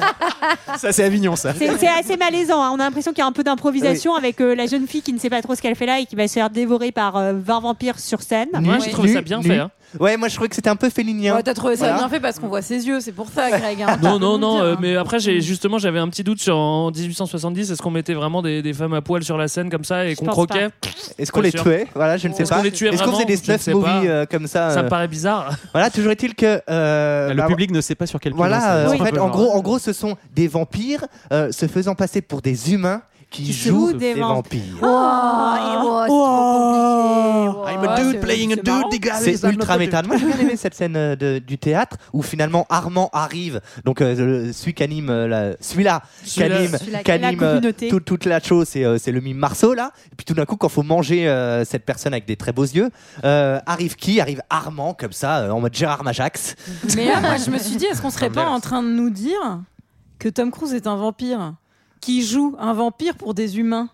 [SPEAKER 6] Ça c'est Avignon ça.
[SPEAKER 8] C'est c'est assez malaisant. hein. On a l'impression qu'il y a un peu d'improvisation avec euh, la jeune fille qui ne sait pas trop ce qu'elle fait là et qui va se faire dévorer par euh, 20 vampires sur scène.
[SPEAKER 7] Moi
[SPEAKER 1] Nu,
[SPEAKER 7] j'ai trouvé
[SPEAKER 1] nu,
[SPEAKER 7] ça bien
[SPEAKER 1] nu.
[SPEAKER 7] fait! hein.
[SPEAKER 1] Ouais, moi je trouvais que c'était un peu félinien.
[SPEAKER 11] Ouais, T'as trouvé ça
[SPEAKER 1] Voilà.
[SPEAKER 11] bien fait parce qu'on voit ses yeux, c'est pour ça, Greg. hein.
[SPEAKER 7] Non, non, non,
[SPEAKER 11] Faut le
[SPEAKER 7] euh,
[SPEAKER 11] dire,
[SPEAKER 7] mais après, j'ai justement, j'avais un petit doute sur en 1870, est-ce qu'on mettait vraiment des, des femmes à poil sur la scène comme ça et
[SPEAKER 8] Je
[SPEAKER 7] qu'on
[SPEAKER 8] pense
[SPEAKER 7] croquait
[SPEAKER 1] Est-ce qu'on
[SPEAKER 7] Pas
[SPEAKER 1] les
[SPEAKER 7] sûr.
[SPEAKER 1] tuait Voilà, je ne sais
[SPEAKER 7] Est-ce
[SPEAKER 1] pas.
[SPEAKER 7] qu'on les tuait
[SPEAKER 1] Est-ce qu'on faisait
[SPEAKER 7] vraiment
[SPEAKER 1] des
[SPEAKER 7] Je ne
[SPEAKER 1] snuff
[SPEAKER 7] sais pas.
[SPEAKER 1] movies euh, comme ça,
[SPEAKER 7] Ça
[SPEAKER 1] euh,
[SPEAKER 7] me paraît bizarre.
[SPEAKER 1] Voilà, toujours est-il que euh,
[SPEAKER 6] Le
[SPEAKER 1] bah,
[SPEAKER 6] public ne sait pas sur quel point.
[SPEAKER 7] hein.
[SPEAKER 1] Voilà, euh,
[SPEAKER 8] Oui.
[SPEAKER 1] en fait, en gros, en gros, ce sont des vampires euh, se faisant passer pour des humains qui,
[SPEAKER 8] Qui
[SPEAKER 1] jouent
[SPEAKER 8] jouent des
[SPEAKER 1] des vampires.
[SPEAKER 6] Ah.
[SPEAKER 5] Oh, et
[SPEAKER 8] Oh.
[SPEAKER 5] wow, c'est
[SPEAKER 11] I'm
[SPEAKER 5] trop
[SPEAKER 11] a
[SPEAKER 5] compliqué, wow.
[SPEAKER 11] dude playing a dude,
[SPEAKER 6] des gars.
[SPEAKER 1] C'est ultra métal. Moi, j'ai bien aimé cette scène euh, de- du théâtre où finalement Armand arrive, donc euh, le- celui qui anime, euh, la- celui-là, qui
[SPEAKER 7] Celui-là.
[SPEAKER 1] anime,
[SPEAKER 5] Celui-là qui-
[SPEAKER 1] qui anime,
[SPEAKER 8] la
[SPEAKER 1] euh,
[SPEAKER 8] communauté.
[SPEAKER 1] tout- toute la chose, c'est euh, c'est le mime Marceau là. Et puis tout d'un coup, quand faut manger euh, cette personne avec des très beaux yeux, euh, arrive qui Arrive Armand comme ça, euh, en mode Gérard Majax.
[SPEAKER 11] Mais là, moi, je me suis dit, est-ce qu'on serait pas en train de nous dire que Tom Cruise est un vampire qui joue un vampire pour des humains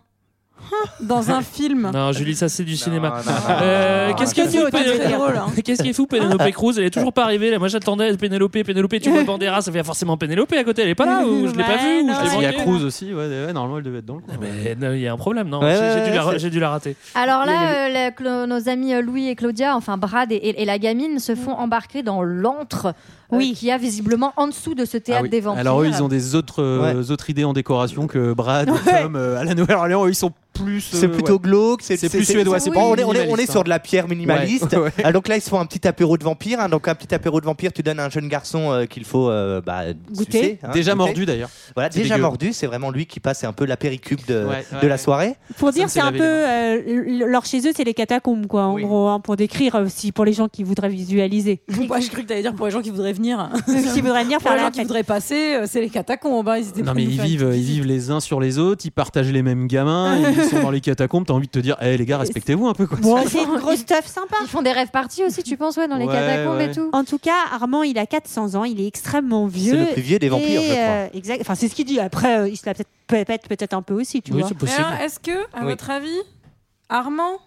[SPEAKER 11] dans un film.
[SPEAKER 7] Non, Julie, ça c'est du cinéma.
[SPEAKER 11] non,
[SPEAKER 7] Euh,
[SPEAKER 11] non,
[SPEAKER 7] Qu'est-ce
[SPEAKER 11] non,
[SPEAKER 7] qui est fou,
[SPEAKER 11] non, c'est très drôle, hein.
[SPEAKER 7] Pénélope Qu'est-ce qui est fou, Pénélope Cruz Elle est toujours pas arrivée. Là, moi, j'attendais Pénélope, Pénélope. Tu vois Bandera, ça fait forcément Pénélope à côté. Elle est pas là ou je l'ai pas vue ou je l'ai
[SPEAKER 6] Il y a
[SPEAKER 7] manqué.
[SPEAKER 6] Cruz aussi, ouais, ouais, normalement elle devait être dans le coin.
[SPEAKER 7] Mais non, il y a un problème, non
[SPEAKER 6] Ouais,
[SPEAKER 7] J'ai- J'ai
[SPEAKER 6] ouais,
[SPEAKER 7] dû la-
[SPEAKER 6] ouais,
[SPEAKER 7] j'ai dû la rater.
[SPEAKER 5] Alors là, euh, la- clo- nos amis euh, Louis et Claudia, enfin Brad et, et- et la gamine, se
[SPEAKER 8] Mm.
[SPEAKER 5] font embarquer dans l'antre oui. qu'il y a visiblement en dessous de ce
[SPEAKER 1] Ah
[SPEAKER 5] théâtre des vampires.
[SPEAKER 6] Alors eux, ils ont des autres, euh, autres idées en décoration que Brad, Tom, euh, Alan Orléans. Eux, ils sont plus. euh,
[SPEAKER 1] C'est plutôt
[SPEAKER 6] ouais.
[SPEAKER 1] glauque, c'est
[SPEAKER 6] plus suédois. C'est
[SPEAKER 1] bon,
[SPEAKER 6] plus
[SPEAKER 1] on, est, on, est, on est
[SPEAKER 6] minimaliste,
[SPEAKER 1] sur
[SPEAKER 6] hein.
[SPEAKER 1] de la pierre minimaliste.
[SPEAKER 6] Ouais, ouais.
[SPEAKER 1] Ah, donc là, ils se font un petit apéro de vampire. hein. Donc un petit apéro de vampire, tu donnes à un jeune garçon euh, qu'il faut euh, bah,
[SPEAKER 6] Goûter.
[SPEAKER 1] sucer,
[SPEAKER 6] Déjà mordu, d'ailleurs.
[SPEAKER 1] Voilà,
[SPEAKER 6] C'est
[SPEAKER 1] déjà
[SPEAKER 6] dégueu.
[SPEAKER 1] mordu. C'est vraiment lui qui passe c'est un peu l'apéricube de,
[SPEAKER 6] Ouais,
[SPEAKER 1] de
[SPEAKER 6] ouais,
[SPEAKER 1] la
[SPEAKER 6] ouais.
[SPEAKER 1] soirée.
[SPEAKER 8] Pour dire, c'est un peu. euh, l- leur chez eux, c'est les catacombes, quoi, en gros, hein, pour décrire aussi pour les gens qui voudraient visualiser.
[SPEAKER 11] Moi, je cru que t'allais dire pour les gens qui voudraient venir.
[SPEAKER 8] Qui voudraient venir
[SPEAKER 11] Pour
[SPEAKER 8] faire
[SPEAKER 11] les
[SPEAKER 8] la
[SPEAKER 11] gens qui
[SPEAKER 8] fête.
[SPEAKER 11] voudraient passer, euh, c'est les catacombes. hein, ils étaient
[SPEAKER 6] Non
[SPEAKER 11] prêts
[SPEAKER 6] mais
[SPEAKER 11] à nous
[SPEAKER 6] ils
[SPEAKER 11] faire une
[SPEAKER 6] vivent, ils vivent les uns sur les autres, ils partagent les mêmes gamins, ils sont dans les catacombes. T'as envie de te dire, eh les gars, respectez-vous un peu quoi.
[SPEAKER 8] c'est une grosse stuff sympa.
[SPEAKER 5] Ils font des rêves parties aussi, tu penses, ouais, dans les
[SPEAKER 6] Ouais,
[SPEAKER 5] catacombes
[SPEAKER 6] ouais.
[SPEAKER 5] et tout.
[SPEAKER 8] En tout cas, Armand, il a 400 ans, il est extrêmement vieux.
[SPEAKER 1] le plus vieux des
[SPEAKER 8] Et,
[SPEAKER 1] vampires, je crois.
[SPEAKER 8] euh, exact. Enfin, c'est ce qu'il dit. Après, euh, il se la peut-être peut-être peut-être un peu aussi, tu
[SPEAKER 11] Oui,
[SPEAKER 8] vois.
[SPEAKER 11] c'est possible. Mais alors, est-ce que, à
[SPEAKER 8] Oui.
[SPEAKER 11] votre avis, Armand,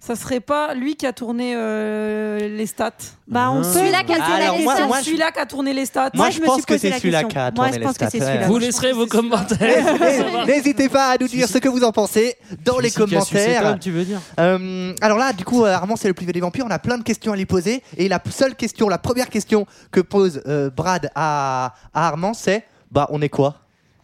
[SPEAKER 11] ça serait pas lui qui a tourné euh, les stats
[SPEAKER 8] Bah, on Ah. peut- Celui-là qui a tourné Alors, les moi- stats. moi, je-
[SPEAKER 11] Celui-là qui a tourné les stats.
[SPEAKER 1] Moi, Moi, je je me pense suis que posé c'est la celui-là question. qui a Moi, je tourné les pense que stats, c'est ouais. celui-là.
[SPEAKER 7] Vous laisserez vos commentaires.
[SPEAKER 1] N'hésitez pas à nous dire ce que vous en pensez dans les
[SPEAKER 6] Celui qui a sucé
[SPEAKER 1] commentaires.
[SPEAKER 6] Tom, tu veux dire
[SPEAKER 1] Euh, alors là, du coup, euh, Armand, c'est le plus vieux des vampires. On a plein de questions à lui poser. Et la seule question, la première question que pose euh, Brad à, à Armand, c'est Bah, on est quoi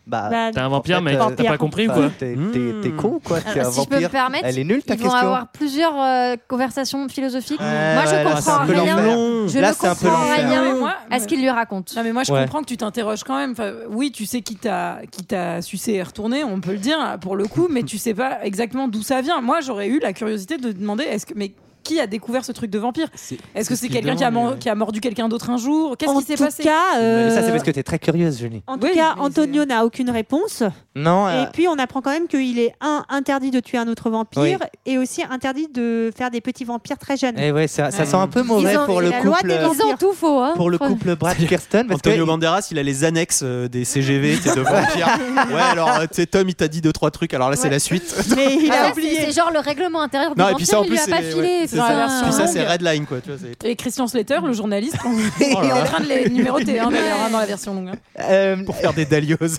[SPEAKER 5] Bah, T'es un
[SPEAKER 7] vampire,
[SPEAKER 1] mais
[SPEAKER 7] mec. T'as pas compris ou quoi
[SPEAKER 1] euh, bah,
[SPEAKER 7] Hmm.
[SPEAKER 1] T'es t'es- t'es con ou quoi T'es un
[SPEAKER 5] Alors, Ah, Euh, si je peux me
[SPEAKER 1] vampire.
[SPEAKER 5] permettre,
[SPEAKER 1] Elle est nulle ta
[SPEAKER 5] ils
[SPEAKER 1] question.
[SPEAKER 5] vont avoir plusieurs euh, conversations philosophiques.
[SPEAKER 1] Ouais,
[SPEAKER 5] moi, je
[SPEAKER 1] ouais, là, c'est
[SPEAKER 5] comprends
[SPEAKER 1] un peu
[SPEAKER 5] rien.
[SPEAKER 1] l'enfer.
[SPEAKER 5] Je
[SPEAKER 1] Là,
[SPEAKER 5] ne
[SPEAKER 1] c'est un peu
[SPEAKER 5] comprends
[SPEAKER 1] l'enfer.
[SPEAKER 5] rien
[SPEAKER 11] Mais moi-
[SPEAKER 5] à ce qu'il lui raconte.
[SPEAKER 11] Non, mais moi, je
[SPEAKER 1] Ouais.
[SPEAKER 11] comprends que tu t'interroges quand même. Enfin, oui, tu sais qui t'a qui t'a sucé et retourné, on peut le dire pour le coup, mais tu sais pas exactement d'où ça vient. Moi, j'aurais eu la curiosité de demander est-ce que mais qui a découvert ce truc de vampire Est-ce que
[SPEAKER 6] c'est
[SPEAKER 11] c'est
[SPEAKER 6] ce
[SPEAKER 11] quelqu'un
[SPEAKER 6] qu'il
[SPEAKER 11] qui, a
[SPEAKER 6] demande,
[SPEAKER 11] mor- qui a mordu quelqu'un d'autre un jour Qu'est-ce
[SPEAKER 8] En
[SPEAKER 11] qui s'est
[SPEAKER 8] tout
[SPEAKER 11] passé
[SPEAKER 8] cas, euh,
[SPEAKER 1] Mais ça, c'est parce que t'es très curieuse, Julie.
[SPEAKER 8] En tout cas, Antonio n'a aucune réponse.
[SPEAKER 1] Non, euh,
[SPEAKER 8] Et puis, on apprend quand même qu'il est un interdit de tuer un autre vampire
[SPEAKER 1] Oui.
[SPEAKER 8] et aussi interdit de faire des petits vampires très jeunes.
[SPEAKER 1] Eh ouais, ça, ça sent un peu mauvais
[SPEAKER 8] Ils ont-
[SPEAKER 1] pour le
[SPEAKER 8] la loi
[SPEAKER 1] couple.
[SPEAKER 8] des vampires. Ils ont
[SPEAKER 5] tout faux. Hein.
[SPEAKER 1] Pour le couple Brad Kirsten. Parce
[SPEAKER 6] Antonio
[SPEAKER 1] que
[SPEAKER 6] Banderas, il a les annexes euh, des CGV, t'es de vampire. ouais, alors euh, tu sais, Tom, il t'a dit deux trois trucs. Alors là, c'est
[SPEAKER 5] Ouais.
[SPEAKER 6] la suite.
[SPEAKER 8] Mais
[SPEAKER 5] Ah, ça, c'est- C'est genre le règlement intérieur du
[SPEAKER 6] Non, et
[SPEAKER 5] vampire,
[SPEAKER 6] puis ça en
[SPEAKER 5] il
[SPEAKER 6] plus,
[SPEAKER 5] lui a
[SPEAKER 6] c'est
[SPEAKER 5] pas
[SPEAKER 6] ouais,
[SPEAKER 5] filé.
[SPEAKER 6] c'est ça.
[SPEAKER 5] putain.
[SPEAKER 6] Puis ça,
[SPEAKER 11] longue.
[SPEAKER 6] c'est Redline quoi. Tu vois, c'est-
[SPEAKER 11] Et Christian Slater, le journaliste, on
[SPEAKER 1] Oh
[SPEAKER 11] on est
[SPEAKER 1] là
[SPEAKER 11] en
[SPEAKER 1] là.
[SPEAKER 11] train de les numéroter hein, d'ailleurs, hein, dans la version longue. hein.
[SPEAKER 6] pour faire des dalioses.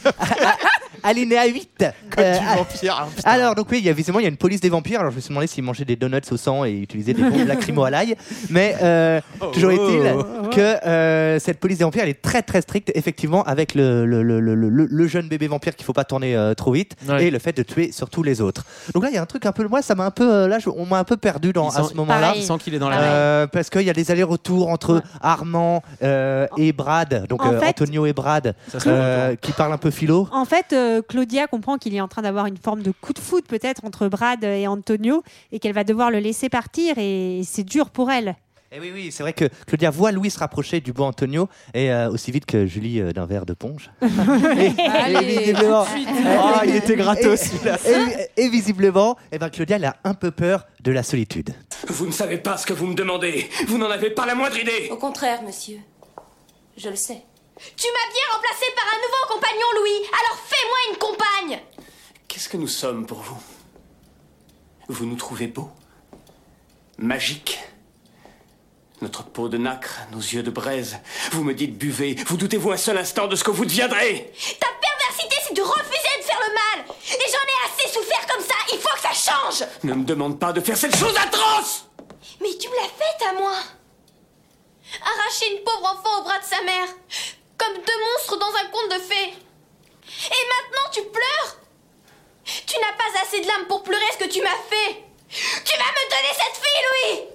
[SPEAKER 1] Alinéa 8. Euh,
[SPEAKER 6] du
[SPEAKER 1] ah-
[SPEAKER 6] vampire. hein, putain.
[SPEAKER 1] alors donc oui, il y a visiblement il y a une police des vampires. Alors je me suis demandé s'ils mangeaient des donuts au sang et utilisaient des bombes lacrymo à l'ail. Mais euh,
[SPEAKER 6] Oh.
[SPEAKER 1] toujours est-il que euh, cette police des vampires elle est très très stricte effectivement avec le, le, le, le, le- le jeune bébé vampire qu'il faut pas tourner euh, trop vite
[SPEAKER 7] Ouais.
[SPEAKER 1] et le fait de tuer surtout les autres. Donc là il y a un truc un peu moi ça m'a un peu euh, là je- on m'a un peu perdu dans
[SPEAKER 6] Il
[SPEAKER 1] à
[SPEAKER 6] sent-
[SPEAKER 1] ce moment-là.
[SPEAKER 6] il sent qu'il est dans la merde.
[SPEAKER 1] Euh, parce qu'il y a des allers-retours entre Armand euh, et Brad, donc
[SPEAKER 8] En
[SPEAKER 1] euh,
[SPEAKER 8] fait-
[SPEAKER 1] Antonio et Brad, euh,
[SPEAKER 6] Ça se voit,
[SPEAKER 1] qui parlent un peu philo.
[SPEAKER 8] En fait, euh, Claudia comprend qu'il est en train d'avoir une forme de coup de foudre peut-être entre Brad et Antonio et qu'elle va devoir le laisser partir et c'est dur pour elle.
[SPEAKER 1] Et oui, oui, c'est vrai que Claudia voit Louis se rapprocher du bon Antonio et euh, aussi vite que Julie euh, d'un verre de ponge.
[SPEAKER 11] Allez,
[SPEAKER 1] Et visiblement-
[SPEAKER 11] tout de suite.
[SPEAKER 1] Ah, il
[SPEAKER 6] était gratos,
[SPEAKER 1] Et-
[SPEAKER 6] celui-là.
[SPEAKER 1] Et, et visiblement, eh ben, Claudia elle a un peu peur de la solitude.
[SPEAKER 3] Vous ne savez pas ce que vous me demandez. Vous n'en avez pas la moindre idée.
[SPEAKER 12] Au contraire, monsieur. Je le sais. Tu m'as bien remplacé par un nouveau compagnon, Louis. Alors fais-moi une compagne.
[SPEAKER 3] Qu'est-ce que nous sommes pour vous Vous nous trouvez beaux Magiques Notre peau de nacre, nos yeux de braise. Vous me dites buvez. Vous doutez-vous un seul instant de ce que vous deviendrez
[SPEAKER 12] Ta perversité, c'est de refuser de faire le mal. Et j'en ai assez souffert comme ça. Il faut que ça change.
[SPEAKER 3] Ne me demande pas de faire cette chose atroce
[SPEAKER 12] Mais tu me l'as faite à moi. Arracher une pauvre enfant au bras de sa mère. Comme deux monstres dans un conte de fées. Et maintenant tu pleures Tu n'as pas assez de larmes pour pleurer ce que tu m'as fait. Tu vas me donner cette fille, Louis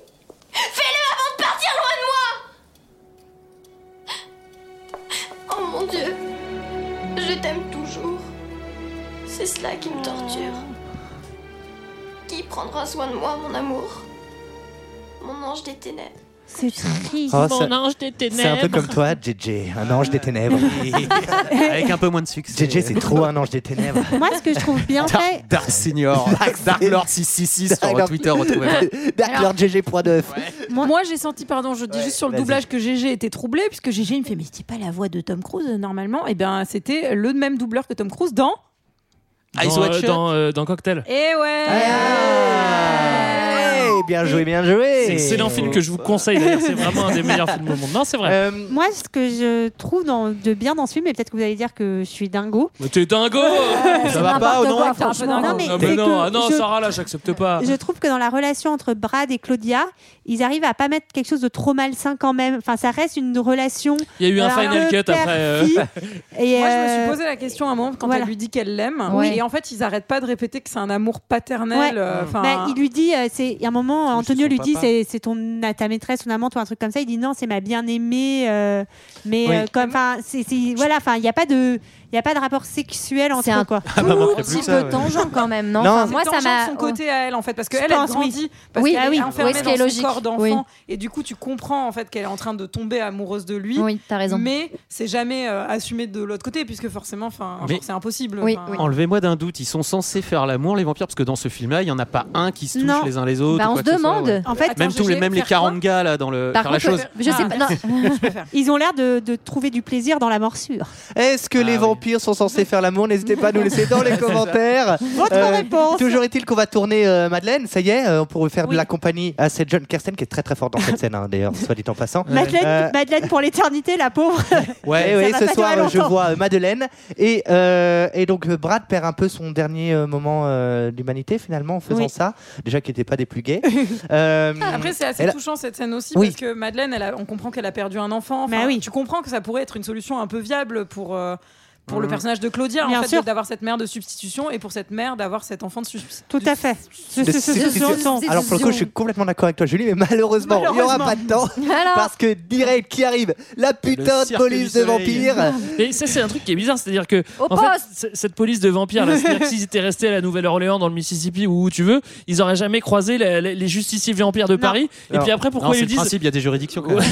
[SPEAKER 12] Fais-le avant de partir loin de moi Oh mon Dieu. Je t'aime toujours. C'est cela qui me torture. Qui prendra soin de moi, mon amour mon ange des ténèbres.
[SPEAKER 8] C'est triste.
[SPEAKER 1] Oh, ça-
[SPEAKER 12] des
[SPEAKER 1] C'est un peu comme toi, JJ, un ange des ténèbres.
[SPEAKER 6] Avec un peu moins de succès.
[SPEAKER 1] JJ, c'est trop un ange des ténèbres.
[SPEAKER 8] Moi, ce que je trouve bien
[SPEAKER 6] Dark,
[SPEAKER 8] fait,
[SPEAKER 6] Dark Senior, Dark Lord 666 sur
[SPEAKER 1] Dark-
[SPEAKER 6] Twitter, retrouvez-moi.
[SPEAKER 1] Dark Lord JJ.9.
[SPEAKER 11] Moi, j'ai senti, pardon, je dis juste sur le
[SPEAKER 1] vas-y.
[SPEAKER 11] doublage que GG était troublé, puisque GG il me fait, mais c'était pas la voix de Tom Cruise euh, normalement. Et bien, c'était le même doubleur que Tom Cruise dans
[SPEAKER 7] Dans,
[SPEAKER 6] Ice
[SPEAKER 7] euh,
[SPEAKER 6] Watcher.
[SPEAKER 7] dans, euh, dans Cocktail.
[SPEAKER 11] Et ouais
[SPEAKER 7] Ah.
[SPEAKER 1] Eh, bien joué, bien joué.
[SPEAKER 7] C'est excellent film que je vous conseille d'ailleurs, c'est vraiment un des meilleurs films au monde. Non, c'est vrai.
[SPEAKER 1] Euh,
[SPEAKER 8] Moi, ce que je trouve dans- de bien dans ce film, et peut-être que vous allez dire que je suis dingo.
[SPEAKER 7] Mais t'es dingo
[SPEAKER 6] Ça va pas, non
[SPEAKER 8] franchement. Non, mais
[SPEAKER 7] Ah,
[SPEAKER 8] c'est
[SPEAKER 7] mais non,
[SPEAKER 8] que
[SPEAKER 7] ah non,
[SPEAKER 8] je-
[SPEAKER 7] Sarah, là, j'accepte pas.
[SPEAKER 8] Je trouve que dans la relation entre Brad et Claudia, ils arrivent à pas mettre quelque chose de trop malsain quand même. Enfin, ça reste une relation.
[SPEAKER 7] Il y a eu un
[SPEAKER 8] euh,
[SPEAKER 7] final
[SPEAKER 8] peu
[SPEAKER 7] cut après, euh.
[SPEAKER 8] père-fille. Et
[SPEAKER 11] Moi, je me
[SPEAKER 8] euh,
[SPEAKER 11] suis posé la question à un moment quand
[SPEAKER 8] voilà.
[SPEAKER 11] elle lui dit qu'elle l'aime.
[SPEAKER 5] Oui.
[SPEAKER 11] Et en fait, ils arrêtent pas de répéter que c'est un amour paternel.
[SPEAKER 8] Ouais.
[SPEAKER 11] euh, enfin,
[SPEAKER 8] bah, il lui dit, euh, c'est il y a un moment, Antonio
[SPEAKER 6] son
[SPEAKER 8] lui dit,
[SPEAKER 6] papa.
[SPEAKER 8] c'est c'est ton ta maîtresse, ton amante ou un truc comme ça. Il dit non, c'est ma bien-aimée. euh, mais
[SPEAKER 6] Oui.
[SPEAKER 8] euh, comme, enfin, c'est c'est- voilà, enfin, il n'y a pas de, il y a pas de rapport sexuel entre
[SPEAKER 5] C'est un-
[SPEAKER 8] eux, quoi.
[SPEAKER 6] Ah bah, moi,
[SPEAKER 5] Un
[SPEAKER 6] plus
[SPEAKER 5] petit
[SPEAKER 6] que ça,
[SPEAKER 5] peu
[SPEAKER 6] ouais.
[SPEAKER 5] tangent quand même, non,
[SPEAKER 1] Non,
[SPEAKER 5] Enfin,
[SPEAKER 11] c'est
[SPEAKER 5] Moi, ça
[SPEAKER 11] tangent
[SPEAKER 5] m'a.
[SPEAKER 11] de son côté à elle en fait parce qu'elle
[SPEAKER 8] Je
[SPEAKER 11] elle
[SPEAKER 8] pense, oui.
[SPEAKER 11] grandit parce
[SPEAKER 5] Oui,
[SPEAKER 11] qu'elle
[SPEAKER 5] ah oui,
[SPEAKER 11] est
[SPEAKER 5] oui,
[SPEAKER 11] enfermée
[SPEAKER 5] ce qui est
[SPEAKER 11] dans son
[SPEAKER 5] logique,
[SPEAKER 11] corps d'enfant
[SPEAKER 5] oui.
[SPEAKER 11] et du coup tu comprends en fait qu'elle est en train de tomber amoureuse de lui
[SPEAKER 5] Oui, t'as raison.
[SPEAKER 11] mais c'est jamais euh, assumé de l'autre côté puisque forcément enfin
[SPEAKER 6] Mais-
[SPEAKER 11] genre, c'est impossible
[SPEAKER 5] Oui,
[SPEAKER 11] enfin.
[SPEAKER 5] oui.
[SPEAKER 6] Enlevez-moi d'un doute, ils sont censés faire l'amour les vampires parce que dans ce film-là, il y en a pas un qui se touche
[SPEAKER 8] Non.
[SPEAKER 6] les uns les autres.
[SPEAKER 5] Bah,
[SPEAKER 6] ou
[SPEAKER 5] on
[SPEAKER 6] quoi
[SPEAKER 5] se
[SPEAKER 6] que ce soit,
[SPEAKER 5] demande.
[SPEAKER 6] ouais.
[SPEAKER 8] En fait,
[SPEAKER 6] Même
[SPEAKER 11] Attends,
[SPEAKER 6] tous les,
[SPEAKER 11] GG,
[SPEAKER 6] même les
[SPEAKER 11] faire
[SPEAKER 6] 40 gars là dans le
[SPEAKER 5] Par
[SPEAKER 6] faire
[SPEAKER 5] contre,
[SPEAKER 6] la chose.
[SPEAKER 5] euh, je sais pas. non.
[SPEAKER 11] Ah,
[SPEAKER 8] ils ont l'air de, de trouver du plaisir dans la morsure.
[SPEAKER 1] Est-ce que
[SPEAKER 5] Ah
[SPEAKER 1] les
[SPEAKER 6] oui.
[SPEAKER 1] vampires sont censés faire l'amour N'hésitez pas à nous laisser dans les commentaires.
[SPEAKER 8] Votre
[SPEAKER 1] Euh,
[SPEAKER 8] réponse.
[SPEAKER 1] Toujours est-il qu'on va tourner euh, Madeleine, ça y est, euh, pour faire de
[SPEAKER 11] Oui.
[SPEAKER 1] la compagnie à cette jeune Kirsten qui est très très forte dans cette scène, hein, d'ailleurs, soit dit en passant.
[SPEAKER 8] Madeleine,
[SPEAKER 1] Euh,
[SPEAKER 8] Madeleine pour l'éternité, la pauvre.
[SPEAKER 1] Ouais,
[SPEAKER 8] Ça
[SPEAKER 1] ouais,
[SPEAKER 8] va
[SPEAKER 1] ce
[SPEAKER 8] pas
[SPEAKER 1] soir
[SPEAKER 8] durer
[SPEAKER 1] euh, je
[SPEAKER 8] longtemps.
[SPEAKER 1] vois euh, Madeleine et, euh, et donc euh, Brad perd un peu son dernier euh, moment euh, d'humanité finalement en faisant
[SPEAKER 8] Oui.
[SPEAKER 1] ça, déjà qui n'était pas des plus gays. Euh,
[SPEAKER 11] Ah, après c'est assez
[SPEAKER 1] elle-
[SPEAKER 11] touchant cette scène aussi
[SPEAKER 1] Oui.
[SPEAKER 11] parce que Madeleine elle a- on comprend qu'elle a perdu un enfant Enfin,
[SPEAKER 8] Bah oui.
[SPEAKER 11] tu comprends que ça pourrait être une solution un peu viable pour euh, pour
[SPEAKER 1] Mm.
[SPEAKER 11] le personnage de Claudia
[SPEAKER 8] Bien
[SPEAKER 11] en fait
[SPEAKER 8] sûr.
[SPEAKER 11] de- d'avoir cette mère de substitution et pour cette mère d'avoir cet enfant de substitution
[SPEAKER 1] Bah,
[SPEAKER 8] Tout à fait. Ce- ce- ce- ce- ce- ce-
[SPEAKER 1] Alors pour le coup, je suis complètement d'accord avec toi, Julie, mais malheureusement, il n'y aura pas de temps
[SPEAKER 5] Alors,
[SPEAKER 1] parce que direct qui arrive, la putain de
[SPEAKER 6] cirque du
[SPEAKER 1] police de
[SPEAKER 6] soleil.
[SPEAKER 1] vampires.
[SPEAKER 7] Mais ça, c'est un truc qui est bizarre, c'est-à-dire que.
[SPEAKER 5] Au
[SPEAKER 7] en fait, c- cette police de vampires, là, c'est-à-dire que s'ils étaient restés à la Nouvelle-Orléans, dans le Mississippi ou où tu veux, ils auraient jamais croisé la- la- les justiciers vampires de Paris. Et
[SPEAKER 6] Non.
[SPEAKER 7] puis après, pourquoi
[SPEAKER 6] Non,
[SPEAKER 7] ils
[SPEAKER 6] c'est
[SPEAKER 7] le
[SPEAKER 6] le
[SPEAKER 7] disent
[SPEAKER 6] principe, il y a des juridictions quand même.
[SPEAKER 7] Non,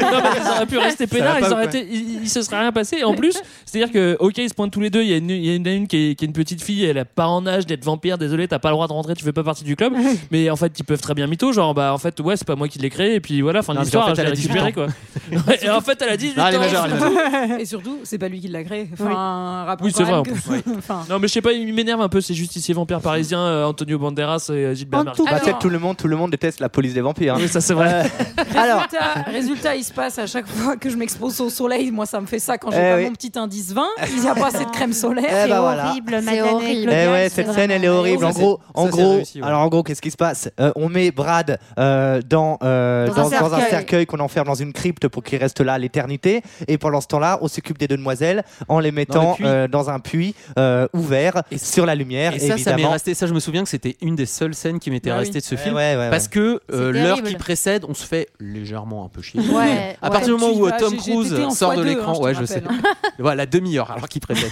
[SPEAKER 7] mais ils auraient pu rester
[SPEAKER 6] va
[SPEAKER 7] peinards,
[SPEAKER 6] pas
[SPEAKER 7] ils
[SPEAKER 6] ou
[SPEAKER 7] auraient
[SPEAKER 6] quoi
[SPEAKER 7] été, il, il se serait rien passé. Et en plus, c'est-à-dire que, ok, ils se pointent tous les deux. Il y a une, il y a une, une qui, est, qui est une petite fille, elle a pas en âge d'être vampire. Désolé, t'as pas le droit de rentrer, tu fais pas partie du club. mais en fait, ils peuvent très bien mytho, genre bah en fait, ouais, c'est pas moi qui l'ai créé. Et puis voilà, fin de
[SPEAKER 6] Non, mais
[SPEAKER 7] l'histoire,
[SPEAKER 6] en fait,
[SPEAKER 7] j'ai
[SPEAKER 6] elle a 18
[SPEAKER 7] récupéré quoi. Ouais, et en fait, elle a 18
[SPEAKER 6] Ah, elle est
[SPEAKER 7] ans.
[SPEAKER 6] majeure, elle est majeure.
[SPEAKER 11] et surtout c'est pas lui qui l'a créé enfin rappelons
[SPEAKER 7] Oui, c'est
[SPEAKER 11] quand même
[SPEAKER 7] vrai,
[SPEAKER 11] que- enfin,
[SPEAKER 7] Non mais je sais pas, il m'énerve un peu ces justiciers vampires parisiens, euh, Antonio Banderas et euh, Gilbert
[SPEAKER 8] En
[SPEAKER 7] Marc.
[SPEAKER 8] tout
[SPEAKER 1] Bah,
[SPEAKER 11] Alors-
[SPEAKER 1] tu sais, tout le monde, tout le monde déteste la police des vampires. hein.
[SPEAKER 7] Oui, ça c'est vrai.
[SPEAKER 6] Euh,
[SPEAKER 1] Alors,
[SPEAKER 11] Résultat, résultat, il se passe à chaque fois que je m'expose au soleil. Moi, ça me fait ça quand j'ai
[SPEAKER 1] Eh
[SPEAKER 11] pas
[SPEAKER 1] oui.
[SPEAKER 11] mon petit indice 20. Il n'y a pas cette crème solaire.
[SPEAKER 1] Eh
[SPEAKER 8] C'est
[SPEAKER 1] bah voilà.
[SPEAKER 8] horrible,
[SPEAKER 5] C'est
[SPEAKER 8] Madeleine et
[SPEAKER 5] horrible.
[SPEAKER 8] Claudia,
[SPEAKER 1] Eh ouais,
[SPEAKER 8] c'est
[SPEAKER 1] cette
[SPEAKER 8] vraiment-
[SPEAKER 1] scène elle est horrible. En
[SPEAKER 6] Ça,
[SPEAKER 1] gros,
[SPEAKER 6] c'est-
[SPEAKER 1] en
[SPEAKER 6] ça, c'est
[SPEAKER 1] gros,
[SPEAKER 6] réussi, ouais.
[SPEAKER 1] alors en gros, qu'est-ce qui se passe Euh, On met Brad euh, dans, euh,
[SPEAKER 5] Dans un
[SPEAKER 1] dans, dans un
[SPEAKER 5] cercueil.
[SPEAKER 1] cercueil qu'on enferme dans une crypte pour qu'il reste là à l'éternité. Et pendant ce temps-là, on s'occupe des deux demoiselles en les
[SPEAKER 6] Dans
[SPEAKER 1] mettant
[SPEAKER 6] le puits.
[SPEAKER 1] euh, dans un puits euh, ouvert
[SPEAKER 6] Et ça-
[SPEAKER 1] sur la lumière,
[SPEAKER 6] Et ça, ça m'est
[SPEAKER 1] évidemment.
[SPEAKER 6] resté. Ça, je me souviens que c'était une des seules scènes qui m'était
[SPEAKER 11] Bah oui.
[SPEAKER 6] restée de ce
[SPEAKER 1] Ouais,
[SPEAKER 6] film.
[SPEAKER 1] ouais, ouais,
[SPEAKER 6] Parce
[SPEAKER 1] ouais.
[SPEAKER 6] que euh,
[SPEAKER 5] C'est
[SPEAKER 6] l'heure
[SPEAKER 5] terrible.
[SPEAKER 6] qui précède, on se fait légèrement un peu chier.
[SPEAKER 5] Ouais, ouais.
[SPEAKER 6] À partir du moment
[SPEAKER 11] Tu y
[SPEAKER 6] où euh,
[SPEAKER 11] vas,
[SPEAKER 6] Tom
[SPEAKER 11] GGTT
[SPEAKER 6] Cruise
[SPEAKER 11] en
[SPEAKER 6] sort de
[SPEAKER 11] fois deux,
[SPEAKER 6] l'écran,
[SPEAKER 11] hein, je te
[SPEAKER 6] ouais, je
[SPEAKER 11] rappelle,
[SPEAKER 6] sais.
[SPEAKER 11] hein.
[SPEAKER 6] Voilà, la demi-heure, alors qu'il précède.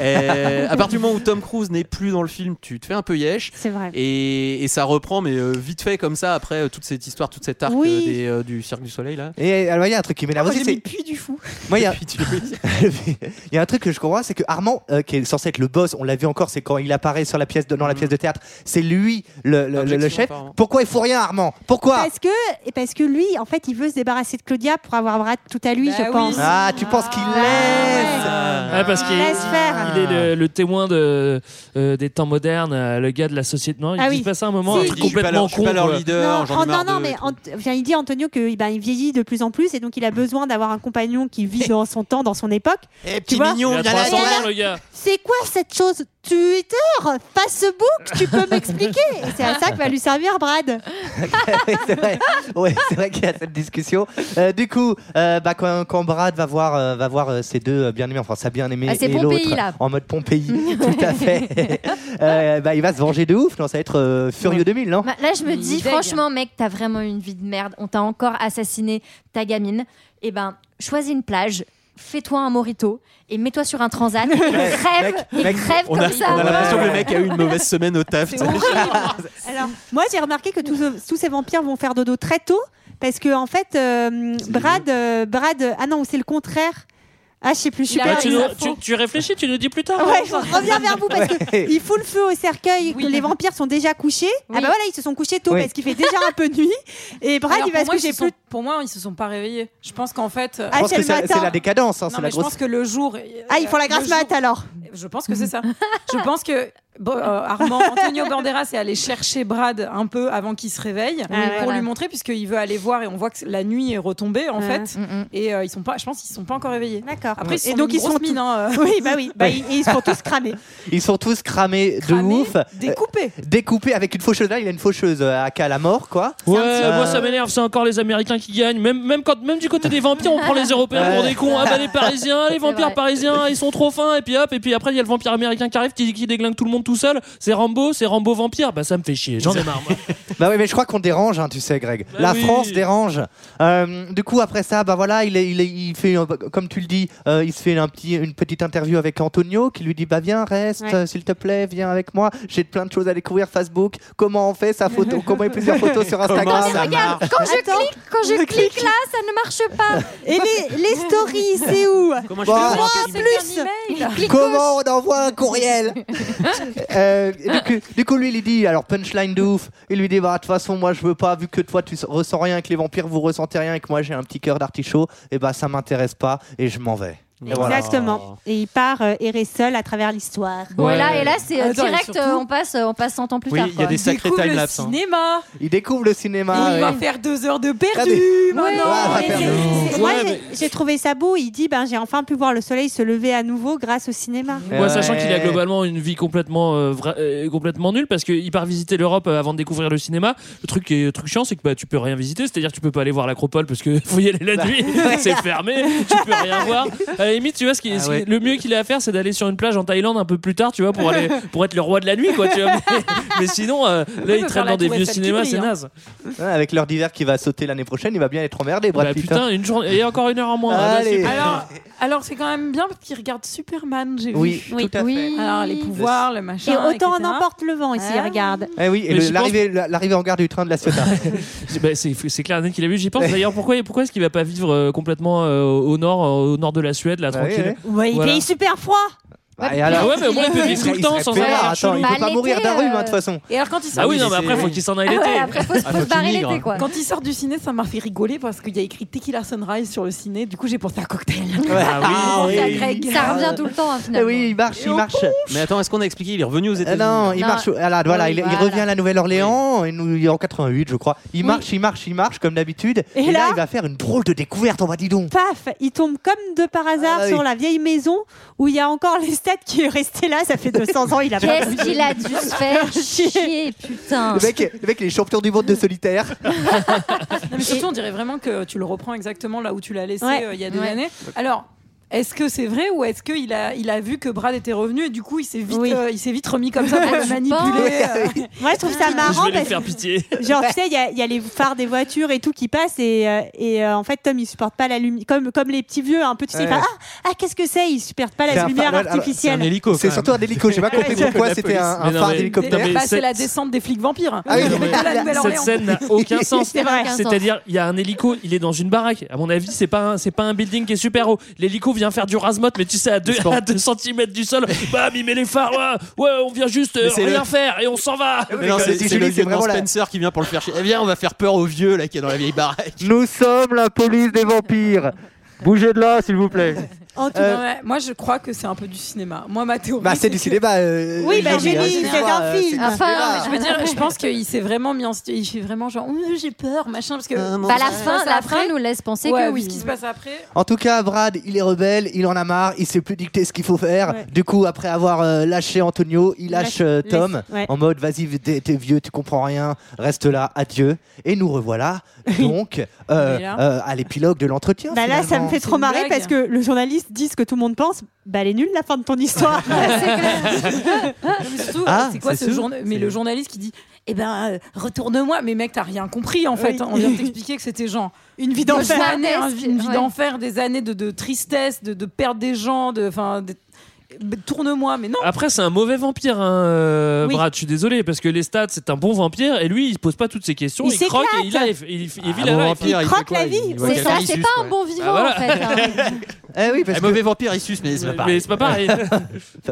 [SPEAKER 6] Euh, à partir du moment où Tom Cruise n'est plus dans le film, tu te fais un peu yesh.
[SPEAKER 8] C'est vrai.
[SPEAKER 6] Et, et ça reprend, mais euh, vite fait comme ça, après euh, toute cette histoire, toute cette arc
[SPEAKER 8] Oui.
[SPEAKER 6] euh, des, euh, du Cirque du Soleil. là.
[SPEAKER 1] Et alors, il y a un truc qui
[SPEAKER 6] Ah,
[SPEAKER 1] m'énerve
[SPEAKER 11] Moi,
[SPEAKER 1] aussi,
[SPEAKER 11] j'ai mis
[SPEAKER 1] c'est
[SPEAKER 11] le puits du fou.
[SPEAKER 1] moi il y a
[SPEAKER 6] Puis tu-
[SPEAKER 1] il y a un truc que je comprends, c'est que Armand, euh, qui est censé être le boss, on l'a vu encore, c'est quand il apparaît sur la pièce de- dans
[SPEAKER 6] Mm.
[SPEAKER 1] la pièce de théâtre, c'est lui le, le- le- le
[SPEAKER 6] Objection,
[SPEAKER 1] chef.
[SPEAKER 6] apparemment.
[SPEAKER 1] Pourquoi il faut rien, Armand Pourquoi
[SPEAKER 8] Parce que, et parce que lui, en fait, il veut se débarrasser de Claudia pour avoir Brad tout à lui,
[SPEAKER 11] Bah
[SPEAKER 8] je
[SPEAKER 11] oui.
[SPEAKER 8] pense.
[SPEAKER 1] Ah, tu penses qu'il laisse
[SPEAKER 7] Ouais, Ah, parce qu'il
[SPEAKER 8] Laisse faire.
[SPEAKER 7] il est le, le témoin de, euh, des temps modernes, euh, le gars de la société. Non, il
[SPEAKER 8] Ah
[SPEAKER 7] se
[SPEAKER 8] oui.
[SPEAKER 7] passe ça un moment, un
[SPEAKER 8] Si.
[SPEAKER 7] truc
[SPEAKER 6] Je suis pas
[SPEAKER 7] complètement
[SPEAKER 6] leur- je suis
[SPEAKER 7] con.
[SPEAKER 6] pas leur
[SPEAKER 7] quoi.
[SPEAKER 6] leader, j'en ai
[SPEAKER 8] en-
[SPEAKER 6] marre
[SPEAKER 8] non, non,
[SPEAKER 6] de-
[SPEAKER 8] mais Ant- enfin, il dit Antonio que ben, il vieillit de plus en plus et donc il a besoin d'avoir un compagnon qui vit dans son temps, dans son époque.
[SPEAKER 6] Eh,
[SPEAKER 8] Tu
[SPEAKER 6] petit
[SPEAKER 8] vois
[SPEAKER 6] mignon,
[SPEAKER 7] Il a
[SPEAKER 6] viens là,
[SPEAKER 7] 300
[SPEAKER 6] viens là.
[SPEAKER 7] ans, le gars.
[SPEAKER 8] C'est quoi cette chose Twitter Facebook Tu peux m'expliquer Et C'est à ça que va lui servir Brad.
[SPEAKER 1] Oui, c'est vrai. Ouais, c'est vrai qu'il y a cette discussion. Euh, du coup, euh, bah, quand, quand Brad va voir, euh, va voir euh, ses deux euh, bien-aimés, enfin sa bien-aimée
[SPEAKER 5] Ah, c'est
[SPEAKER 1] et
[SPEAKER 5] Pompéi,
[SPEAKER 1] l'autre,
[SPEAKER 5] là.
[SPEAKER 1] en mode Pompéi, tout à fait. Euh, bah, il va se venger de ouf. Non, ça va être euh, Furieux 2000, non
[SPEAKER 5] bah, là, je me dis,
[SPEAKER 11] Deg.
[SPEAKER 5] franchement, mec, t'as vraiment une vie de merde. On t'a encore assassiné ta gamine. Eh ben, choisis une plage. Fais-toi un morito et mets-toi sur un transat. Et crève, et
[SPEAKER 1] mec,
[SPEAKER 5] crève
[SPEAKER 6] On
[SPEAKER 5] comme
[SPEAKER 6] a,
[SPEAKER 5] ça.
[SPEAKER 6] on a l'impression que le mec a eu une mauvaise semaine au taf.
[SPEAKER 11] C'est horrible.
[SPEAKER 8] Alors, moi, j'ai remarqué que tous, ce- tous ces vampires vont faire dodo très tôt parce que, en fait, euh, Brad, euh, Brad, euh, ah non, c'est le contraire. Ah, je sais plus, je suis
[SPEAKER 11] Il a
[SPEAKER 7] Bah,
[SPEAKER 8] pas.
[SPEAKER 7] tu,
[SPEAKER 11] il
[SPEAKER 7] nous-
[SPEAKER 11] a
[SPEAKER 7] tu-
[SPEAKER 11] faux.
[SPEAKER 7] tu réfléchis, tu nous dis plus tard.
[SPEAKER 8] Ouais, je reviens vers vous parce que il fout le feu au cercueil,
[SPEAKER 11] Oui.
[SPEAKER 8] que les vampires sont déjà couchés. Ah bah voilà, ils se sont couchés tôt
[SPEAKER 1] Oui.
[SPEAKER 8] parce qu'il fait déjà un peu nuit. Et Brad,
[SPEAKER 11] Alors,
[SPEAKER 8] il va se
[SPEAKER 11] pour moi, ils se
[SPEAKER 8] coucher
[SPEAKER 11] sont-
[SPEAKER 8] plus.
[SPEAKER 11] Pour moi, ils se sont pas réveillés. Je pense qu'en fait. euh,
[SPEAKER 8] Ah,
[SPEAKER 1] Je pense
[SPEAKER 8] c'est
[SPEAKER 1] que
[SPEAKER 8] le
[SPEAKER 1] ça-
[SPEAKER 8] matin.
[SPEAKER 1] c'est la décadence, hein,
[SPEAKER 11] non,
[SPEAKER 1] c'est
[SPEAKER 11] mais
[SPEAKER 1] la
[SPEAKER 11] je
[SPEAKER 1] grosse.
[SPEAKER 11] pense que le jour. euh,
[SPEAKER 8] Ah, ils font la grasse
[SPEAKER 11] le jour-
[SPEAKER 8] mat alors.
[SPEAKER 11] Je pense que c'est ça. je pense que Bo- euh, Armand, Antonio Banderas est allé chercher Brad un peu avant qu'il se réveille
[SPEAKER 8] Ah ouais.
[SPEAKER 11] pour
[SPEAKER 8] Voilà.
[SPEAKER 11] lui montrer puisqu'il veut aller voir et on voit que la nuit est retombée en
[SPEAKER 8] Ouais.
[SPEAKER 11] fait et euh, ils sont pas, je pense qu'ils sont pas encore réveillés.
[SPEAKER 8] Mm, D'accord.
[SPEAKER 11] Après ils se
[SPEAKER 8] Et
[SPEAKER 11] sont
[SPEAKER 8] donc,
[SPEAKER 11] mis
[SPEAKER 8] ils
[SPEAKER 11] une grosse
[SPEAKER 8] sont
[SPEAKER 11] mine,
[SPEAKER 8] tous-
[SPEAKER 11] hein.
[SPEAKER 8] Oui, bah oui, bah, ils- ils sont tous
[SPEAKER 11] cramés.
[SPEAKER 1] Euh, Ils sont tous cramés, de ouf. Euh,
[SPEAKER 11] Découpés.
[SPEAKER 1] découpés avec une faucheuse. Là, il a une faucheuse euh, à cas à la mort, quoi.
[SPEAKER 7] Ouais,
[SPEAKER 1] Euh,
[SPEAKER 7] moi ça m'énerve, c'est encore les Américains qui gagnent. Même, même, quand, même du côté des vampires, on prend les Européens pour
[SPEAKER 1] Ouais.
[SPEAKER 7] des cons. Ah bah les Parisiens, les
[SPEAKER 1] C'est
[SPEAKER 7] vampires
[SPEAKER 1] vrai.
[SPEAKER 7] parisiens, ils sont trop fins. Et puis hop, et puis après il y a le vampire américain qui arrive, qui, qui déglingue tout le monde tout seul. C'est Rambo, c'est Rambo vampire. Bah ça me fait chier, j'en ai marre. moi.
[SPEAKER 1] Bah oui, mais je crois qu'on dérange, hein, tu sais, Greg.
[SPEAKER 7] Bah
[SPEAKER 1] la
[SPEAKER 7] oui.
[SPEAKER 1] France dérange. Euh, du coup, après ça, bah voilà, il, est- il, est- il fait, euh, comme tu le dis, euh, il se fait un petit, une petite interview avec Antonio qui lui dit Bah viens, reste,
[SPEAKER 13] Ouais.
[SPEAKER 1] euh, s'il te plaît, viens avec moi. J'ai plein de choses à découvrir. Facebook, comment on fait sa photo, comment il y a plusieurs photos sur
[SPEAKER 6] Comment
[SPEAKER 1] Instagram.
[SPEAKER 6] ça
[SPEAKER 5] Regarde, quand je clique, quand je clique là, ça ne marche pas.
[SPEAKER 8] Et les, les stories, c'est où
[SPEAKER 6] Comment
[SPEAKER 1] je Bon. fais pour
[SPEAKER 8] plus
[SPEAKER 1] Comment on envoie un courriel
[SPEAKER 5] Hein
[SPEAKER 1] Euh, du, coup, du coup, lui, il dit alors punchline de ouf. Il lui dit bah de toute façon, moi, je veux pas vu que toi tu s- ressens rien, et que les vampires vous ressentez rien, et que moi j'ai un petit cœur d'artichaut. Et bah ça m'intéresse pas, et je m'en vais. Et voilà.
[SPEAKER 8] Exactement. Et il part euh, errer seul à travers l'histoire.
[SPEAKER 5] Voilà, et là c'est euh,
[SPEAKER 8] Attends, et
[SPEAKER 5] direct,
[SPEAKER 8] surtout-
[SPEAKER 5] euh, on passe, euh, on passe 100 ans plus
[SPEAKER 1] Oui,
[SPEAKER 5] tard.
[SPEAKER 1] il y a
[SPEAKER 5] quoi.
[SPEAKER 1] des sacrés
[SPEAKER 5] Découvre le
[SPEAKER 1] timelapses, hein.
[SPEAKER 11] Cinéma.
[SPEAKER 1] Il découvre le cinéma.
[SPEAKER 11] Il
[SPEAKER 1] ouais.
[SPEAKER 11] va faire deux heures de perdu.
[SPEAKER 1] Allez.
[SPEAKER 11] maintenant.
[SPEAKER 1] Ouais, on va
[SPEAKER 11] Et
[SPEAKER 1] faire
[SPEAKER 11] c'est-
[SPEAKER 1] deux.
[SPEAKER 11] c'est-
[SPEAKER 8] Moi,
[SPEAKER 11] ouais,
[SPEAKER 8] j'ai- j'ai trouvé ça beau. Il dit ben, J'ai enfin pu voir le soleil se lever à nouveau grâce au cinéma.
[SPEAKER 7] Moi, sachant qu'il a globalement une vie complètement, euh, vra- euh, complètement nulle, parce qu'il part visiter l'Europe euh, avant de découvrir le cinéma. Le truc, qui est, le truc chiant, c'est que bah, tu peux rien visiter, c'est-à-dire que tu peux pas aller voir l'Acropole parce que faut y aller la
[SPEAKER 4] Bah,
[SPEAKER 7] nuit,
[SPEAKER 4] ouais.
[SPEAKER 7] c'est fermé, tu peux rien voir. À la limite, tu vois, ce qui, est-
[SPEAKER 4] Ah
[SPEAKER 7] ce qui-
[SPEAKER 4] ouais.
[SPEAKER 7] le mieux qu'il a à faire, c'est d'aller sur une plage en Thaïlande un peu plus tard, tu vois, pour, aller, pour être le roi de la nuit, quoi. Tu vois. Bah, Mais, mais sinon, euh, là,
[SPEAKER 11] peut
[SPEAKER 7] il
[SPEAKER 11] faire
[SPEAKER 7] traîne
[SPEAKER 11] la
[SPEAKER 7] dans des
[SPEAKER 11] Tour
[SPEAKER 7] vieux
[SPEAKER 11] Eiffel qui
[SPEAKER 7] cinémas,
[SPEAKER 11] brille,
[SPEAKER 7] c'est
[SPEAKER 11] hein.
[SPEAKER 7] naze.
[SPEAKER 1] Ouais, avec l'heure d'hiver qui va sauter l'année prochaine, il va bien être emmerdé, Brad
[SPEAKER 7] Bah,
[SPEAKER 1] Pitt. hein.
[SPEAKER 7] putain, une journée, et encore une heure en moins. hein, là,
[SPEAKER 1] Allez.
[SPEAKER 7] c'est-
[SPEAKER 11] Alors, alors c'est quand même bien parce qu'il regarde Superman, j'ai
[SPEAKER 1] Oui,
[SPEAKER 11] vu.
[SPEAKER 1] Oui. tout à fait.
[SPEAKER 11] Alors les pouvoirs, le
[SPEAKER 8] Et
[SPEAKER 11] machin.
[SPEAKER 8] autant on
[SPEAKER 11] etc..
[SPEAKER 8] emporte le vent ici,
[SPEAKER 11] Ah.
[SPEAKER 8] regarde.
[SPEAKER 1] Eh oui, et
[SPEAKER 7] Mais
[SPEAKER 1] le-
[SPEAKER 7] j'y pense-
[SPEAKER 1] l'arrivée la- l'arrivée en gare du train de la Ciotat.
[SPEAKER 7] J'ai- bah, c'est c'est clair et net qu'il a vu. J'y pense d'ailleurs. Pourquoi, pourquoi est-ce qu'il va pas vivre euh, complètement euh, au nord, euh, au nord de la Suède, là,
[SPEAKER 1] oui,
[SPEAKER 7] tranquille
[SPEAKER 8] oui. Bah Ouais, il
[SPEAKER 7] Voilà.
[SPEAKER 8] fait super froid.
[SPEAKER 1] Bah, et
[SPEAKER 7] Ah
[SPEAKER 1] alors-
[SPEAKER 7] ouais, mais au moins, il peut vivre tout le
[SPEAKER 1] Il
[SPEAKER 7] temps
[SPEAKER 1] serait
[SPEAKER 7] sans
[SPEAKER 1] peinard,
[SPEAKER 7] avoir un
[SPEAKER 1] attends, il
[SPEAKER 7] chelou.
[SPEAKER 1] peut pas mourir d'un rhume, hein, de toute façon.
[SPEAKER 11] Et alors quand il sort
[SPEAKER 7] Ah oui,
[SPEAKER 11] du
[SPEAKER 7] non, mais
[SPEAKER 11] ciné-
[SPEAKER 7] après, faut qu'il s'en aille
[SPEAKER 11] euh, Ah ouais,
[SPEAKER 7] l'été.
[SPEAKER 11] après, faut-
[SPEAKER 7] Ah, faut
[SPEAKER 11] faut se
[SPEAKER 7] qu'il
[SPEAKER 11] barrer
[SPEAKER 7] migre.
[SPEAKER 11] l'été, Quand il sort du ciné, ça m'a fait rigoler parce qu'il y a écrit Tequila Sunrise sur le ciné. Du coup, j'ai pensé à cocktail.
[SPEAKER 6] Ah oui,
[SPEAKER 11] J'ai pensé à
[SPEAKER 6] oui.
[SPEAKER 11] Greg.
[SPEAKER 5] Ça revient tout le temps hein,
[SPEAKER 1] Eh
[SPEAKER 5] finalement.
[SPEAKER 1] oui, il marche, il marche.
[SPEAKER 6] Mais attends, est-ce qu'on a expliqué Il est revenu aux
[SPEAKER 1] Euh,
[SPEAKER 6] États-Unis.
[SPEAKER 1] non, il
[SPEAKER 5] Non.
[SPEAKER 1] marche. Alors, voilà,
[SPEAKER 5] Oui,
[SPEAKER 1] il, il
[SPEAKER 5] voilà.
[SPEAKER 1] revient à la Nouvelle-Orléans et nous- il est en 88, je crois. Il marche, il marche, il marche comme d'habitude. Et,
[SPEAKER 8] Et
[SPEAKER 1] là,
[SPEAKER 8] là
[SPEAKER 1] il va faire une drôle de découverte. On va dis donc.
[SPEAKER 8] Paf, il tombe comme de par hasard
[SPEAKER 1] Ah oui.
[SPEAKER 8] sur la vieille maison où il y a encore les statues qui est restée là. Ça fait 200 ans, il a pas
[SPEAKER 5] Qu'est-ce
[SPEAKER 8] bougé.
[SPEAKER 5] qu'il a dû se faire chier, putain.
[SPEAKER 1] Le mec, le mec, il est champion du monde de solitaire.
[SPEAKER 11] Non, mais surtout, on dirait vraiment que tu le reprends exactement là où tu l'as laissé
[SPEAKER 8] Ouais.
[SPEAKER 11] euh, il y a des
[SPEAKER 8] Ouais.
[SPEAKER 11] années. Alors. Est-ce que c'est vrai ou est-ce qu'il a, il a vu que Brad était revenu et du coup il s'est vite,
[SPEAKER 8] Oui.
[SPEAKER 11] euh, il s'est vite remis comme ça pour
[SPEAKER 8] Ah,
[SPEAKER 11] le
[SPEAKER 8] tu
[SPEAKER 11] manipuler
[SPEAKER 8] penses
[SPEAKER 11] euh.
[SPEAKER 8] Moi, je trouve ça
[SPEAKER 7] Je
[SPEAKER 8] marrant
[SPEAKER 7] vais lui
[SPEAKER 8] parce
[SPEAKER 7] faire pitié.
[SPEAKER 8] Genre, tu sais, il y, a- il y a les phares des voitures et tout qui passent, et, euh, et, euh, en fait, Tom, il supporte pas la lumière. Comme, comme les petits vieux, un peu, tu sais,
[SPEAKER 1] Ouais.
[SPEAKER 8] il fait, ah, ah, qu'est-ce que c'est Il supporte pas
[SPEAKER 1] C'est
[SPEAKER 8] la
[SPEAKER 1] un
[SPEAKER 8] lumière
[SPEAKER 1] phare- alors,
[SPEAKER 8] artificielle.
[SPEAKER 6] c'est un hélico,
[SPEAKER 1] C'est
[SPEAKER 6] quand
[SPEAKER 1] surtout un hélico. J'ai pas compris pourquoi c'était un, un
[SPEAKER 7] Mais non,
[SPEAKER 1] phare
[SPEAKER 7] mais-
[SPEAKER 1] d'hélicoptère.
[SPEAKER 7] mais
[SPEAKER 11] Bah,
[SPEAKER 7] cette-
[SPEAKER 11] c'est la descente des flics vampires.
[SPEAKER 1] Ah oui, non,
[SPEAKER 11] De
[SPEAKER 1] mais-
[SPEAKER 11] la Nouvelle-Orléans.
[SPEAKER 7] Cette scène n'a aucun sens.
[SPEAKER 8] C'est vrai.
[SPEAKER 7] C'est-à-dire, il y a un hélico, il est dans une baraque. À mon avis, c'est pas un, c'est pas un building qui est super haut. L'hélico vient faire du rasmote, mais tu sais, à 2
[SPEAKER 6] sport.
[SPEAKER 7] cm du sol, bam, il met les phares. Ouais, ouais, on vient juste euh,
[SPEAKER 6] Mais c'est
[SPEAKER 7] rien
[SPEAKER 6] le-
[SPEAKER 7] faire et on s'en va.
[SPEAKER 6] Mais non,
[SPEAKER 1] Mais
[SPEAKER 6] c'est
[SPEAKER 1] c'est
[SPEAKER 6] c'est le
[SPEAKER 1] Julie, c'est
[SPEAKER 6] lieutenant
[SPEAKER 1] vraiment la-
[SPEAKER 6] Spencer qui vient pour le faire chier. Eh bien, on va faire peur aux vieux là qui est dans la vieille baraque.
[SPEAKER 1] Nous sommes la police des vampires. Bougez de là, s'il vous plaît.
[SPEAKER 8] En tout-
[SPEAKER 11] Non, Oh, ouais, moi, je crois que c'est un peu du cinéma. Moi, ma théorie.
[SPEAKER 1] Bah, c'est du
[SPEAKER 11] que-
[SPEAKER 1] cinéma. euh,
[SPEAKER 8] Oui, bah,
[SPEAKER 1] Julie,
[SPEAKER 8] j'ai
[SPEAKER 1] hein,
[SPEAKER 8] dit, c'est
[SPEAKER 1] excuse-moi,
[SPEAKER 8] un
[SPEAKER 1] euh,
[SPEAKER 8] film.
[SPEAKER 1] c'est-
[SPEAKER 5] Enfin,
[SPEAKER 11] Je veux dire, je pense qu'il s'est vraiment mis en situ- Il fait vraiment genre, Ouh, j'ai peur, machin. Parce que.
[SPEAKER 5] Bah, la fin, la fin nous laisse penser
[SPEAKER 11] Ouais,
[SPEAKER 5] que
[SPEAKER 11] vu
[SPEAKER 5] oui.
[SPEAKER 11] ce qui se passe après.
[SPEAKER 1] En tout cas, Brad, il est rebelle, il en a marre, il sait plus dicter ce qu'il faut faire.
[SPEAKER 8] Ouais.
[SPEAKER 1] Du coup, après avoir euh, lâché Antonio, il lâche euh,
[SPEAKER 8] laisse-
[SPEAKER 1] Tom
[SPEAKER 8] ouais.
[SPEAKER 1] en mode vas-y, v- t'es t'es vieux, tu comprends rien, reste là, adieu. Et nous revoilà donc euh,
[SPEAKER 11] Mais là-
[SPEAKER 1] euh, à l'épilogue de l'entretien.
[SPEAKER 8] Bah là, ça me
[SPEAKER 1] finalement.
[SPEAKER 8] fait trop
[SPEAKER 11] une
[SPEAKER 8] marrer
[SPEAKER 11] blague.
[SPEAKER 8] parce que le journaliste dit ce que tout le monde pense. Bah, elle est nulle la fin de ton histoire.
[SPEAKER 11] Non, mais surtout,
[SPEAKER 1] Ah,
[SPEAKER 11] c'est quoi
[SPEAKER 6] c'est
[SPEAKER 11] ce
[SPEAKER 6] sûr.
[SPEAKER 11] journal Mais le journaliste qui dit, eh ben, euh, retourne-moi. Mais mec, t'as rien compris en fait. hein.
[SPEAKER 8] Oui.
[SPEAKER 11] On vient de t'expliquer que c'était genre
[SPEAKER 8] Une vie
[SPEAKER 11] des
[SPEAKER 8] d'enfer.
[SPEAKER 11] années, hein, une vie
[SPEAKER 5] Ouais.
[SPEAKER 11] d'enfer, des années de, de tristesse, de, de perte des gens, de, enfin, des- Mais tourne-moi. Mais non.
[SPEAKER 7] Après, c'est un mauvais vampire, hein, euh,
[SPEAKER 8] Oui.
[SPEAKER 7] Brad. Je suis désolé parce que les stats, c'est un bon vampire et lui, il se pose pas toutes ces questions.
[SPEAKER 8] Il
[SPEAKER 7] Il, croque et il,
[SPEAKER 8] s'éclate.
[SPEAKER 7] arrive, il, il,
[SPEAKER 6] Ah,
[SPEAKER 7] vit
[SPEAKER 6] bon
[SPEAKER 7] la life.
[SPEAKER 6] vampire,
[SPEAKER 8] Il
[SPEAKER 6] fait
[SPEAKER 8] croque
[SPEAKER 6] quoi
[SPEAKER 8] la vie.
[SPEAKER 6] Il- il
[SPEAKER 8] C'est
[SPEAKER 6] voit
[SPEAKER 5] C'est
[SPEAKER 6] quelqu'un,
[SPEAKER 5] ça,
[SPEAKER 6] il
[SPEAKER 5] c'est
[SPEAKER 6] suce,
[SPEAKER 5] pas
[SPEAKER 6] quoi.
[SPEAKER 5] un bon vivant
[SPEAKER 7] Ah, voilà.
[SPEAKER 5] en fait. hein.
[SPEAKER 1] Eh oui, parce
[SPEAKER 6] Un
[SPEAKER 1] que-
[SPEAKER 6] mauvais vampire, il suce, mais c'est pas
[SPEAKER 7] Mais
[SPEAKER 6] pareil.
[SPEAKER 7] c'est pas pareil.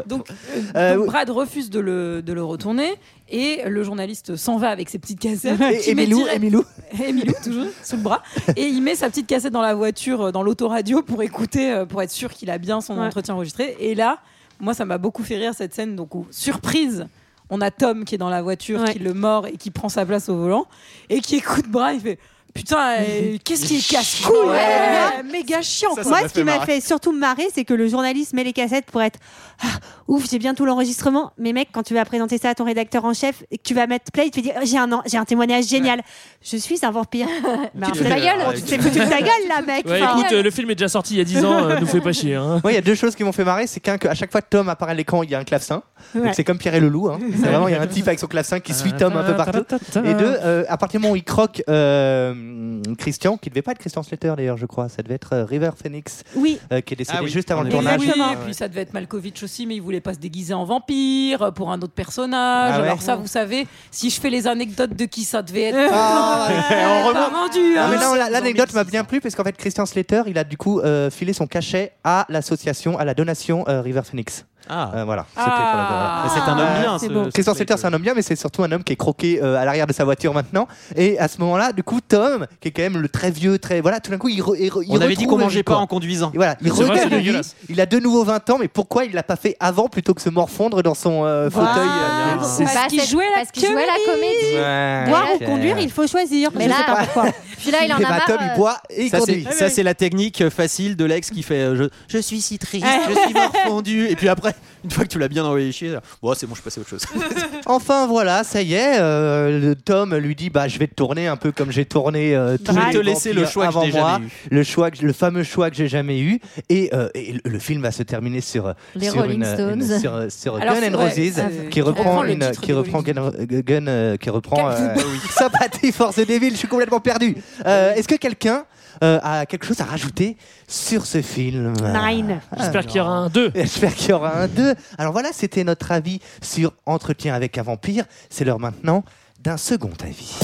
[SPEAKER 11] Donc,
[SPEAKER 1] Euh,
[SPEAKER 11] donc
[SPEAKER 1] oui.
[SPEAKER 11] Brad refuse de le, de le retourner et le journaliste s'en va avec ses petites cassettes.
[SPEAKER 1] Et-
[SPEAKER 11] qu'il met
[SPEAKER 1] Emilou,
[SPEAKER 11] direct-
[SPEAKER 1] Emilou.
[SPEAKER 11] Emilou, toujours sous le bras. Et il met sa petite cassette dans la voiture, euh, dans l'autoradio pour écouter, euh, pour être sûr qu'il a bien son
[SPEAKER 8] Ouais.
[SPEAKER 11] entretien enregistré. Et là, Moi, ça m'a beaucoup fait rire cette scène. Donc, où, surprise, on a Tom qui est dans la voiture, qui le mord et qui prend sa place au volant et qui écoute bras. Il fait Putain, euh, qu'est-ce qui est casse-couille
[SPEAKER 8] Ouais.
[SPEAKER 11] euh, Méga chiant.
[SPEAKER 8] Moi, ce qui m'a fait surtout marrer, c'est que le journaliste met les cassettes pour être Ah, ouf, j'ai bien tout l'enregistrement. Mais mec, quand tu vas présenter ça à ton rédacteur en chef et que tu vas mettre play, tu vas dire Oh, j'ai un an- j'ai un témoignage génial. Je suis un vampire. Mais
[SPEAKER 7] Tu te
[SPEAKER 8] un
[SPEAKER 7] fais-
[SPEAKER 8] ta gueule,
[SPEAKER 7] ouais,
[SPEAKER 8] tu
[SPEAKER 7] tu
[SPEAKER 8] t'es
[SPEAKER 7] te
[SPEAKER 8] foutu
[SPEAKER 7] fais-
[SPEAKER 8] de ta gueule là, mec.
[SPEAKER 7] Ouais,
[SPEAKER 8] Enfin,
[SPEAKER 7] écoute, euh, le film est déjà sorti il y a 10 ans, euh, nous fais pas chier. hein.
[SPEAKER 1] Moi, il y a deux choses qui m'ont fait marrer. C'est qu'un, que à chaque fois que Tom apparaît à l'écran, il y a un clavecin.
[SPEAKER 7] Ouais.
[SPEAKER 1] Donc c'est comme Pierre et le loup. hein. C'est vraiment, il y a un type avec son clavecin qui suit Tom un peu partout. Et deux, euh, à partir du moment où il croque euh, Christian, qui devait pas être Christian Slater d'ailleurs, je crois, ça devait être euh, River Phoenix,
[SPEAKER 8] Oui.
[SPEAKER 1] euh, qui est décédé
[SPEAKER 6] Ah oui,
[SPEAKER 1] juste avant le
[SPEAKER 11] Exactement.
[SPEAKER 1] tournage.
[SPEAKER 11] Et puis ça devait être Malkovich aussi, mais il voulait pas se déguiser en vampire euh, pour un autre personnage.
[SPEAKER 1] Ah ouais
[SPEAKER 11] Alors ça, vous savez, si je fais les anecdotes de qui ça devait être,
[SPEAKER 1] Ah, ouais, on
[SPEAKER 11] pas
[SPEAKER 1] remonte.
[SPEAKER 11] vendu.
[SPEAKER 1] Non,
[SPEAKER 11] hein.
[SPEAKER 1] Ah, mais non, la- l'anecdote m'a bien plu parce qu'en fait, Christian Slater, il a du coup euh, filé son cachet à l'association, à la donation euh, River Phoenix.
[SPEAKER 6] Ah.
[SPEAKER 1] Euh, voilà. C'était pour la-
[SPEAKER 11] Ah.
[SPEAKER 6] Mais c'est un homme bien.
[SPEAKER 8] c'est
[SPEAKER 6] ce-
[SPEAKER 8] beau.
[SPEAKER 6] ce
[SPEAKER 1] Christian
[SPEAKER 6] mec,
[SPEAKER 1] Slater, c'est un homme bien, mais c'est surtout un homme qui est croqué euh, à l'arrière de sa voiture maintenant. Et à ce moment-là, du coup, Tom, qui est quand même le très vieux, très. Voilà, tout d'un coup, il. re- il re- il
[SPEAKER 6] On avait dit qu'on
[SPEAKER 1] retrouve la vie,
[SPEAKER 6] mangeait pas
[SPEAKER 1] quoi.
[SPEAKER 6] en conduisant.
[SPEAKER 1] Et voilà, il
[SPEAKER 7] C'est vrai,
[SPEAKER 1] regagne
[SPEAKER 7] c'est
[SPEAKER 1] la vie.
[SPEAKER 7] dégueulasse.
[SPEAKER 1] Il a de nouveau 20 ans, mais pourquoi il l'a pas fait avant plutôt que se morfondre dans son euh, fauteuil
[SPEAKER 11] Ah,
[SPEAKER 1] euh,
[SPEAKER 11] c'est- Parce
[SPEAKER 5] Bah,
[SPEAKER 11] qu'il
[SPEAKER 5] c'est-
[SPEAKER 11] jouait la
[SPEAKER 5] parce qu'il jouait la comédie.
[SPEAKER 1] Ouais.
[SPEAKER 8] Boire ou
[SPEAKER 1] Ok.
[SPEAKER 8] conduire, il faut choisir.
[SPEAKER 5] Mais
[SPEAKER 8] Je
[SPEAKER 5] là-
[SPEAKER 8] sais pas pourquoi.
[SPEAKER 5] Puis là, il en a
[SPEAKER 1] Et bah,
[SPEAKER 5] marre.
[SPEAKER 1] Tom, il
[SPEAKER 5] euh,
[SPEAKER 1] boit et il
[SPEAKER 6] Ça,
[SPEAKER 1] conduit.
[SPEAKER 6] c'est- Ça, c'est la technique euh, facile de l'ex qui fait euh, je, je suis si triste, je suis morfondu. Et puis après, une fois que tu l'as bien envoyé chier, bon, c'est bon, je suis passé à autre chose.
[SPEAKER 1] Enfin voilà, ça y est, euh, le Tom lui dit bah je vais te tourner un peu comme j'ai tourné euh, tous
[SPEAKER 6] Je vais
[SPEAKER 1] les
[SPEAKER 6] te laisser le
[SPEAKER 1] vampires
[SPEAKER 6] choix que
[SPEAKER 1] avant
[SPEAKER 6] j'ai
[SPEAKER 1] moi,
[SPEAKER 6] jamais eu.
[SPEAKER 1] le choix que j- le fameux choix que j'ai jamais eu et, euh, et le, le film va se terminer sur euh,
[SPEAKER 5] Les
[SPEAKER 1] sur
[SPEAKER 5] Rolling
[SPEAKER 1] une, euh,
[SPEAKER 5] Stones.
[SPEAKER 1] une- sur, euh, sur
[SPEAKER 11] Alors,
[SPEAKER 1] Gun
[SPEAKER 11] c'est-
[SPEAKER 1] and
[SPEAKER 11] ouais,
[SPEAKER 1] Roses
[SPEAKER 11] c'est-
[SPEAKER 1] qui
[SPEAKER 11] on
[SPEAKER 1] reprend
[SPEAKER 11] reprend le
[SPEAKER 1] une
[SPEAKER 11] titre
[SPEAKER 1] qui
[SPEAKER 11] des
[SPEAKER 1] reprend
[SPEAKER 11] Rolling
[SPEAKER 1] Gun, euh, Gun, euh, qui reprend euh, Sympathie Force Devil, je suis complètement perdu. Euh, est-ce que quelqu'un euh, a quelque chose à rajouter sur ce film
[SPEAKER 8] Nine.
[SPEAKER 7] J'espère qu'il y aura un 2.
[SPEAKER 1] J'espère qu'il y aura un 2. Alors voilà, c'était notre avis sur Entretien avec un vampire. C'est l'heure maintenant d'un second avis.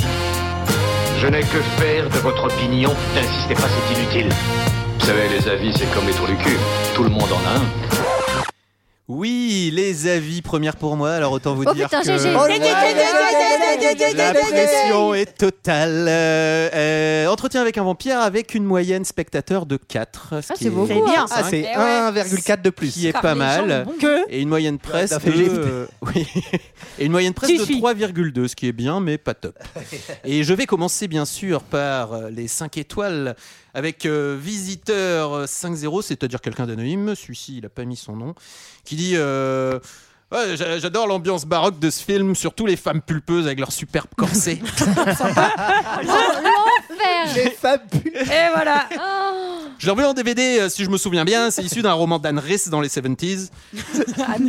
[SPEAKER 2] Je n'ai que faire de votre opinion. N'insistez pas, c'est inutile.
[SPEAKER 9] Vous savez, les avis, c'est comme les trous du cul. Tout le monde en a un.
[SPEAKER 6] Oui, les avis, première pour moi. Alors autant vous
[SPEAKER 5] Oh
[SPEAKER 6] dire
[SPEAKER 5] putain,
[SPEAKER 6] que
[SPEAKER 5] GG.
[SPEAKER 1] Oh,
[SPEAKER 6] la pression est totale. Euh, euh, entretien avec un vampire avec une moyenne spectateur de 4. Ce
[SPEAKER 5] Ah,
[SPEAKER 6] qui
[SPEAKER 5] c'est
[SPEAKER 6] est
[SPEAKER 5] beaucoup,
[SPEAKER 6] qui
[SPEAKER 5] hein.
[SPEAKER 1] Ah, c'est
[SPEAKER 11] Eh ouais.
[SPEAKER 1] 1,4 de plus.
[SPEAKER 6] est pas mal.
[SPEAKER 11] Que
[SPEAKER 6] Et une moyenne presse
[SPEAKER 1] t'as fait
[SPEAKER 6] de,
[SPEAKER 1] gifle.
[SPEAKER 6] euh, oui. et une moyenne presse
[SPEAKER 8] Tu
[SPEAKER 6] de
[SPEAKER 8] suis.
[SPEAKER 6] 3,2, ce qui est bien, mais pas top. Et je vais commencer bien sûr par euh, les 5 étoiles avec euh, visiteur euh, 5-0, c'est-à-dire quelqu'un d'anonyme. Celui-ci, il n'a pas mis son nom, qui dit. euh, Ouais, j'a- j'adore l'ambiance baroque de ce film, surtout les femmes pulpeuses avec leurs superbes corsets.
[SPEAKER 5] L'enfer.
[SPEAKER 1] Les fabuleux.
[SPEAKER 11] Oh, Et voilà.
[SPEAKER 5] Oh.
[SPEAKER 6] Je l'ai revu en DVD, euh, si je me souviens bien. C'est issu d'un roman d'Anne Rice dans les 70s.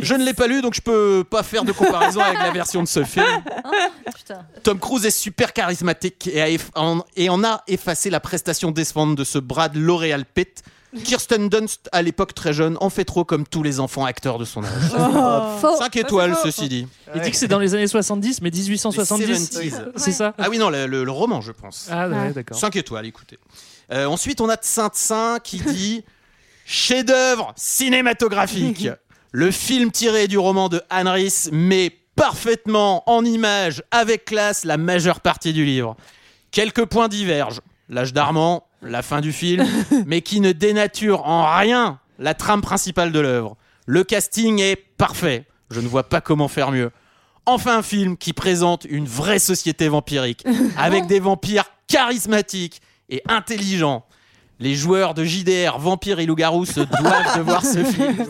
[SPEAKER 6] Je ne l'ai pas lu, donc je peux pas faire de comparaison avec la version de ce film.
[SPEAKER 5] Oh, Putain.
[SPEAKER 6] Tom Cruise est super charismatique et, a eff- en, et en a effacé la prestation décevante de ce bras de L'Oréal Pitt. Kirsten Dunst, à l'époque très jeune, en fait trop comme tous les enfants acteurs de son âge.
[SPEAKER 7] Oh.
[SPEAKER 5] Faux.
[SPEAKER 6] 5 étoiles, ceci dit.
[SPEAKER 7] Il dit que c'est dans les années 70, mais 1870.
[SPEAKER 6] Les 70s.
[SPEAKER 7] C'est ça
[SPEAKER 6] Ah oui, non, le, le- le roman, je pense.
[SPEAKER 7] Ah ouais, d'accord.
[SPEAKER 6] 5 étoiles, écoutez. Euh, ensuite, on a de Saint-Saint qui dit chef-d'œuvre cinématographique. Le film tiré du roman de Anne Rice met parfaitement en image, avec classe, la majeure partie du livre. Quelques points divergent. L'âge d'Armand, la fin du film, mais qui ne dénature en rien la trame principale de l'œuvre. Le casting est parfait. Je ne vois pas comment faire mieux. Enfin un film qui présente une vraie société vampirique, avec des vampires charismatiques et intelligents. Les joueurs de JDR, vampires et loup-garou se doivent de voir ce film.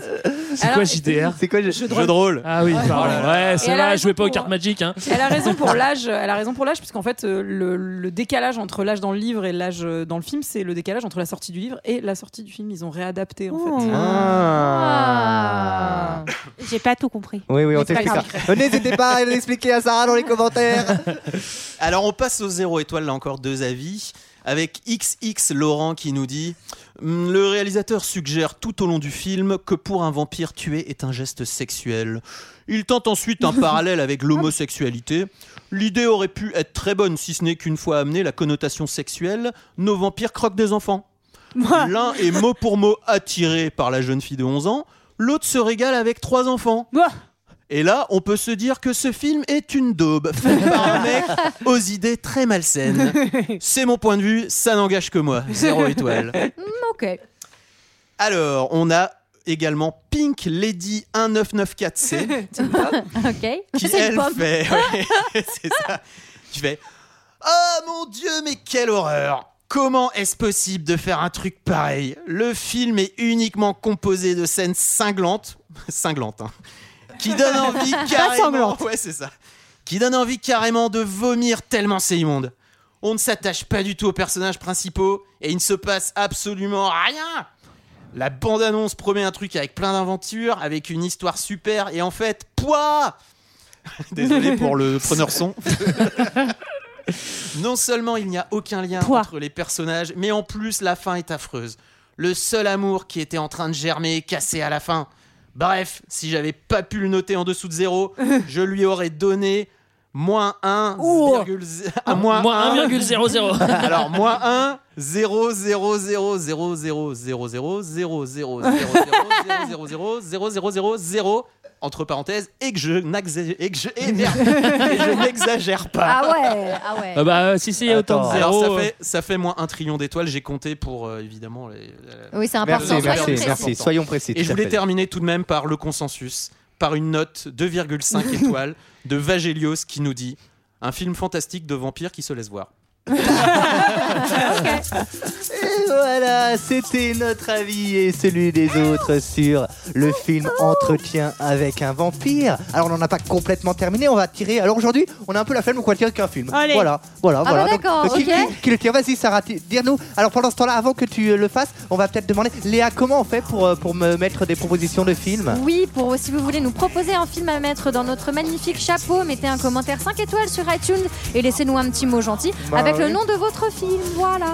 [SPEAKER 7] C'est quoi JDR
[SPEAKER 1] C'est quoi je...
[SPEAKER 6] Jeu de rôle.
[SPEAKER 7] Ah oui, pardon. Ouais,
[SPEAKER 11] elle a
[SPEAKER 7] celle-là,
[SPEAKER 11] raison
[SPEAKER 7] jouez pas aux
[SPEAKER 11] pour-
[SPEAKER 7] cartes magiques. Hein.
[SPEAKER 11] Elle a raison pour l'âge. Elle a raison pour l'âge, puisqu'en fait, euh, le, le décalage entre l'âge dans le livre et l'âge euh, dans le film, c'est le décalage entre la sortie du livre et la sortie du film. Ils ont réadapté en fait.
[SPEAKER 8] Oh.
[SPEAKER 1] Ah.
[SPEAKER 5] Ah.
[SPEAKER 8] J'ai pas tout compris.
[SPEAKER 1] Oui, oui, on
[SPEAKER 11] Mais c'est pas
[SPEAKER 1] t'expliquera. Euh, N'hésitez pas à l'expliquer à Sarah dans les commentaires.
[SPEAKER 6] Alors on passe aux zéro étoiles, là encore deux avis, avec XX Laurent qui nous dit Hum, Le réalisateur suggère tout au long du film que pour un vampire tuer est un geste sexuel. Il tente ensuite un parallèle avec l'homosexualité. L'idée aurait pu être très bonne si ce n'est qu'une fois amenée la connotation sexuelle, nos vampires croquent des enfants. L'un est mot pour mot attiré par la jeune fille de 11 ans, l'autre se régale avec trois enfants.
[SPEAKER 11] Ouah.
[SPEAKER 6] Et là, on peut se dire que ce film est une daube, faite par un mec aux idées très malsaines. C'est mon point de vue, ça n'engage que moi. Zéro étoile.
[SPEAKER 5] Ok.
[SPEAKER 6] Alors, on a également Pink Lady 1994C
[SPEAKER 5] ok.
[SPEAKER 6] qui elle fait, ouais, c'est ça, qui fait, oh mon dieu, mais quelle horreur Comment est-ce possible de faire un truc pareil Le film est uniquement composé de scènes cinglantes, cinglantes, hein, qui donnent envie
[SPEAKER 4] Pas
[SPEAKER 6] carrément,
[SPEAKER 4] sanglantes.
[SPEAKER 6] ouais c'est ça, qui donnent envie carrément de vomir tellement c'est immonde. On ne s'attache pas du tout aux personnages principaux et il ne se passe absolument rien. La bande-annonce promet un truc avec plein d'aventures, avec une histoire super, et en fait, poids Désolé pour le preneur son. non seulement il n'y a aucun lien entre les personnages, mais en plus la fin est affreuse. Le seul amour qui était en train de germer est cassé à la fin. Bref, si j'avais pas pu le noter en dessous de zéro, je lui aurais donné moins 1, à moins,
[SPEAKER 7] Moins
[SPEAKER 6] 1.
[SPEAKER 7] 1,00.
[SPEAKER 6] Alors moins 1, 0, 0, 0, 0, 0, 0, 0, 0, 0, 0, 0, 0, 0, 0, 0, 0, 0, entre parenthèses, et que je n'axé- et que je- et merde, et je n'exagère pas.
[SPEAKER 5] Ah ouais, ah ouais.
[SPEAKER 7] Ah bah, euh, si, si, il y a autant de
[SPEAKER 6] Alors,
[SPEAKER 7] zéros. euh.
[SPEAKER 6] ça fait, ça fait moins un trillion d'étoiles, j'ai compté pour euh, évidemment les.
[SPEAKER 5] Oui, c'est
[SPEAKER 1] Merci, important, merci, soyons précis. merci, soyons précis,
[SPEAKER 6] Et
[SPEAKER 1] tout
[SPEAKER 6] je
[SPEAKER 1] à
[SPEAKER 6] voulais
[SPEAKER 1] fait.
[SPEAKER 6] terminer tout de même par le consensus, par une note 2,5 étoiles de Vagelios qui nous dit un film fantastique de vampires qui se laisse voir.
[SPEAKER 1] Et voilà, c'était notre avis et celui des autres sur le film Entretien avec un vampire. Alors on n'en a pas complètement terminé, on va tirer. Alors aujourd'hui, on a un peu la flemme, donc on va tirer qu'un film.
[SPEAKER 4] Allez.
[SPEAKER 1] Voilà, voilà,
[SPEAKER 4] Ah bah
[SPEAKER 1] voilà.
[SPEAKER 4] d'accord,
[SPEAKER 1] euh, qui,
[SPEAKER 4] ok.
[SPEAKER 1] qui- qui le tire Vas-y Sarah, ti- dis-nous. Alors pendant ce temps-là, avant que tu euh, le fasses, on va peut-être demander, Léa, comment on fait pour, euh, pour me mettre des propositions de films
[SPEAKER 5] Oui, pour si vous voulez nous proposer un film à mettre dans notre magnifique chapeau, mettez un commentaire 5 étoiles sur iTunes et laissez-nous un petit mot gentil
[SPEAKER 1] Bah
[SPEAKER 5] avec le
[SPEAKER 1] oui.
[SPEAKER 5] nom de votre film. Voilà.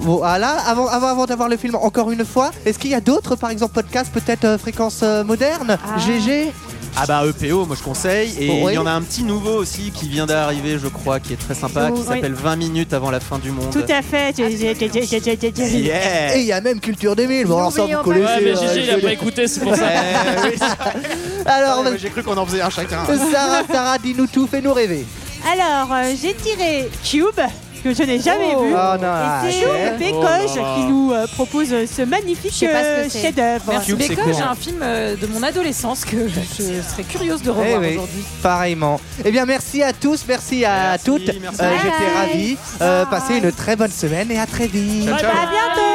[SPEAKER 1] Voilà, ah, avant, avant, avant d'avoir le film encore une fois, est-ce qu'il y a d'autres, par exemple, podcasts, peut-être euh, Fréquence euh, Moderne, GG
[SPEAKER 6] Ah bah EPO, moi je conseille. Et
[SPEAKER 1] Oui.
[SPEAKER 6] il y en a un petit nouveau aussi qui vient d'arriver, je crois, qui est très sympa, qui
[SPEAKER 1] Oui.
[SPEAKER 6] s'appelle 20 minutes avant la fin du monde.
[SPEAKER 8] Tout à fait.
[SPEAKER 6] Yeah.
[SPEAKER 1] Et il y a même Culture 2000. Bon, alors ça, vous connaissez.
[SPEAKER 7] Ouais, mais
[SPEAKER 1] euh,
[SPEAKER 7] Gigi, il a
[SPEAKER 1] je-
[SPEAKER 7] pas écouté, c'est pour ça.
[SPEAKER 6] Eh
[SPEAKER 1] Alors,
[SPEAKER 6] j'ai cru qu'on en faisait un chacun.
[SPEAKER 1] Euh, Sarah, Sarah, dis-nous tout, fais-nous rêver.
[SPEAKER 11] Ah.
[SPEAKER 8] Alors, euh, j'ai tiré Cube, que je n'ai jamais
[SPEAKER 1] Oh.
[SPEAKER 8] vu.
[SPEAKER 1] Ah, non,
[SPEAKER 8] et c'est
[SPEAKER 1] arrête.
[SPEAKER 8] Cube Bécoche
[SPEAKER 1] Oh là là.
[SPEAKER 8] qui nous euh, propose euh, ce magnifique
[SPEAKER 11] sais pas ce que
[SPEAKER 8] euh,
[SPEAKER 11] c'est.
[SPEAKER 8] chef-d'œuvre.
[SPEAKER 11] Merci
[SPEAKER 1] Cube, c'est
[SPEAKER 11] Bécoche,
[SPEAKER 1] court.
[SPEAKER 11] j'ai un film euh, de mon adolescence que je serais curieuse de
[SPEAKER 1] Eh
[SPEAKER 11] revoir
[SPEAKER 1] oui,
[SPEAKER 11] aujourd'hui.
[SPEAKER 1] pareillement. Eh bien, merci à tous, merci à toutes.
[SPEAKER 11] merci.
[SPEAKER 1] Euh,
[SPEAKER 11] Bye.
[SPEAKER 1] J'étais ravi. Euh, passez une très bonne semaine et à très vite.
[SPEAKER 11] Ciao, ciao. À bientôt.